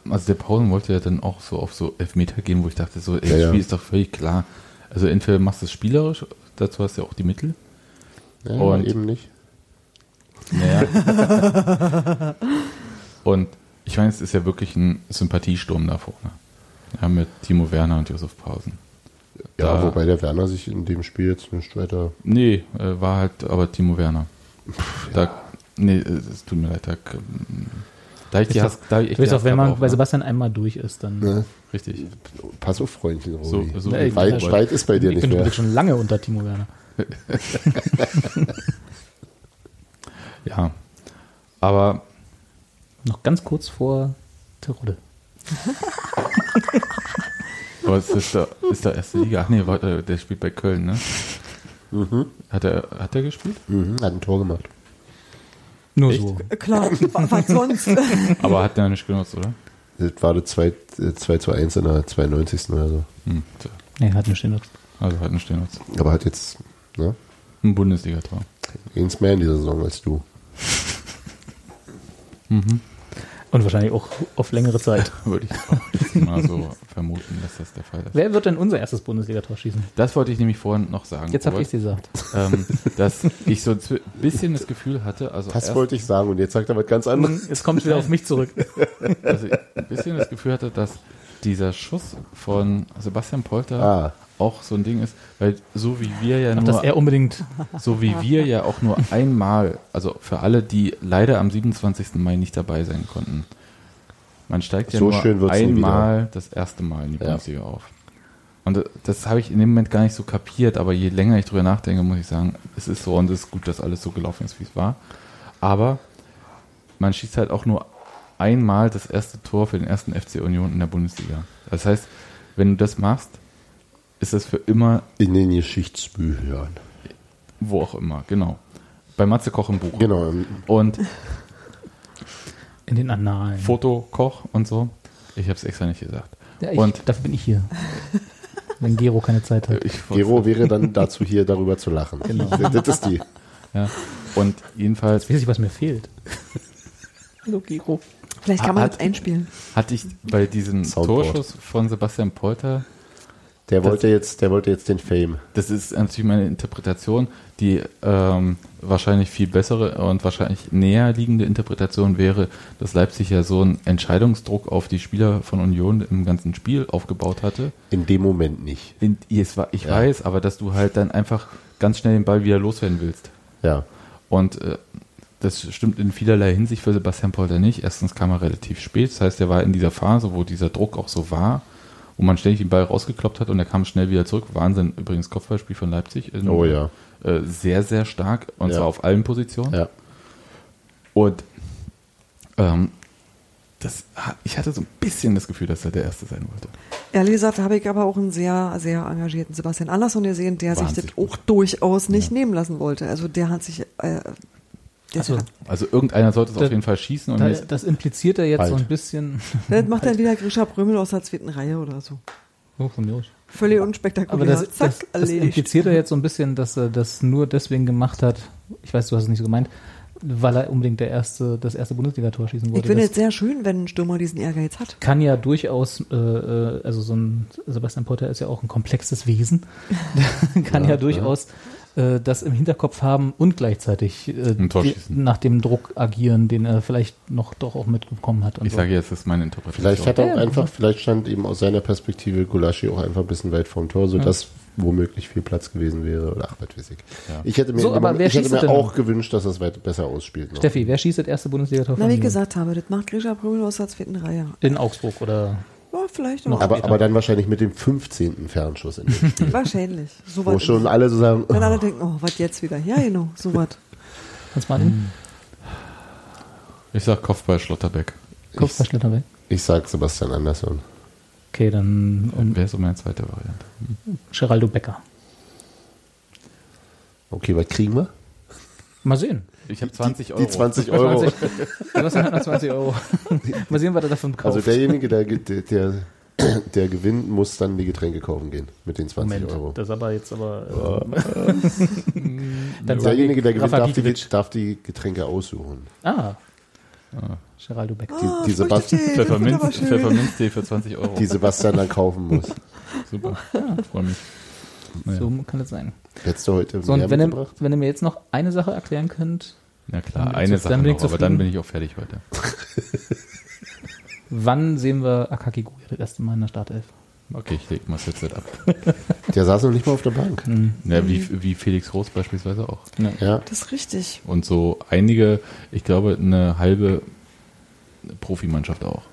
Speaker 9: Also der Pausen wollte ja dann auch so auf so Elfmeter gehen, wo ich dachte, so, ey, das
Speaker 10: Ja, ja.
Speaker 9: Spiel ist doch völlig klar. Also entweder machst du es spielerisch, dazu hast du ja auch die Mittel.
Speaker 10: Ja,
Speaker 9: Und-
Speaker 10: eben nicht.
Speaker 9: Naja. und ich meine, es ist ja wirklich ein Sympathiesturm da vorne. Ja, mit Timo Werner und Josef Pausen.
Speaker 10: Ja,
Speaker 9: Da-
Speaker 10: wobei der Werner sich in dem Spiel jetzt nicht weiter.
Speaker 9: Nee, äh, war halt aber Timo Werner. Da, Nee, äh, es tut mir leid. Da, ähm, da ich die
Speaker 11: Ist
Speaker 9: Hass, da ich echt
Speaker 11: Du weißt
Speaker 9: die
Speaker 11: auch, wenn
Speaker 9: Hassklappe
Speaker 11: man
Speaker 9: aufmache.
Speaker 11: bei Sebastian einmal durch ist, dann.
Speaker 10: Ne?
Speaker 9: Richtig.
Speaker 10: Pass auf, Freundchen, Robi.
Speaker 9: So- so
Speaker 11: Nee,
Speaker 10: weit,
Speaker 11: ich-
Speaker 10: weit ist bei dir
Speaker 11: ich
Speaker 10: nicht
Speaker 11: bin
Speaker 10: mehr.
Speaker 11: übrigens schon lange unter Timo Werner.
Speaker 9: Ja. Aber
Speaker 11: Noch ganz kurz vor Terodde.
Speaker 9: Aber es ist der, ist der erste Liga. Ach nee, warte, der spielt bei Köln, ne? Hat er, hat er gespielt?
Speaker 10: Mhm, hat ein Tor gemacht.
Speaker 11: Nur so.
Speaker 8: Klar, wa- [LAUGHS] was sonst?
Speaker 9: Aber hat er nicht genutzt, oder?
Speaker 10: Das war das 2, äh, 2 zu 1 in der 92. oder so.
Speaker 9: Hm, so.
Speaker 11: Nee, hat nicht genutzt.
Speaker 9: Also hat er nicht genutzt.
Speaker 10: Aber hat jetzt Ne?
Speaker 9: Ein Bundesliga-Tor.
Speaker 10: Eins mehr in dieser Saison als du.
Speaker 9: Mhm.
Speaker 11: Und wahrscheinlich auch auf längere Zeit.
Speaker 9: Würde ich auch jetzt mal so vermuten, dass das der Fall ist.
Speaker 11: [LAUGHS] Wer wird denn unser erstes Bundesliga-Tor schießen?
Speaker 9: Das wollte ich nämlich vorhin noch sagen.
Speaker 11: Jetzt hab
Speaker 9: Robert,
Speaker 11: ich's gesagt.
Speaker 9: Ähm, dass ich so ein zwi- bisschen das Gefühl hatte, also
Speaker 10: Das
Speaker 9: erst-
Speaker 10: wollte ich sagen und jetzt sagt er was ganz anderes.
Speaker 11: Es kommt wieder auf mich
Speaker 10: [LAUGHS]
Speaker 11: zurück.
Speaker 9: also ich ein bisschen das Gefühl hatte, dass dieser Schuss von Sebastian Polter
Speaker 10: Ah.
Speaker 9: auch so ein Ding ist, weil so wie wir ja
Speaker 11: Ach,
Speaker 9: nur
Speaker 11: dass er unbedingt-
Speaker 9: so wie wir ja auch nur einmal, also für alle, die leider am 27. Mai nicht dabei sein konnten. Man steigt ja
Speaker 10: So
Speaker 9: nur
Speaker 10: schön wird's nie
Speaker 9: einmal das erste Mal in die Bundesliga auf. Und das habe ich in dem Moment gar nicht so kapiert, aber je länger ich drüber nachdenke, muss ich sagen, es ist so und es ist gut, dass alles so gelaufen ist, wie es war. Aber man schießt halt auch nur einmal das erste Tor für den ersten FC Union in der Bundesliga. Das heißt, wenn du das machst, ist das für immer,
Speaker 10: In den Geschichtsbüchern.
Speaker 9: wo auch immer, genau. Bei Matze Koch im Buch.
Speaker 10: Genau.
Speaker 9: Und
Speaker 11: In den Annalen.
Speaker 9: Foto Koch und so. Ich habe es extra nicht gesagt.
Speaker 11: Ja, ich,
Speaker 9: und Äh.
Speaker 11: dafür bin ich hier. Wenn Gero keine Zeit hat.
Speaker 9: ich wollte-
Speaker 10: Gero wäre dann dazu hier, darüber zu lachen.
Speaker 11: Genau.
Speaker 10: Das ist die.
Speaker 9: Ja. Und jedenfalls.
Speaker 11: Weiß ich, was mir fehlt. Hallo Gero.
Speaker 8: Vielleicht kann man
Speaker 9: Hat-
Speaker 8: das einspielen.
Speaker 9: Hatte ich bei diesem
Speaker 10: Soundboard.
Speaker 9: Torschuss von Sebastian Polter,
Speaker 10: Der wollte, jetzt, der wollte jetzt den Fame.
Speaker 9: das ist natürlich meine Interpretation, die ähm, wahrscheinlich viel bessere und wahrscheinlich näher liegende Interpretation wäre, dass Leipzig ja so einen Entscheidungsdruck auf die Spieler von Union im ganzen Spiel aufgebaut hatte.
Speaker 10: In dem Moment nicht.
Speaker 9: In, es war, ich
Speaker 10: Ja.
Speaker 9: weiß, aber dass du halt dann einfach ganz schnell den Ball wieder loswerden willst.
Speaker 10: Ja.
Speaker 9: Und äh, das stimmt in vielerlei Hinsicht für Sebastian Polter nicht. Erstens kam er relativ spät, das heißt, er war in dieser Phase, wo dieser Druck auch so war, wo man ständig den Ball rausgekloppt hat und er kam schnell wieder zurück. Wahnsinn, übrigens Kopfballspiel von Leipzig. In,
Speaker 10: Oh ja.
Speaker 9: Äh, sehr, sehr stark und
Speaker 10: Ja.
Speaker 9: zwar auf allen Positionen.
Speaker 10: Ja.
Speaker 9: Und ähm, das, ich hatte so ein bisschen das Gefühl, dass er der Erste sein wollte.
Speaker 8: Ehrlich gesagt habe ich aber auch einen sehr, sehr engagierten Sebastian Andersson gesehen, der sich
Speaker 9: Wahnsinn.
Speaker 8: das auch durchaus nicht nehmen lassen wollte. Also der hat sich, äh, der
Speaker 11: Also,
Speaker 8: hat,
Speaker 9: Also irgendeiner sollte es
Speaker 11: Da-
Speaker 9: auf jeden Fall schießen und
Speaker 11: da,
Speaker 9: jetzt,
Speaker 11: das impliziert er jetzt so
Speaker 10: Bald.
Speaker 11: ein bisschen.
Speaker 8: das macht
Speaker 11: halt
Speaker 8: dann wieder Grisha Brömel aus der zweiten Reihe oder so.
Speaker 11: Oh, von mir aus.
Speaker 8: Völlig
Speaker 11: Aber
Speaker 8: unspektakulär.
Speaker 11: das,
Speaker 8: Genau, Zack,
Speaker 11: das, das
Speaker 8: erledigt.
Speaker 11: impliziert er jetzt so ein bisschen, dass er das nur deswegen gemacht hat. Ich weiß, du hast es nicht so gemeint, weil er unbedingt der erste, das erste Bundesliga-Tor schießen
Speaker 8: Ich
Speaker 11: wollte.
Speaker 8: finde
Speaker 11: Das-
Speaker 8: es sehr schön, wenn ein Stürmer diesen Ehrgeiz hat.
Speaker 11: kann ja durchaus, äh, äh, also so ein Sebastian Potter ist ja auch ein komplexes Wesen, [LAUGHS] kann ja, durchaus Äh, das im Hinterkopf haben und gleichzeitig äh,
Speaker 9: Ein Tor
Speaker 11: die,
Speaker 9: schießen.
Speaker 11: nach dem Druck agieren, den er vielleicht noch doch auch mitbekommen hat. Und
Speaker 9: ich
Speaker 11: so.
Speaker 9: sage jetzt, das ist meine Interpretation.
Speaker 10: Vielleicht hat er
Speaker 11: Ja,
Speaker 10: auch
Speaker 11: ja.
Speaker 10: einfach, vielleicht stand eben aus seiner Perspektive Gulaschi auch einfach ein bisschen weit vom Tor, sodass womöglich viel Platz gewesen wäre. Oder ach, was weiß ich. Ich hätte mir,
Speaker 11: So,
Speaker 10: in dem
Speaker 11: aber
Speaker 10: Moment-
Speaker 11: wer
Speaker 10: ich hätte
Speaker 11: schießt
Speaker 10: mir
Speaker 11: denn?
Speaker 10: auch gewünscht, dass das weit besser ausspielt. noch.
Speaker 11: Steffi, wer schießt das erste Bundesliga-Tor
Speaker 8: Na,
Speaker 11: von
Speaker 8: wie ich
Speaker 11: Ihnen?
Speaker 8: gesagt habe, das macht Grisha Brömel aus der zweiten Reihe.
Speaker 11: In Augsburg oder
Speaker 8: Ja, vielleicht auch.
Speaker 10: aber, aber dann wahrscheinlich mit dem 15.
Speaker 11: [LAUGHS]
Speaker 10: Fernschuss, in dem,
Speaker 8: [LAUGHS] Wahrscheinlich. So
Speaker 10: wo
Speaker 8: was
Speaker 10: schon
Speaker 8: ist-
Speaker 10: alle so sagen,
Speaker 8: Wenn alle denken, oh, was jetzt wieder? Ja, genau, so was.
Speaker 9: Hm,
Speaker 11: Hans-Martin?
Speaker 9: ich sag Kopfball Schlotterbeck.
Speaker 11: Kopfverschlitter weg.
Speaker 10: [LAUGHS] ich sag Sebastian Andersson.
Speaker 11: Okay, dann und
Speaker 9: Wäre so meine zweite Variante.
Speaker 11: Geraldo Becker.
Speaker 10: Okay, was kriegen wir?
Speaker 11: Mal sehen.
Speaker 9: Ich habe 20 Euro.
Speaker 11: [LAUGHS]
Speaker 10: Die 20 Euro.
Speaker 11: 20, Sebastian hat noch 20 Euro. Mal sehen, was er davon kauft.
Speaker 10: Also derjenige, der, ge- der, der, der gewinnt, muss dann die Getränke kaufen gehen mit den 20
Speaker 11: Moment,
Speaker 10: Euro.
Speaker 11: das ist aber jetzt [LAUGHS] aber. Äh, dann sag
Speaker 10: Derjenige,
Speaker 11: ich
Speaker 10: der gewinnt,
Speaker 11: Rafa
Speaker 10: darf die,
Speaker 11: Gikiewicz.
Speaker 10: darf die Getränke aussuchen.
Speaker 11: Ah.
Speaker 10: Ah.
Speaker 11: Geraldo Beck.
Speaker 10: Die,
Speaker 9: Ah,
Speaker 8: Ah,
Speaker 10: die, Sebast
Speaker 8: Früchtetee, das wird aber
Speaker 9: [LAUGHS] Pfefferminz,
Speaker 8: schön.
Speaker 9: Pfefferminztee für 20 Euro.
Speaker 10: die Sebastian dann kaufen
Speaker 9: [LAUGHS]
Speaker 10: muss.
Speaker 9: Super. Freue mich.
Speaker 11: So kann das sein.
Speaker 10: Hättest du heute
Speaker 11: So,
Speaker 10: mehr
Speaker 11: und wenn ihr,
Speaker 10: mitgebracht?
Speaker 11: wenn ihr mir jetzt noch eine Sache erklären könnt,
Speaker 9: Na klar,
Speaker 11: Dann bin ich
Speaker 9: eine
Speaker 11: zu-
Speaker 9: Sache
Speaker 11: dann bin ich
Speaker 9: noch, aber dann
Speaker 11: zufrieden.
Speaker 9: bin ich auch fertig heute.
Speaker 11: wann sehen wir Akaki Guya das erste Mal in der Startelf?
Speaker 9: Okay, ich leg mal das ab.
Speaker 10: Der saß noch nicht mal auf der Bank.
Speaker 11: Hm.
Speaker 9: Ja, wie, wie Felix Roos beispielsweise auch.
Speaker 10: Ja,
Speaker 8: Das ist richtig.
Speaker 9: Und so einige, ich glaube, eine halbe Profimannschaft auch.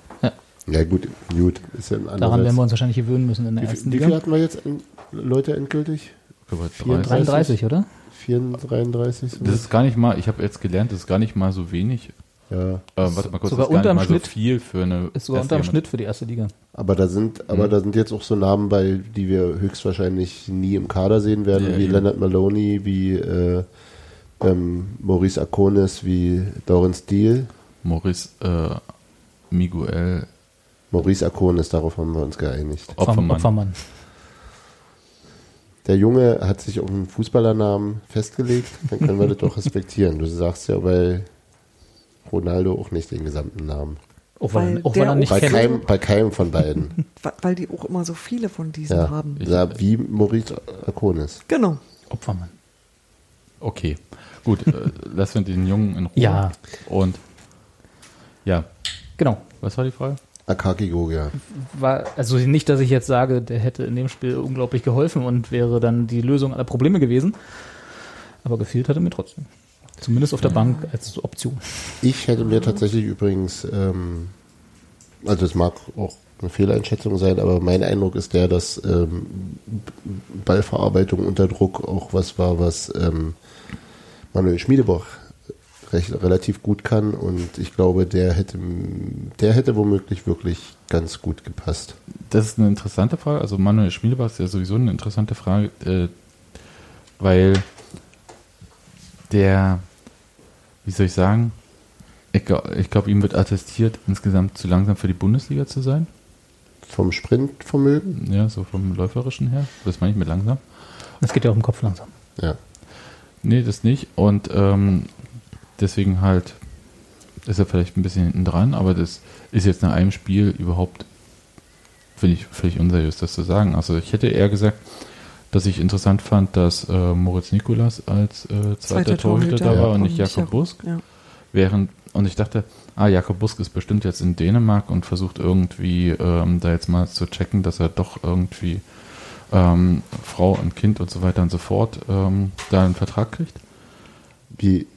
Speaker 10: ja gut, gut. Ist ja ein
Speaker 11: Daran werden wir
Speaker 10: anderes.
Speaker 11: uns wahrscheinlich gewöhnen müssen in der
Speaker 10: Wie,
Speaker 11: ersten
Speaker 10: viel- wie viel
Speaker 11: Liga.
Speaker 10: hatten wir jetzt in, Leute endgültig?
Speaker 9: Ich glaube,
Speaker 10: 34.
Speaker 11: 33, oder?
Speaker 10: 34, 33? so?
Speaker 9: Das ist gar nicht mal, ich habe jetzt gelernt, das ist gar nicht mal so wenig.
Speaker 10: ja.
Speaker 9: Äh, warte mal kurz,
Speaker 11: Sogar
Speaker 9: das ist gar
Speaker 11: unterm
Speaker 9: nicht mal
Speaker 11: Schnitt.
Speaker 9: so viel für eine.
Speaker 11: Ist
Speaker 9: erste
Speaker 11: sogar unterm
Speaker 9: Jemand-
Speaker 11: Schnitt für die erste Liga.
Speaker 10: Aber da sind,
Speaker 9: Hm.
Speaker 10: aber da sind jetzt auch so Namen bei, die wir höchstwahrscheinlich nie im Kader sehen werden,
Speaker 9: Ja,
Speaker 10: wie
Speaker 9: eben.
Speaker 10: Leonard Maloney, wie äh, ähm, Maurice Akonis, wie Dorin Steele.
Speaker 9: Maurice äh, Miguel
Speaker 10: Maurice Akonis, darauf haben wir uns geeinigt.
Speaker 9: Opfermann.
Speaker 11: Opfermann.
Speaker 10: der Junge hat sich auf einen Fußballernamen festgelegt, dann können wir das doch respektieren. Du sagst ja bei Ronaldo auch nicht den gesamten Namen.
Speaker 11: Auch weil,
Speaker 8: Weil
Speaker 11: auch weil
Speaker 8: der
Speaker 11: er nicht
Speaker 10: bei,
Speaker 11: kennt.
Speaker 10: keinem, bei keinem von beiden.
Speaker 8: Wa- Weil die auch immer so viele von diesen
Speaker 10: ja.
Speaker 8: haben.
Speaker 10: Ja, wie Moritz Akonis.
Speaker 8: Genau.
Speaker 11: Opfermann.
Speaker 9: Okay, gut, äh, [LAUGHS] lassen wir den Jungen in Ruhe.
Speaker 11: Ja.
Speaker 9: Und ja,
Speaker 11: Genau.
Speaker 9: was war die Frage?
Speaker 10: Akaki Gogia.
Speaker 11: War, also nicht, dass ich jetzt sage, der hätte in dem Spiel unglaublich geholfen und wäre dann die Lösung aller Probleme gewesen. Aber gefehlt hatte mir trotzdem. Zumindest auf der Bank als Option.
Speaker 10: Ich hätte mir tatsächlich übrigens, ähm, also es mag auch eine Fehleinschätzung sein, aber mein Eindruck ist der, dass ähm, B- Ballverarbeitung unter Druck auch was war, was ähm, Manuel Schmiedebach recht, relativ gut kann und ich glaube, der hätte, der hätte womöglich wirklich ganz gut gepasst.
Speaker 9: Das ist eine interessante Frage. Also Manuel Schmiedebach ist ja sowieso eine interessante Frage, äh, weil der, wie soll ich sagen, ich, gla- ich glaube, ihm wird attestiert, insgesamt zu langsam für die Bundesliga zu sein.
Speaker 10: Vom Sprintvermögen?
Speaker 9: Ja, so vom läuferischen her. Das meine ich mit langsam.
Speaker 11: Das geht ja auch im Kopf langsam.
Speaker 10: Ja.
Speaker 9: Nee, das nicht. Und ähm, deswegen halt ist er vielleicht ein bisschen hinten dran, aber das ist jetzt nach einem Spiel überhaupt, finde ich, völlig unseriös, das zu sagen. Also ich hätte eher gesagt, dass ich interessant fand, dass äh, Moritz Nikolas als äh, zweiter, Torhüter, da war und nicht Jakob Busk.
Speaker 8: Ja.
Speaker 9: Während, und ich dachte, ah, Jakob Busk ist bestimmt jetzt in Dänemark und versucht irgendwie ähm, da jetzt mal zu checken, dass er doch irgendwie ähm, Frau und Kind und so weiter und so fort ähm, da einen Vertrag kriegt.
Speaker 10: Wie,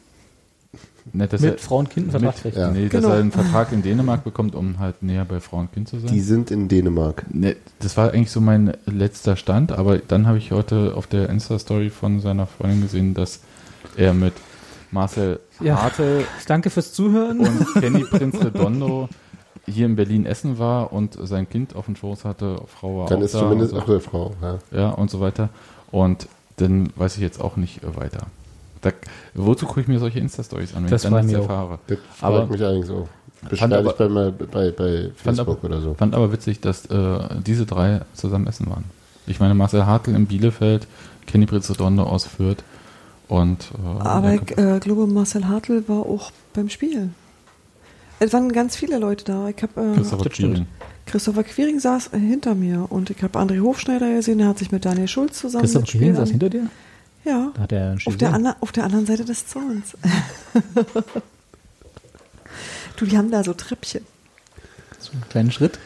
Speaker 9: Nicht, dass
Speaker 11: Mit Frau und Kind einen Vertrag
Speaker 9: mit-
Speaker 11: kriegt.
Speaker 10: Ja.
Speaker 9: Nee,
Speaker 8: Genau.
Speaker 9: dass er einen Vertrag in Dänemark bekommt, um halt näher bei Frau und Kind zu sein.
Speaker 10: die sind in Dänemark.
Speaker 9: Ne, das war eigentlich so mein letzter Stand, aber dann habe ich heute auf der Insta-Story von seiner Freundin gesehen, dass er mit Marcel
Speaker 11: Ja.
Speaker 9: Hartl
Speaker 11: Danke fürs Zuhören.
Speaker 9: und Kenny Prinz Redondo hier in Berlin essen war und sein Kind auf dem Schoß hatte, Frau war
Speaker 10: Dann
Speaker 9: auch
Speaker 10: ist
Speaker 9: da
Speaker 10: zumindest
Speaker 9: und
Speaker 10: auch
Speaker 9: so,
Speaker 10: eine Frau. Ja.
Speaker 9: ja und so weiter. Und dann weiß ich jetzt auch nicht äh, weiter. Da, wozu gucke ich mir solche Insta-Stories an, wenn
Speaker 11: Das
Speaker 9: ich
Speaker 11: war
Speaker 9: dann nichts
Speaker 11: mir auch.
Speaker 9: erfahre?
Speaker 10: Das
Speaker 9: Aber-
Speaker 10: freut mich eigentlich so. Beschwerde ich bei, mal- bei, bei
Speaker 9: Fand
Speaker 10: Facebook oder so.
Speaker 9: Fand aber witzig, dass äh, diese drei zusammen essen waren. Ich meine, Marcel Hartl in Bielefeld, Kenny Prizzodondo aus Fürth und äh,
Speaker 8: Aber
Speaker 9: Jakob-
Speaker 8: ich äh, glaube, Marcel Hartl war auch beim Spiel. Es waren ganz viele Leute da. Ich habe äh,
Speaker 9: Christopher
Speaker 11: das stimmt.
Speaker 9: Thüring.
Speaker 8: Christopher Quiring saß äh, hinter mir und ich habe André Hofschneider gesehen, der hat sich mit Daniel Schulz zusammen
Speaker 11: Christoph
Speaker 8: das Spiel
Speaker 11: Kiel saß
Speaker 8: an-
Speaker 11: hinter dir?
Speaker 8: Ja.
Speaker 11: Da hat er einen
Speaker 8: Auf
Speaker 11: Schild.
Speaker 8: der, ander, auf der anderen Seite des Zauns. [LAUGHS] du, die haben da so Treppchen.
Speaker 11: So einen kleinen Schritt.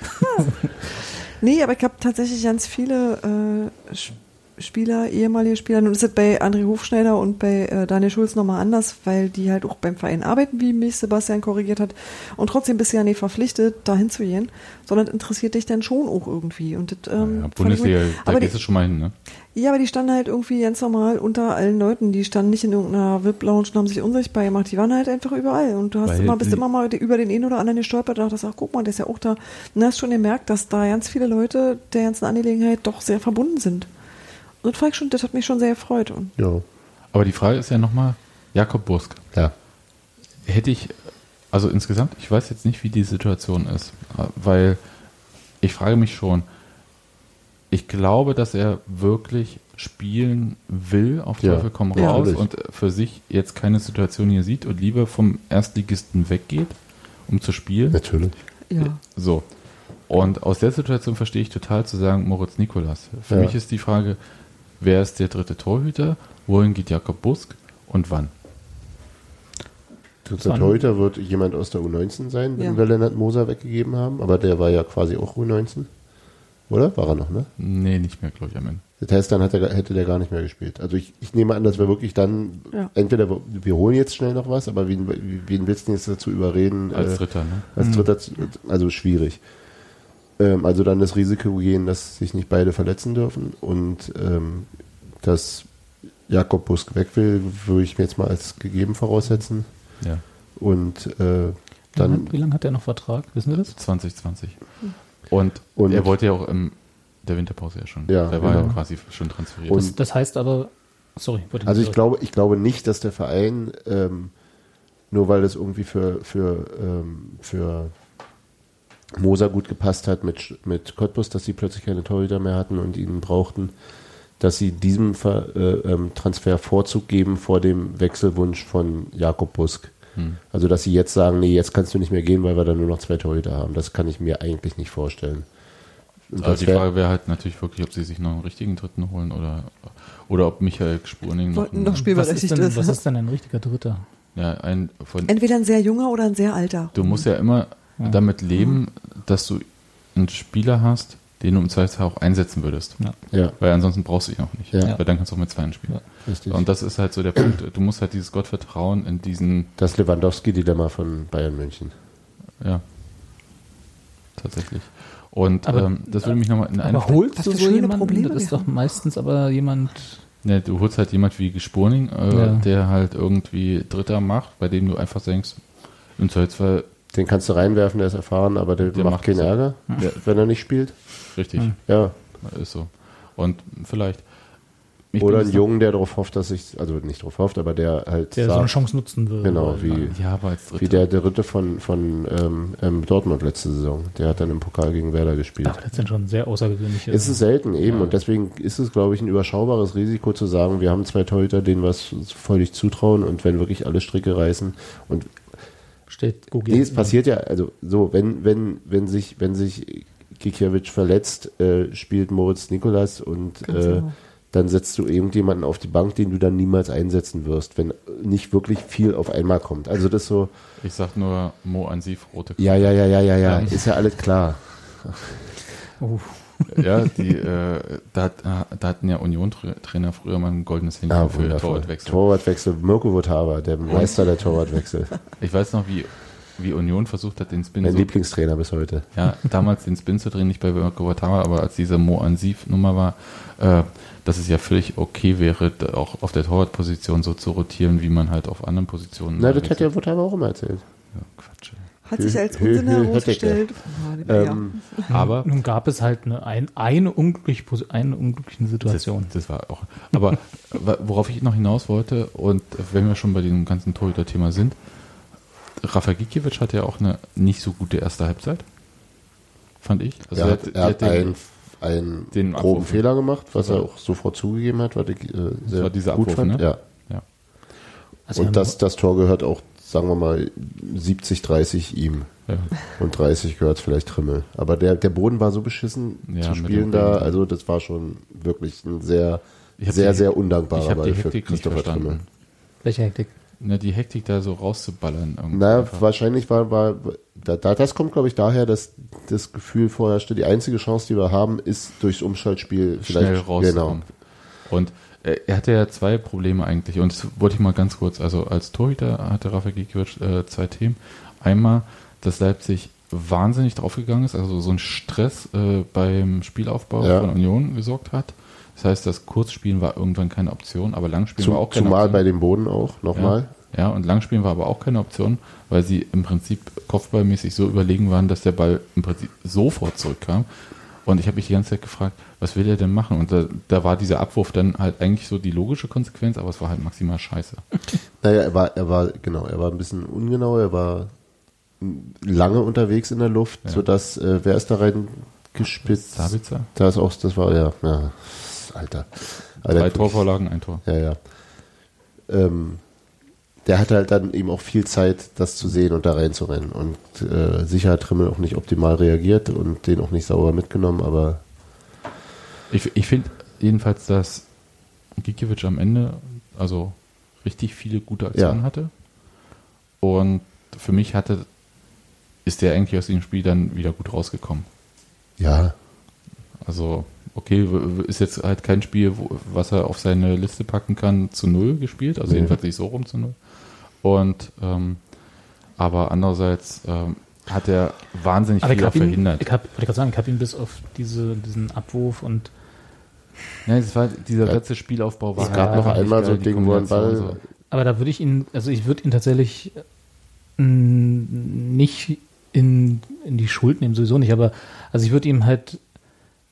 Speaker 8: Nee, aber ich habe tatsächlich ganz viele äh, Sch- Spieler, ehemalige Spieler. Nun ist es bei André Hofschneider und bei äh, Daniel Schulz nochmal anders, weil die halt auch beim Verein arbeiten, wie mich Sebastian korrigiert hat. Und trotzdem bist du ja nicht verpflichtet, dahin zu gehen, sondern interessiert dich dann schon auch irgendwie. Und das, ähm,
Speaker 9: Ja,
Speaker 8: fand ich
Speaker 9: Bundesliga,
Speaker 8: gut.
Speaker 9: da
Speaker 8: aber die,
Speaker 9: gehst du schon mal hin, ne?
Speaker 8: ja, aber die standen halt irgendwie ganz normal unter allen Leuten. Die standen nicht in irgendeiner VIP-Lounge und haben sich unsichtbar gemacht. Die waren halt einfach überall. Und du hast
Speaker 9: Weil
Speaker 8: immer, bist
Speaker 9: die-
Speaker 8: immer mal über den einen oder anderen gestolpert und dachtest, ach guck mal, der ist ja auch da. Und du hast schon gemerkt, dass da ganz viele Leute der ganzen Angelegenheit doch sehr verbunden sind. Und das, fand ich schon, das hat mich schon sehr gefreut. Und
Speaker 10: Ja.
Speaker 9: Aber die Frage ist ja nochmal, Jakob Busk,
Speaker 10: ja.
Speaker 9: hätte ich, also insgesamt, ich weiß jetzt nicht, wie die Situation ist, weil ich frage mich schon, ich glaube, dass er wirklich spielen will, auf
Speaker 10: Ja,
Speaker 9: Teufel komm
Speaker 10: ja,
Speaker 9: raus
Speaker 10: natürlich.
Speaker 9: und für sich jetzt keine Situation hier sieht und lieber vom Erstligisten weggeht, um zu spielen.
Speaker 10: Natürlich.
Speaker 8: ja,
Speaker 9: So. Und aus der Situation verstehe ich total zu sagen, Moritz Nikolas. Für
Speaker 10: Ja.
Speaker 9: mich ist die Frage, wer ist der dritte Torhüter, wohin geht Jakob Busk und wann?
Speaker 10: Seit heute wird jemand aus der U19 sein, wenn
Speaker 8: Ja.
Speaker 10: wir Lennart Moser weggegeben haben, aber der war ja quasi auch U19. Oder? War er noch, ne?
Speaker 9: Nee, nicht mehr, glaube ich, am Ende.
Speaker 10: Das heißt, dann hat er, hätte der gar nicht mehr gespielt. Also ich, ich nehme an, dass wir wirklich dann,
Speaker 8: Ja.
Speaker 10: entweder wir- wir holen jetzt schnell noch was, aber wen, wen willst du denn jetzt dazu überreden?
Speaker 9: Als
Speaker 10: äh,
Speaker 9: Dritter, ne?
Speaker 10: Als Dritter, zu- also schwierig. Ähm, also dann das Risiko gehen, dass sich nicht beide verletzen dürfen und ähm, dass Jakob Busk weg will, würde ich mir jetzt mal als gegeben voraussetzen.
Speaker 9: Ja.
Speaker 10: Und äh, dann
Speaker 11: Wie lange hat er noch Vertrag? Wissen wir das?
Speaker 9: 2020. Und,
Speaker 10: Mhm. Und-
Speaker 9: er wollte ja auch in der Winterpause ja schon.
Speaker 10: Ja,
Speaker 9: der war ja
Speaker 10: genau.
Speaker 9: quasi schon transferiert.
Speaker 10: Und-
Speaker 11: Das, das heißt aber, sorry. wollte
Speaker 10: Also
Speaker 11: nicht
Speaker 10: ich glaube, ich glaube nicht, dass der Verein, ähm, nur weil das irgendwie für, für, ähm, für Moser gut gepasst hat mit, Sch- mit Cottbus, dass sie plötzlich keine Torhüter mehr hatten und ihn brauchten, dass sie diesem Ver, äh, ähm, Transfer Vorzug geben vor dem Wechselwunsch von Jakob Busk.
Speaker 9: Hm.
Speaker 10: Also, dass sie jetzt sagen, nee, jetzt kannst du nicht mehr gehen, weil wir dann nur noch zwei Torhüter haben. Das kann ich mir eigentlich nicht vorstellen. Und
Speaker 9: Also
Speaker 10: das
Speaker 9: die
Speaker 10: wär-
Speaker 9: Frage wäre halt natürlich wirklich, ob sie sich noch einen richtigen Dritten holen oder, oder ob Michael Spurning noch, einen-
Speaker 11: was ist, denn, was ist denn ein richtiger Dritter?
Speaker 9: Ja, ein von
Speaker 8: Entweder ein sehr junger oder ein sehr alter.
Speaker 9: Du musst ja immer damit leben, dass du einen Spieler hast, den du im Zweifelsfall auch einsetzen würdest.
Speaker 11: Ja.
Speaker 10: Ja.
Speaker 9: Weil ansonsten brauchst du ihn auch nicht.
Speaker 10: Ja.
Speaker 9: Weil dann kannst du auch mit zweien spielen.
Speaker 10: Ja, richtig.
Speaker 9: Und das ist halt so der Punkt. Du musst halt dieses Gottvertrauen in diesen,
Speaker 10: Das Lewandowski-Dilemma von Bayern München.
Speaker 9: ja, tatsächlich. Und
Speaker 11: Aber-
Speaker 9: ähm, das würde mich nochmal in eine
Speaker 11: aber holst
Speaker 8: Was
Speaker 11: du
Speaker 8: für
Speaker 11: so
Speaker 8: schöne
Speaker 11: jemanden?
Speaker 8: Probleme
Speaker 11: das
Speaker 8: wir
Speaker 11: ist doch meistens aber jemand,
Speaker 9: Ne, du holst halt jemand wie Spurning, äh,
Speaker 11: Ja.
Speaker 9: der halt irgendwie Dritter macht, bei dem du einfach denkst, im Zweifelsfall
Speaker 10: Den kannst du reinwerfen, der ist erfahren, aber der,
Speaker 9: Der
Speaker 10: macht,
Speaker 9: macht
Speaker 10: keinen
Speaker 9: das.
Speaker 10: Ärger,
Speaker 9: Ja.
Speaker 10: wenn er nicht spielt.
Speaker 9: richtig.
Speaker 11: Hm.
Speaker 10: Ja.
Speaker 9: Ist so. Und vielleicht. Ich
Speaker 10: Oder
Speaker 9: bin
Speaker 10: einen
Speaker 9: jetzt noch-
Speaker 10: Jungen, der darauf hofft, dass ich, also nicht darauf hofft, aber der halt
Speaker 11: der so eine
Speaker 10: sagt,
Speaker 11: Chance nutzen würde.
Speaker 10: genau, wie,
Speaker 9: Ja, aber als Dritter.
Speaker 10: wie der Dritte von, von ähm, ähm, Dortmund letzte Saison. Der hat dann im Pokal gegen Werder gespielt.
Speaker 11: Aber das sind schon sehr außergewöhnliche.
Speaker 10: Es ist selten eben und deswegen ist es, glaube ich, ein überschaubares Risiko zu sagen, wir haben zwei Torhüter, denen wir es völlig zutrauen und wenn wirklich alle Stricke reißen und
Speaker 11: steht Gogi.
Speaker 10: Nee, es passiert ja, also so, wenn, wenn, wenn sich, wenn sich Kikiewicz verletzt, äh, spielt Moritz Nikolas und
Speaker 8: Ganz
Speaker 10: äh,
Speaker 8: genau.
Speaker 10: dann setzt du irgendjemanden auf die Bank, den du dann niemals einsetzen wirst, wenn nicht wirklich viel auf einmal kommt. Also das so,
Speaker 9: Ich sag nur Mo Ansif, rote
Speaker 10: ja, ja, ja, ja, ja, ja, ist ja alles klar.
Speaker 11: Oh,
Speaker 9: Ja, die, äh, da, hat, da hatten ja Union-Trainer früher mal ein goldenes Handy
Speaker 10: Ja,
Speaker 9: für
Speaker 10: Ah, wundervoll.
Speaker 9: Torwartwechsel.
Speaker 10: Torwartwechsel. Mirko Votava, der Meister der Torwartwechsel.
Speaker 9: Ich weiß noch, wie, wie Union versucht hat, den Spin
Speaker 10: Mein
Speaker 9: so,
Speaker 10: Lieblingstrainer bis heute.
Speaker 9: ja, damals den Spin zu drehen, nicht bei Mirko Watama, aber als diese Mo Ansif-Nummer war, äh, dass es ja völlig okay wäre, da auch auf der Torwartposition so zu rotieren, wie man halt auf anderen Positionen.
Speaker 10: Na, das hat
Speaker 9: wechselt.
Speaker 10: ja Votava auch immer erzählt.
Speaker 9: Ja, Quatsch.
Speaker 8: Hat sich als
Speaker 10: Hö- hö-
Speaker 8: Unsinn
Speaker 10: hö-
Speaker 8: herausgestellt. Ja, ja.
Speaker 10: Ähm,
Speaker 9: Aber
Speaker 11: nun gab es halt eine, ein, eine, unglückliche, Pos- eine unglückliche
Speaker 9: Das,
Speaker 11: Situation.
Speaker 9: das war auch. Aber wa- worauf ich noch hinaus wollte, und wenn wir schon bei diesem ganzen Torhüter-Thema sind, Rafa Gikiewicz hatte ja auch eine nicht so gute erste Halbzeit. Fand ich. Also
Speaker 10: er
Speaker 9: er
Speaker 10: hat, er hat
Speaker 9: den-
Speaker 10: einen, einen
Speaker 9: den
Speaker 10: groben
Speaker 9: Abwurf.
Speaker 10: Fehler gemacht, was er auch sofort zugegeben hat, was ich äh, sehr
Speaker 9: war dieser
Speaker 10: gut
Speaker 9: Abwurf,
Speaker 10: fand.
Speaker 9: ne?
Speaker 10: Ja.
Speaker 9: ja.
Speaker 11: Also
Speaker 10: Und
Speaker 11: wir
Speaker 10: das, das Tor gehört auch, sagen wir mal, 70, 30 ihm.
Speaker 9: Ja.
Speaker 10: Und 30 gehört vielleicht Trimmel. Aber der, der Boden war so beschissen
Speaker 9: Ja,
Speaker 10: zu
Speaker 9: mit
Speaker 10: spielen
Speaker 9: dem
Speaker 10: da.
Speaker 9: Boden.
Speaker 10: Also das war schon wirklich ein sehr,
Speaker 9: Ich hab
Speaker 10: sehr,
Speaker 9: die-
Speaker 10: sehr
Speaker 9: ich
Speaker 10: undankbarer
Speaker 9: hab die
Speaker 10: Ball für
Speaker 9: Hektik nicht
Speaker 10: Christopher Trimmel.
Speaker 9: verstanden.
Speaker 11: haben- Welche Hektik?
Speaker 9: Na, ne, die Hektik da so rauszuballern. irgendwie
Speaker 10: Na,
Speaker 9: einfach.
Speaker 10: wahrscheinlich war, war da, da, das kommt, glaube ich, daher, dass das Gefühl vorherrschte, die einzige Chance, die wir haben, ist durchs Umschaltspiel
Speaker 9: schnell
Speaker 10: vielleicht. Genau.
Speaker 9: rauskommen. Und äh, er hatte ja zwei Probleme eigentlich. Und das wollte ich mal ganz kurz, also als Torhüter hatte Rafa Gikiewicz äh, zwei Themen. Einmal, dass Leipzig wahnsinnig draufgegangen ist, also so ein Stress äh, beim Spielaufbau
Speaker 10: Ja.
Speaker 9: von Union gesorgt hat. Das heißt, das Kurzspielen war irgendwann keine Option, aber Langspielen
Speaker 10: Zum,
Speaker 9: war auch keine
Speaker 10: zumal
Speaker 9: Option.
Speaker 10: bei dem Boden auch, nochmal.
Speaker 9: Ja, und Langspielen war aber auch keine Option, weil sie im Prinzip kopfballmäßig so überlegen waren, dass der Ball im Prinzip sofort zurückkam. Und ich habe mich die ganze Zeit gefragt, was will er denn machen? Und da, da war dieser Abwurf dann halt eigentlich so die logische Konsequenz, aber es war halt maximal scheiße.
Speaker 10: Naja, er war, er war, genau, er war ein bisschen ungenau, er war lange unterwegs in der Luft, sodass, äh, wer ist da rein gespitzt?
Speaker 9: Sabitzer?
Speaker 10: Da ist auch, das war, ja, ja Alter. Aber
Speaker 9: Drei
Speaker 10: der-
Speaker 9: Torvorlagen, ein Tor.
Speaker 10: Ja, ja. Ähm, der hatte halt dann eben auch viel Zeit, das zu sehen und da reinzurennen. Und äh, sicher hat Trimmel auch nicht optimal reagiert und den auch nicht sauber mitgenommen, aber
Speaker 9: Ich, ich finde jedenfalls, dass Gikiewicz am Ende also richtig viele gute Aktionen
Speaker 10: Ja.
Speaker 9: hatte. Und für mich hatte, ist der eigentlich aus dem Spiel dann wieder gut rausgekommen.
Speaker 10: ja,
Speaker 9: Also, okay, w- w- ist jetzt halt kein Spiel, wo, was er auf seine Liste packen kann, zu null gespielt, also
Speaker 10: Nee.
Speaker 9: jedenfalls nicht so rum zu null. Und ähm, aber andererseits ähm, hat er wahnsinnig
Speaker 11: Aber ich
Speaker 9: viel auch
Speaker 11: habe ihn,
Speaker 9: verhindert.
Speaker 11: ich hab, wollte gerade sagen, ich habe ihn bis auf diese, diesen Abwurf und
Speaker 9: Nein, es war dieser
Speaker 10: Ja.
Speaker 9: letzte Spielaufbau war halt
Speaker 10: es gab noch
Speaker 9: einfach nicht
Speaker 10: einmal so
Speaker 9: geil,
Speaker 10: ein
Speaker 9: die
Speaker 10: Ding, wo er einen Ball,
Speaker 9: Kombination und
Speaker 11: Aber da würde ich ihn, also ich würde ihn tatsächlich äh, mh, nicht in, in die Schuld nehmen, sowieso nicht, aber also ich würde ihm halt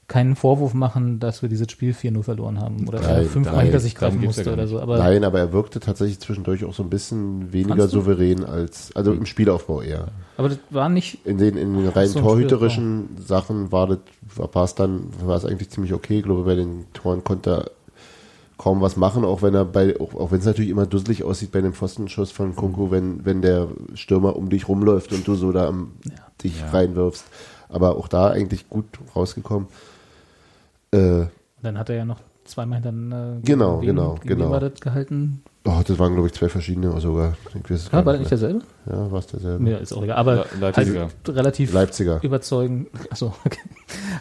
Speaker 11: keinen Vorwurf machen, dass wir dieses Spiel 4-0 verloren haben oder
Speaker 10: Nein,
Speaker 11: nein, fünf
Speaker 10: nein,
Speaker 11: Mal hinter sich greifen
Speaker 9: darum geht's ja
Speaker 11: musste
Speaker 9: gar
Speaker 11: oder
Speaker 9: nicht.
Speaker 11: so. Aber
Speaker 10: nein, aber er wirkte tatsächlich zwischendurch auch so ein bisschen weniger
Speaker 11: Fandst du? Hm.
Speaker 10: souverän als, also im Spielaufbau eher.
Speaker 11: Aber das war nicht.
Speaker 10: In den, in den rein
Speaker 11: so, im
Speaker 10: torhüterischen Sachen war das, war es dann, war es eigentlich ziemlich okay. Ich glaube, bei den Toren konnte er kaum was machen, auch wenn er bei, auch, auch wenn es natürlich immer dusselig aussieht bei einem Pfostenschuss
Speaker 11: Hm.
Speaker 10: von Kunku, wenn, wenn der Stürmer um dich rumläuft und du so da am, dich reinwirfst. Aber auch da eigentlich gut rausgekommen. Äh,
Speaker 11: Dann hat er ja noch zweimal dann äh,
Speaker 10: Genau,
Speaker 11: gegen-
Speaker 10: genau,
Speaker 11: gegen wen
Speaker 10: genau.
Speaker 11: war das gehalten.
Speaker 10: oh, das waren, glaube ich, zwei verschiedene sogar. Ich weiß es
Speaker 11: Ah,
Speaker 10: gar
Speaker 11: war
Speaker 10: mehr.
Speaker 11: das nicht
Speaker 10: Ja, war es derselbe.
Speaker 11: Ja, ist auch egal. Aber
Speaker 10: Leipziger.
Speaker 11: halt relativ
Speaker 10: Leipziger.
Speaker 11: überzeugend. Achso, okay.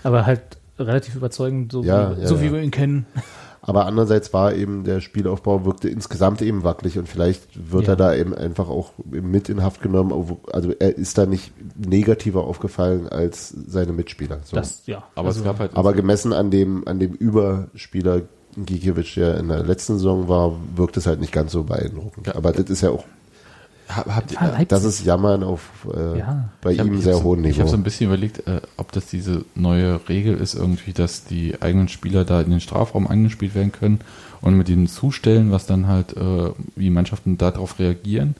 Speaker 11: Aber halt relativ überzeugend, so,
Speaker 10: Ja,
Speaker 11: wie,
Speaker 10: ja,
Speaker 11: so
Speaker 10: ja.
Speaker 11: wie wir ihn kennen.
Speaker 10: Aber andererseits war eben der Spielaufbau wirkte insgesamt eben wackelig und vielleicht wird
Speaker 11: Ja.
Speaker 10: er da eben einfach auch mit in Haft genommen. obwohl- Also er ist da nicht negativer aufgefallen als seine Mitspieler. So.
Speaker 11: Das, ja. Also,
Speaker 9: Aber es gab halt.
Speaker 10: also Aber gemessen an dem, an dem Überspieler Gikiewicz, der in der letzten Saison war, wirkt es halt nicht ganz so beeindruckend. Aber das ist ja auch, hab, habt
Speaker 11: Ah,
Speaker 10: ihr,
Speaker 11: Leipzig.
Speaker 10: das ist Jammern auf äh,
Speaker 11: Ja.
Speaker 10: bei
Speaker 9: hab-
Speaker 10: ihm
Speaker 9: hab
Speaker 10: sehr
Speaker 9: so-
Speaker 10: hohen
Speaker 9: Ich habe so
Speaker 10: Niveau.
Speaker 9: ein bisschen überlegt, äh, ob das diese neue Regel ist, irgendwie, dass die eigenen Spieler da in den Strafraum angespielt werden können und mit dem Zustellen, was dann halt, äh, wie Mannschaften darauf reagieren,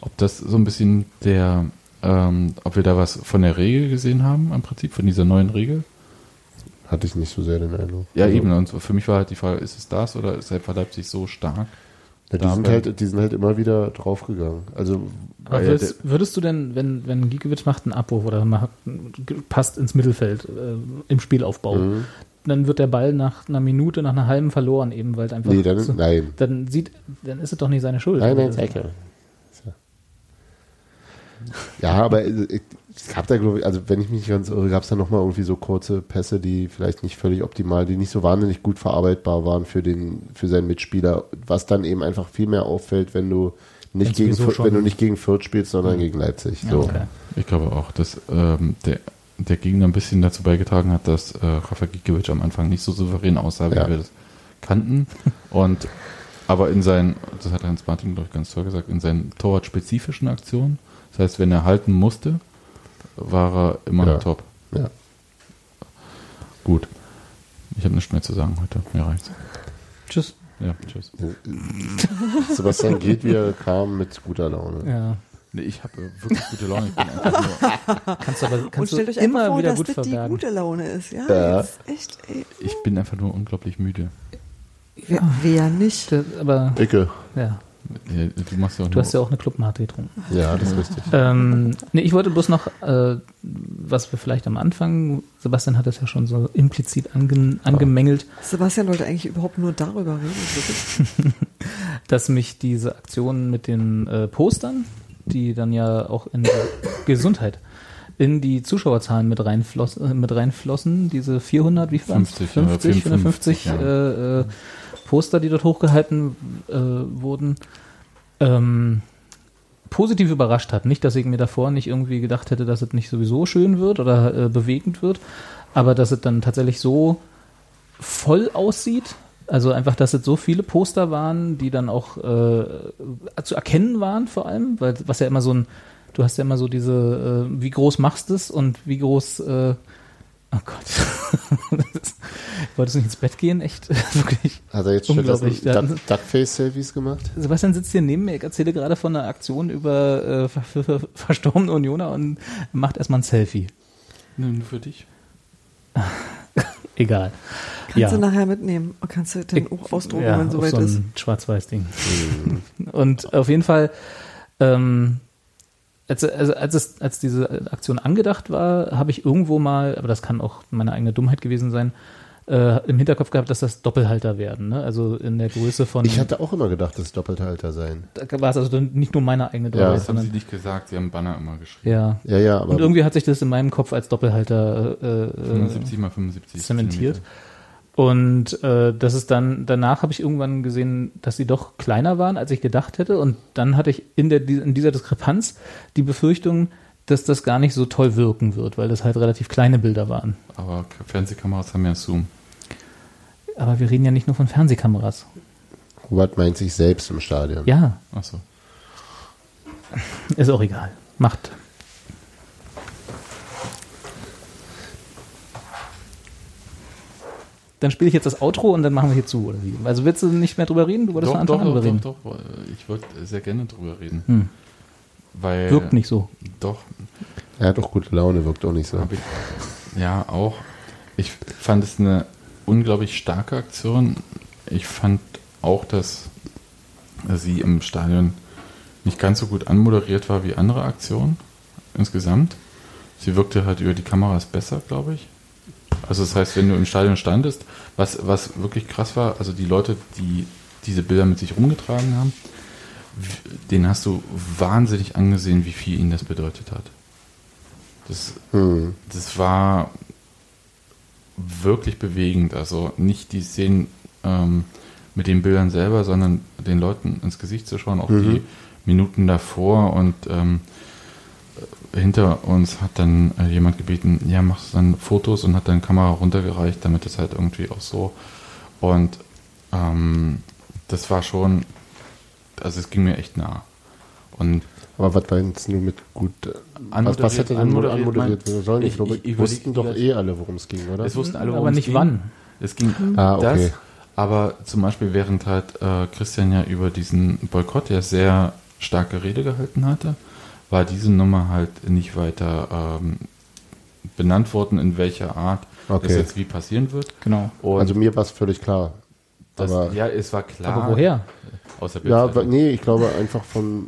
Speaker 9: ob das so ein bisschen der, ähm, ob wir da was von der Regel gesehen haben, im Prinzip, von dieser neuen Regel.
Speaker 10: Hatte ich nicht so sehr den Eindruck.
Speaker 9: Ja,
Speaker 10: Also,
Speaker 9: eben. Und für mich war halt die Frage, ist es das oder ist einfach Leipzig so stark?
Speaker 10: Ja, die, sind halt, die sind halt immer wieder draufgegangen. Also,
Speaker 11: Aber
Speaker 9: Ja,
Speaker 11: würdest, würdest du denn, wenn, wenn Giekewitsch macht einen Abwurf oder macht, passt ins Mittelfeld äh, im Spielaufbau,
Speaker 10: Mhm.
Speaker 11: dann wird der Ball nach einer Minute, nach einer halben verloren, eben weil es einfach.
Speaker 10: nee, dann,
Speaker 11: so-
Speaker 10: nein.
Speaker 11: dann sieht, dann ist es doch nicht seine Schuld.
Speaker 10: Nein, nein,
Speaker 11: Also,
Speaker 10: Ecke. Ja, aber ich, es gab da, glaube ich, also wenn ich mich nicht ganz irre, gab es da nochmal irgendwie so kurze Pässe, die vielleicht nicht völlig optimal, die nicht so wahnsinnig gut verarbeitbar waren für den, für seinen Mitspieler, was dann eben einfach viel mehr auffällt, wenn du nicht
Speaker 11: Wenn's
Speaker 10: gegen
Speaker 11: sowieso
Speaker 10: Fürth,
Speaker 11: schon-
Speaker 10: wenn du nicht gegen Fürth spielst, sondern gegen Leipzig.
Speaker 11: Ja,
Speaker 10: So.
Speaker 11: okay.
Speaker 9: Ich glaube auch, dass ähm, der, der Gegner ein bisschen dazu beigetragen hat, dass äh, Rafa Gikiewicz am Anfang nicht so souverän aussah, wie
Speaker 10: Ja.
Speaker 9: wir das
Speaker 11: [LAUGHS]
Speaker 9: kannten. Und aber in seinen, das hat Hans Martin, glaube ich, ganz toll gesagt, in seinen torwartspezifischen Aktionen, das heißt, wenn er halten musste, war er immer
Speaker 10: Ja.
Speaker 9: top.
Speaker 10: Ja.
Speaker 9: Gut. Ich habe nichts mehr zu sagen heute. Mir reicht's.
Speaker 11: Tschüss.
Speaker 9: Ja, tschüss.
Speaker 10: Sebastian geht, wie er kam, mit guter Laune.
Speaker 11: Ja.
Speaker 9: Nee, ich habe äh, wirklich gute Laune. Ich bin einfach nur,
Speaker 11: Kannst du aber
Speaker 8: Und
Speaker 11: kannst du
Speaker 8: stellt euch einfach
Speaker 11: immer
Speaker 8: vor,
Speaker 11: wieder
Speaker 8: dass
Speaker 11: gut
Speaker 8: das die
Speaker 11: verbergen.
Speaker 8: gute Laune ist. Ja,
Speaker 10: Ja.
Speaker 8: Jetzt echt. Ey.
Speaker 9: ich bin einfach nur unglaublich müde.
Speaker 8: Wer, wer nicht?
Speaker 11: Aber
Speaker 10: Icke.
Speaker 11: ja,
Speaker 9: Ja, Du machst ja auch
Speaker 11: du
Speaker 9: nur,
Speaker 11: hast ja auch eine Clubmate getrunken.
Speaker 10: [LAUGHS] Ja, das ist richtig.
Speaker 11: ähm, nee, ich wollte bloß noch, äh, was wir vielleicht am Anfang, Sebastian hat das ja schon so implizit ange, angemängelt,
Speaker 8: Sebastian wollte eigentlich überhaupt nur darüber reden. wirklich.
Speaker 11: dass mich diese Aktion mit den äh, Postern, die dann ja auch in Gesundheit in die Zuschauerzahlen mit, reinfloss, äh, mit reinflossen, diese 400, wie viel waren's?
Speaker 9: 50, ja,
Speaker 11: 50 450
Speaker 9: ja.
Speaker 11: äh, äh, Poster, die dort hochgehalten äh, wurden, ähm, positiv überrascht hat. Nicht, dass ich mir davor nicht irgendwie gedacht hätte, dass es nicht sowieso schön wird oder äh, bewegend wird, aber dass es dann tatsächlich so voll aussieht. Also einfach, dass es so viele Poster waren, die dann auch äh, zu erkennen waren vor allem, weil was ja immer so ein, du hast ja immer so diese, äh, wie groß machst du es und wie groß, äh, oh Gott, [LAUGHS] das, wolltest du nicht ins Bett gehen, echt, [LAUGHS] wirklich.
Speaker 10: Hat er jetzt
Speaker 11: Unglaublich,
Speaker 10: stattdessen
Speaker 11: ja.
Speaker 10: Duck- Duckface-Selfies gemacht?
Speaker 11: Sebastian sitzt hier neben mir, ich erzähle gerade von einer Aktion über äh, ver ver ver verstorbene Unioner und macht erstmal ein Selfie.
Speaker 9: Nö, nur für dich.
Speaker 11: Egal.
Speaker 8: Kannst du nachher mitnehmen. Oh, Kannst du dann auch ausdrucken,
Speaker 11: ja,
Speaker 8: wenn
Speaker 11: auf
Speaker 8: soweit
Speaker 11: so
Speaker 8: ist.
Speaker 11: ein Schwarz-Weiß-Ding.
Speaker 10: Mhm.
Speaker 11: [LAUGHS] und auf jeden Fall, ähm, als, also als, es, als diese Aktion angedacht war, habe ich irgendwo mal, aber das kann auch meine eigene Dummheit gewesen sein, äh, im Hinterkopf gehabt, dass das Doppelhalter werden. Ne? Also in der Größe von.
Speaker 10: Ich hatte auch immer gedacht, das Doppelhalter sein.
Speaker 11: da war es also dann nicht nur meine eigene
Speaker 10: Ja,
Speaker 11: Dummheit,
Speaker 10: das
Speaker 9: Das haben sie
Speaker 11: sondern.
Speaker 9: nicht gesagt, sie haben Banner immer geschrieben.
Speaker 11: Ja.
Speaker 10: Ja, ja, aber Mhm.
Speaker 11: Und irgendwie hat sich das in meinem Kopf als Doppelhalter äh, äh,
Speaker 9: 75 mal 75.
Speaker 11: zementiert. Und äh, das ist dann, danach habe ich irgendwann gesehen, dass sie doch kleiner waren, als ich gedacht hätte. Und dann hatte ich in, der, in dieser Diskrepanz die Befürchtung, dass das gar nicht so toll wirken wird, weil das halt relativ kleine Bilder waren.
Speaker 9: Aber K- Fernsehkameras haben ja Zoom.
Speaker 11: Aber wir reden ja nicht nur von Fernsehkameras.
Speaker 10: Robert meint sich selbst im Stadion.
Speaker 11: Ja,
Speaker 9: Achso.
Speaker 11: ist auch egal. Macht. Dann spiele ich jetzt das Outro und dann machen wir hier zu, oder wie? Also willst du nicht mehr drüber reden? Du wolltest von Anfang an drüber reden.
Speaker 9: doch, doch. Ich wollte sehr gerne drüber reden.
Speaker 11: Hm.
Speaker 9: Weil
Speaker 11: Wirkt nicht so.
Speaker 9: Doch,
Speaker 10: Er hat auch gute Laune, wirkt auch nicht so.
Speaker 9: Hab ich, ja, auch. Ich fand es eine unglaublich starke Aktion. ich fand auch, dass sie im Stadion nicht ganz so gut anmoderiert war wie andere Aktionen insgesamt. Sie wirkte halt über die Kameras besser, glaube ich. Also das heißt, wenn du im Stadion standest, was, was wirklich krass war, also die Leute, die diese Bilder mit sich rumgetragen haben, den hast du wahnsinnig angesehen, wie viel ihnen das bedeutet hat. Das,
Speaker 10: Hm.
Speaker 9: das war wirklich bewegend. Also nicht die Szenen ähm, mit den Bildern selber, sondern den Leuten ins Gesicht zu schauen, auch
Speaker 10: Mhm.
Speaker 9: die Minuten davor und ähm, hinter uns hat dann äh, jemand gebeten, ja, machst dann Fotos und hat dann Kamera runtergereicht, damit das halt irgendwie auch so. Und ähm, das war schon, also es ging mir echt nah. Und
Speaker 10: Aber was war jetzt nur mit gut. äh, Was,
Speaker 9: Anmoderiert-
Speaker 10: was hätte denn nur
Speaker 9: anmoderiert,
Speaker 10: anmoderiert
Speaker 9: mein-
Speaker 10: werden sollen? Ich,
Speaker 9: Ich-
Speaker 10: glaube,
Speaker 9: ich überleg-
Speaker 10: wussten doch eh alle, worum es ging, oder?
Speaker 9: Es wussten alle,
Speaker 11: Hm, Aber
Speaker 9: worum es
Speaker 11: nicht
Speaker 9: ging.
Speaker 11: wann.
Speaker 9: Es ging
Speaker 11: Mhm.
Speaker 10: Ah, okay.
Speaker 9: das, aber zum Beispiel während halt äh, Christian ja über diesen Boykott ja sehr starke Rede gehalten hatte, war diese Nummer halt nicht weiter ähm, benannt worden, in welcher Art das
Speaker 10: Okay.
Speaker 9: jetzt wie passieren wird.
Speaker 11: Genau.
Speaker 9: Und
Speaker 10: also mir war es völlig klar.
Speaker 9: das,
Speaker 10: aber
Speaker 9: ja, es war klar.
Speaker 11: Aber woher?
Speaker 9: Aus der
Speaker 10: Ja, wa-
Speaker 9: Bildzeitung.
Speaker 10: nee, ich glaube einfach von.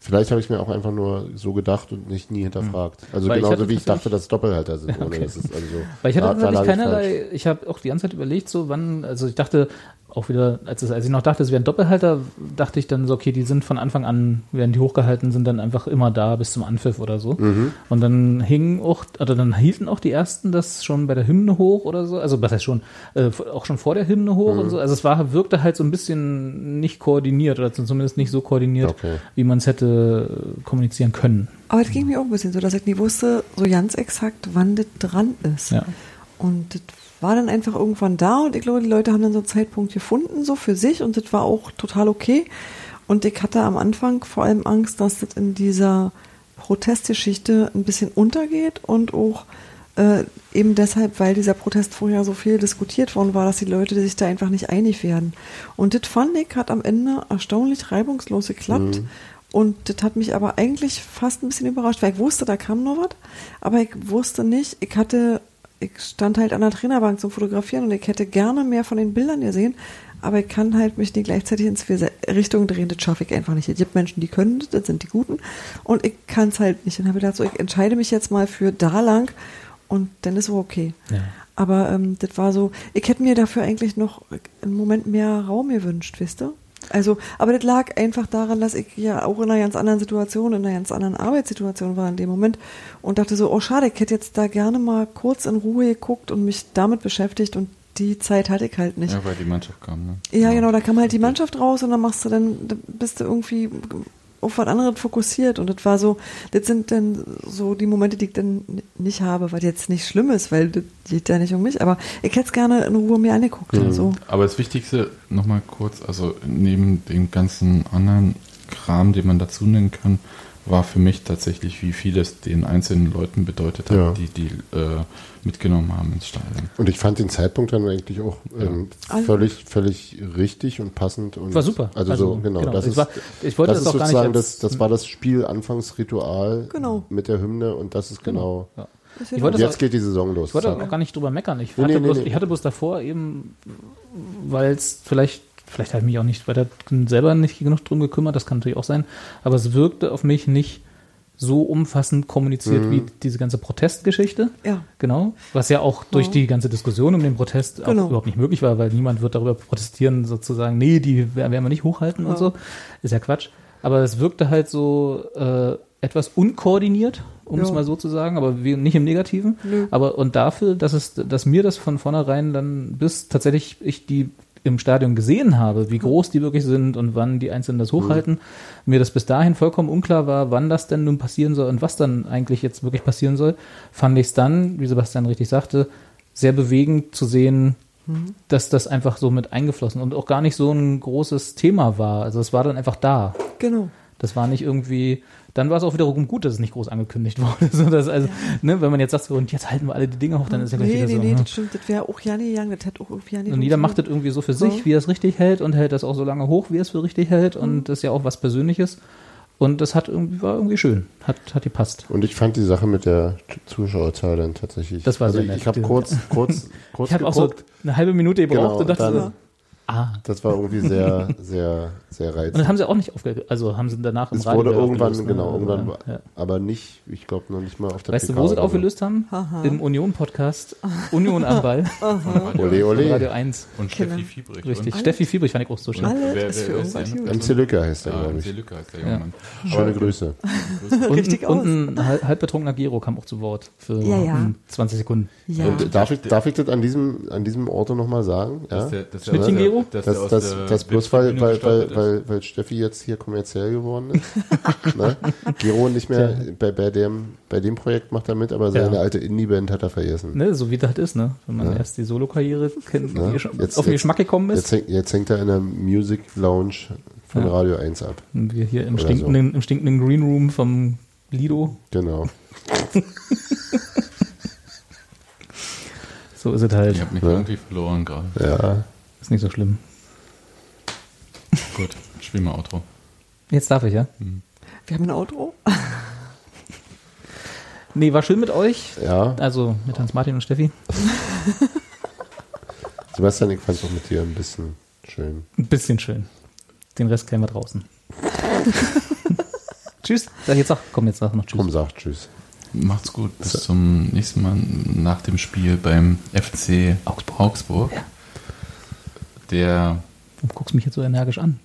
Speaker 10: Vielleicht habe ich mir auch einfach nur so gedacht und nicht nie hinterfragt. Also
Speaker 11: Weil ich
Speaker 10: genauso
Speaker 11: hatte
Speaker 10: wie ich dachte,
Speaker 11: tatsächlich-
Speaker 10: dass es Doppelhalter sind.
Speaker 11: [LAUGHS]
Speaker 10: Ohne
Speaker 11: Okay.
Speaker 10: dass es also so
Speaker 11: Weil ich
Speaker 10: da-
Speaker 11: hatte
Speaker 10: da lag
Speaker 11: tatsächlich
Speaker 10: ich falsch.
Speaker 11: keinerlei, ich habe auch die ganze Zeit überlegt, so wann, also ich dachte auch wieder, als, es, als ich noch dachte, es wären Doppelhalter, dachte ich dann so, okay, die sind von Anfang an, während die hochgehalten sind, dann einfach immer da bis zum Anpfiff oder so.
Speaker 10: Mhm.
Speaker 11: Und dann hingen auch, oder dann hielten auch die ersten das schon bei der Hymne hoch oder so. Also was heißt schon, äh, auch schon vor der Hymne hoch
Speaker 10: Mhm.
Speaker 11: und so. Also es war, wirkte halt so ein bisschen nicht koordiniert oder zumindest nicht so koordiniert,
Speaker 10: Okay.
Speaker 11: wie man es hätte äh, kommunizieren können.
Speaker 8: Aber es ging mir auch ein bisschen so, dass ich nie wusste, so ganz exakt, wann das dran ist.
Speaker 11: Ja.
Speaker 8: Und das war dann einfach irgendwann da und ich glaube, die Leute haben dann so einen Zeitpunkt gefunden, so für sich und das war auch total okay. Und ich hatte am Anfang vor allem Angst, dass das in dieser Protestgeschichte ein bisschen untergeht und auch äh, eben deshalb, weil dieser Protest vorher so viel diskutiert worden war, dass die Leute sich da einfach nicht einig werden. Und das fand ich, hat am Ende erstaunlich reibungslos geklappt. Und das hat mich aber eigentlich fast ein bisschen überrascht, weil ich wusste, da kam noch was, aber ich wusste nicht, ich hatte, ich stand halt an der Trainerbank zum Fotografieren und ich hätte gerne mehr von den Bildern gesehen, aber ich kann halt mich nicht gleichzeitig in zwei Se- Richtungen drehen, das schaffe ich einfach nicht. Es gibt Menschen, die können das, das sind die Guten und ich kann es halt nicht. Dann habe ich gedacht, so, ich entscheide mich jetzt mal für da lang und dann ist es auch okay.
Speaker 11: Ja.
Speaker 8: Aber ähm, das war so, ich hätte mir dafür eigentlich noch einen Moment mehr Raum gewünscht, wisst ihr? Also, aber das lag einfach daran, dass ich ja auch in einer ganz anderen Situation, in einer ganz anderen Arbeitssituation war in dem Moment und dachte so, oh schade, ich hätte jetzt da gerne mal kurz in Ruhe geguckt und mich damit beschäftigt und die Zeit hatte ich halt nicht.
Speaker 9: Ja, weil die Mannschaft kam. Ne?
Speaker 8: Ja, genau, da kam halt die Mannschaft raus und dann machst du dann, da bist du irgendwie auf was anderes fokussiert und das war so, das sind dann so die Momente, die ich dann n- nicht habe, was jetzt nicht schlimm ist, weil das geht ja nicht um mich, aber ich hätte es gerne in Ruhe mir angeguckt
Speaker 11: Mhm.
Speaker 8: also. und so.
Speaker 9: Aber das Wichtigste, nochmal kurz, also neben dem ganzen anderen Kram, den man dazu nennen kann, war für mich tatsächlich, wie viel es den einzelnen Leuten bedeutet hat,
Speaker 10: Ja.
Speaker 9: die die äh, mitgenommen haben ins Stadion.
Speaker 10: Und ich fand den Zeitpunkt dann eigentlich auch ähm,
Speaker 8: Also-
Speaker 10: völlig, völlig richtig und passend. Und
Speaker 11: War super.
Speaker 10: Also,
Speaker 11: Also,
Speaker 10: so, genau.
Speaker 11: genau.
Speaker 10: Das
Speaker 11: Ich
Speaker 10: ist,
Speaker 11: war- ich wollte
Speaker 10: das
Speaker 11: das
Speaker 10: ist
Speaker 11: auch gar nicht
Speaker 10: sozusagen
Speaker 11: als-
Speaker 10: das, das war das Spielanfangsritual
Speaker 8: Genau.
Speaker 10: mit der Hymne und das ist genau.
Speaker 11: Ja. Ich
Speaker 8: Das
Speaker 11: wollte
Speaker 10: Und
Speaker 11: das
Speaker 10: jetzt
Speaker 11: auch-
Speaker 10: geht die Saison los.
Speaker 11: Ich wollte
Speaker 10: Zack.
Speaker 11: auch gar nicht drüber meckern. Ich
Speaker 10: Nee,
Speaker 11: hatte,
Speaker 10: nee, nee,
Speaker 11: bloß,
Speaker 10: nee.
Speaker 11: ich hatte bloß davor eben, weil es vielleicht, vielleicht habe ich mich auch nicht weiter selber nicht genug drum gekümmert, das kann natürlich auch sein, aber es wirkte auf mich nicht so umfassend kommuniziert wie
Speaker 10: Mhm.
Speaker 11: diese ganze Protestgeschichte.
Speaker 8: Ja.
Speaker 11: Genau. Was ja auch durch die ganze Diskussion um den Protest
Speaker 8: Genau.
Speaker 11: auch überhaupt nicht möglich war, weil niemand wird darüber protestieren, sozusagen, nee, die werden wir nicht hochhalten und so. Ist ja Quatsch. Aber es wirkte halt so äh, etwas unkoordiniert, um es
Speaker 8: Ja.
Speaker 11: mal so zu sagen, aber wie, nicht im Negativen. Aber und dafür, dass es, dass mir das von vornherein dann bis tatsächlich ich die im Stadion gesehen habe, wie groß die wirklich sind und wann die Einzelnen das hochhalten, mir das bis dahin vollkommen unklar war, wann das denn nun passieren soll und was dann eigentlich jetzt wirklich passieren soll, fand ich es dann, wie Sebastian richtig sagte, sehr bewegend zu sehen, dass das einfach so mit eingeflossen und auch gar nicht so ein großes Thema war. Also es war dann einfach da.
Speaker 8: Genau.
Speaker 11: Das war nicht irgendwie, dann war es auch wiederum gut, dass es nicht groß angekündigt [LAUGHS] wurde. So, dass also, ne, wenn man jetzt sagt, so, und jetzt halten wir alle die Dinge hoch, dann ist ja gleich
Speaker 8: Nee,
Speaker 11: wieder
Speaker 8: nee,
Speaker 11: so.
Speaker 8: nee,
Speaker 11: ne?
Speaker 8: das stimmt, das wäre auch Janni gegangen, das hätte auch irgendwie Janni
Speaker 11: Und jeder macht das irgendwie so für sich,
Speaker 8: Ja.
Speaker 11: wie er es richtig hält und hält das auch so lange hoch, wie er es für richtig hält.
Speaker 8: Mhm.
Speaker 11: Und das ist ja auch was Persönliches. Und das hat irgendwie, war irgendwie schön. Hat, hat gepasst.
Speaker 10: Und ich fand die Sache mit der T- Zuschauerzahl dann tatsächlich.
Speaker 11: Das war
Speaker 10: also
Speaker 11: sehr
Speaker 10: ich-
Speaker 11: nett.
Speaker 10: Ich habe kurz, kurz,
Speaker 11: [LAUGHS]
Speaker 10: kurz
Speaker 11: Ich habe auch so
Speaker 10: geguckt.
Speaker 11: eine halbe Minute gebraucht
Speaker 10: Genau,
Speaker 11: und dachte
Speaker 10: dann,
Speaker 11: so, Ah.
Speaker 10: Das war irgendwie
Speaker 11: [LAUGHS]
Speaker 10: sehr, sehr, sehr reizend.
Speaker 11: Und das haben sie auch nicht aufgehört. Also haben sie danach im
Speaker 10: Es
Speaker 11: Radio
Speaker 10: wurde
Speaker 11: wieder
Speaker 10: irgendwann,
Speaker 11: aufgelöst, ne?
Speaker 10: genau, irgendwann,
Speaker 11: Ja.
Speaker 10: aber nicht, ich glaube noch nicht mal auf der
Speaker 11: Weißt du,
Speaker 10: PK
Speaker 11: wo sie es
Speaker 10: oder so.
Speaker 11: aufgelöst haben?
Speaker 8: Haha.
Speaker 11: Im
Speaker 8: [LAUGHS]
Speaker 11: Union-Podcast. Union am Ball.
Speaker 8: Aha.
Speaker 10: Ole, ole.
Speaker 11: Von Radio 1.
Speaker 9: Und Steffi Genau. Fiebrich.
Speaker 11: Richtig.
Speaker 9: Und-
Speaker 11: Steffi Fiebrich fand ich auch so schön.
Speaker 8: Alles
Speaker 9: wer-
Speaker 8: ist
Speaker 9: wer
Speaker 8: für
Speaker 9: ist
Speaker 8: uns
Speaker 9: der?
Speaker 8: gut.
Speaker 10: MC Lücke heißt der,
Speaker 9: Ah,
Speaker 10: glaube
Speaker 9: MC
Speaker 10: ich.
Speaker 9: Lücke heißt der
Speaker 11: Ja.
Speaker 9: junge Mann.
Speaker 10: Schöne Grüße.
Speaker 8: Richtig
Speaker 11: und,
Speaker 8: aus.
Speaker 11: und ein hal- halbbetrunkener Giro kam auch zu Wort für
Speaker 8: Ja, ja.
Speaker 11: hm, 20 Sekunden. Also,
Speaker 8: Ja.
Speaker 10: Und darf, ich, darf ich das an diesem, an diesem Auto nochmal sagen? Ja?
Speaker 9: Dass der- dass der-
Speaker 11: Schnittchen Gero?
Speaker 9: dass der
Speaker 10: Das,
Speaker 9: aus
Speaker 10: das,
Speaker 9: der
Speaker 10: das bloß weil,
Speaker 9: Webtribüne
Speaker 10: weil,
Speaker 9: gestartet
Speaker 10: weil,
Speaker 9: ist.
Speaker 10: weil, weil Steffi jetzt hier kommerziell geworden ist. [LAUGHS] ne? Gero nicht mehr bei, bei, dem, bei dem Projekt macht er mit, aber seine
Speaker 11: Ja.
Speaker 10: alte Indie-Band hat er vergessen.
Speaker 11: Ne, so wie das ist, ne? Wenn man
Speaker 10: Ja.
Speaker 11: erst die Solo-Karriere kennt,
Speaker 10: Ne?
Speaker 11: die schon auf den Geschmack gekommen
Speaker 10: Jetzt
Speaker 11: ist.
Speaker 10: hängt, jetzt hängt er in der Music Lounge von
Speaker 11: Ja.
Speaker 10: Radio 1 ab.
Speaker 11: Und wir hier im
Speaker 10: Oder
Speaker 11: stinkenden, im stinkenden Green Room vom Lido.
Speaker 10: Genau.
Speaker 11: So ist es halt.
Speaker 9: Ich habe mich
Speaker 10: Ja.
Speaker 9: irgendwie verloren gerade.
Speaker 10: Ja.
Speaker 11: Ist nicht so schlimm.
Speaker 9: Gut, spiel mal Outro.
Speaker 11: Jetzt darf ich, ja?
Speaker 8: Wir haben ein Outro.
Speaker 11: Nee, war schön mit euch.
Speaker 10: Ja.
Speaker 11: Also mit Hans-Martin und Steffi.
Speaker 10: Sebastian, ich fand es auch mit dir ein bisschen schön.
Speaker 11: Ein bisschen schön. Den Rest klären wir
Speaker 10: [LAUGHS]
Speaker 11: draußen. tschüss. Sag jetzt sag, komm, jetzt sag noch Tschüss.
Speaker 10: Komm, sag Tschüss.
Speaker 9: Macht's gut. Bis zum nächsten Mal nach dem Spiel beim FC Augsburg. Der
Speaker 11: Du guckst mich jetzt so energisch an.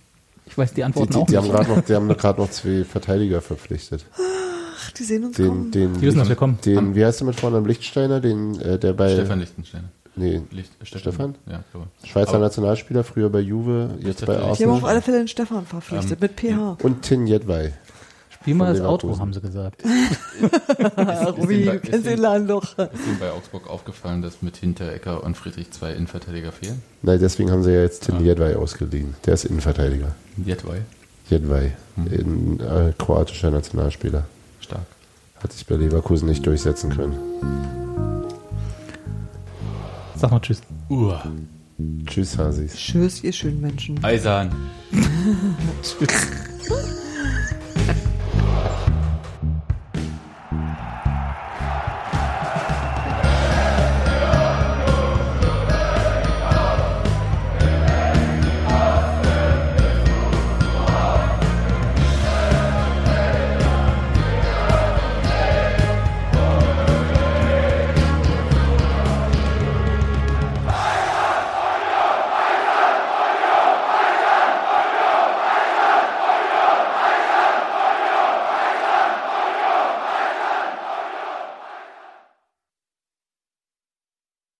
Speaker 11: Ich weiß die
Speaker 10: Die,
Speaker 11: Antworten
Speaker 10: die,
Speaker 11: auch
Speaker 10: die haben
Speaker 11: nicht.
Speaker 10: gerade noch, die haben gerade noch zwei Verteidiger verpflichtet.
Speaker 8: Ach, die sehen uns
Speaker 10: Den,
Speaker 8: kommen.
Speaker 10: den,
Speaker 11: Die wissen, dass wir kommen.
Speaker 10: den, wie heißt der mit vorne? Lichtsteiner, den, äh, der bei
Speaker 9: Stefan Lichtenstein.
Speaker 10: nee,
Speaker 9: Licht, äh,
Speaker 10: Stefan?
Speaker 9: Ja, glaube ich.
Speaker 10: Schweizer
Speaker 9: Aber-
Speaker 10: Nationalspieler, früher bei Juve,
Speaker 9: dachte,
Speaker 10: jetzt bei
Speaker 8: Die haben
Speaker 10: Arsenal.
Speaker 8: auf alle Fälle den Stefan
Speaker 9: Ähm,
Speaker 8: verpflichtet, mit PH.
Speaker 10: Und Tin Jedwai.
Speaker 11: Spiel mal
Speaker 10: von
Speaker 11: das Outro,
Speaker 10: Leverkusen.
Speaker 11: haben sie gesagt.
Speaker 8: Ja, Rubi,
Speaker 9: den
Speaker 8: du
Speaker 9: Lack-
Speaker 8: kennst
Speaker 9: ist den-
Speaker 8: den Laden
Speaker 9: Ist
Speaker 8: doch.
Speaker 9: Ihnen bei Augsburg aufgefallen, dass mit Hinterecker und Friedrich zwei Innenverteidiger fehlen?
Speaker 10: Nein, deswegen haben sie ja jetzt Tin Jedwai ausgeliehen. Der ist Innenverteidiger.
Speaker 9: Jedwai.
Speaker 10: Jedwai, ein äh, kroatischer Nationalspieler.
Speaker 9: Stark.
Speaker 10: Hat sich bei Leverkusen nicht durchsetzen können.
Speaker 11: Sag mal Tschüss.
Speaker 9: Uah.
Speaker 10: Tschüss, Hasis.
Speaker 8: Tschüss, ihr schönen Menschen.
Speaker 9: Eisern.
Speaker 11: Tschüss.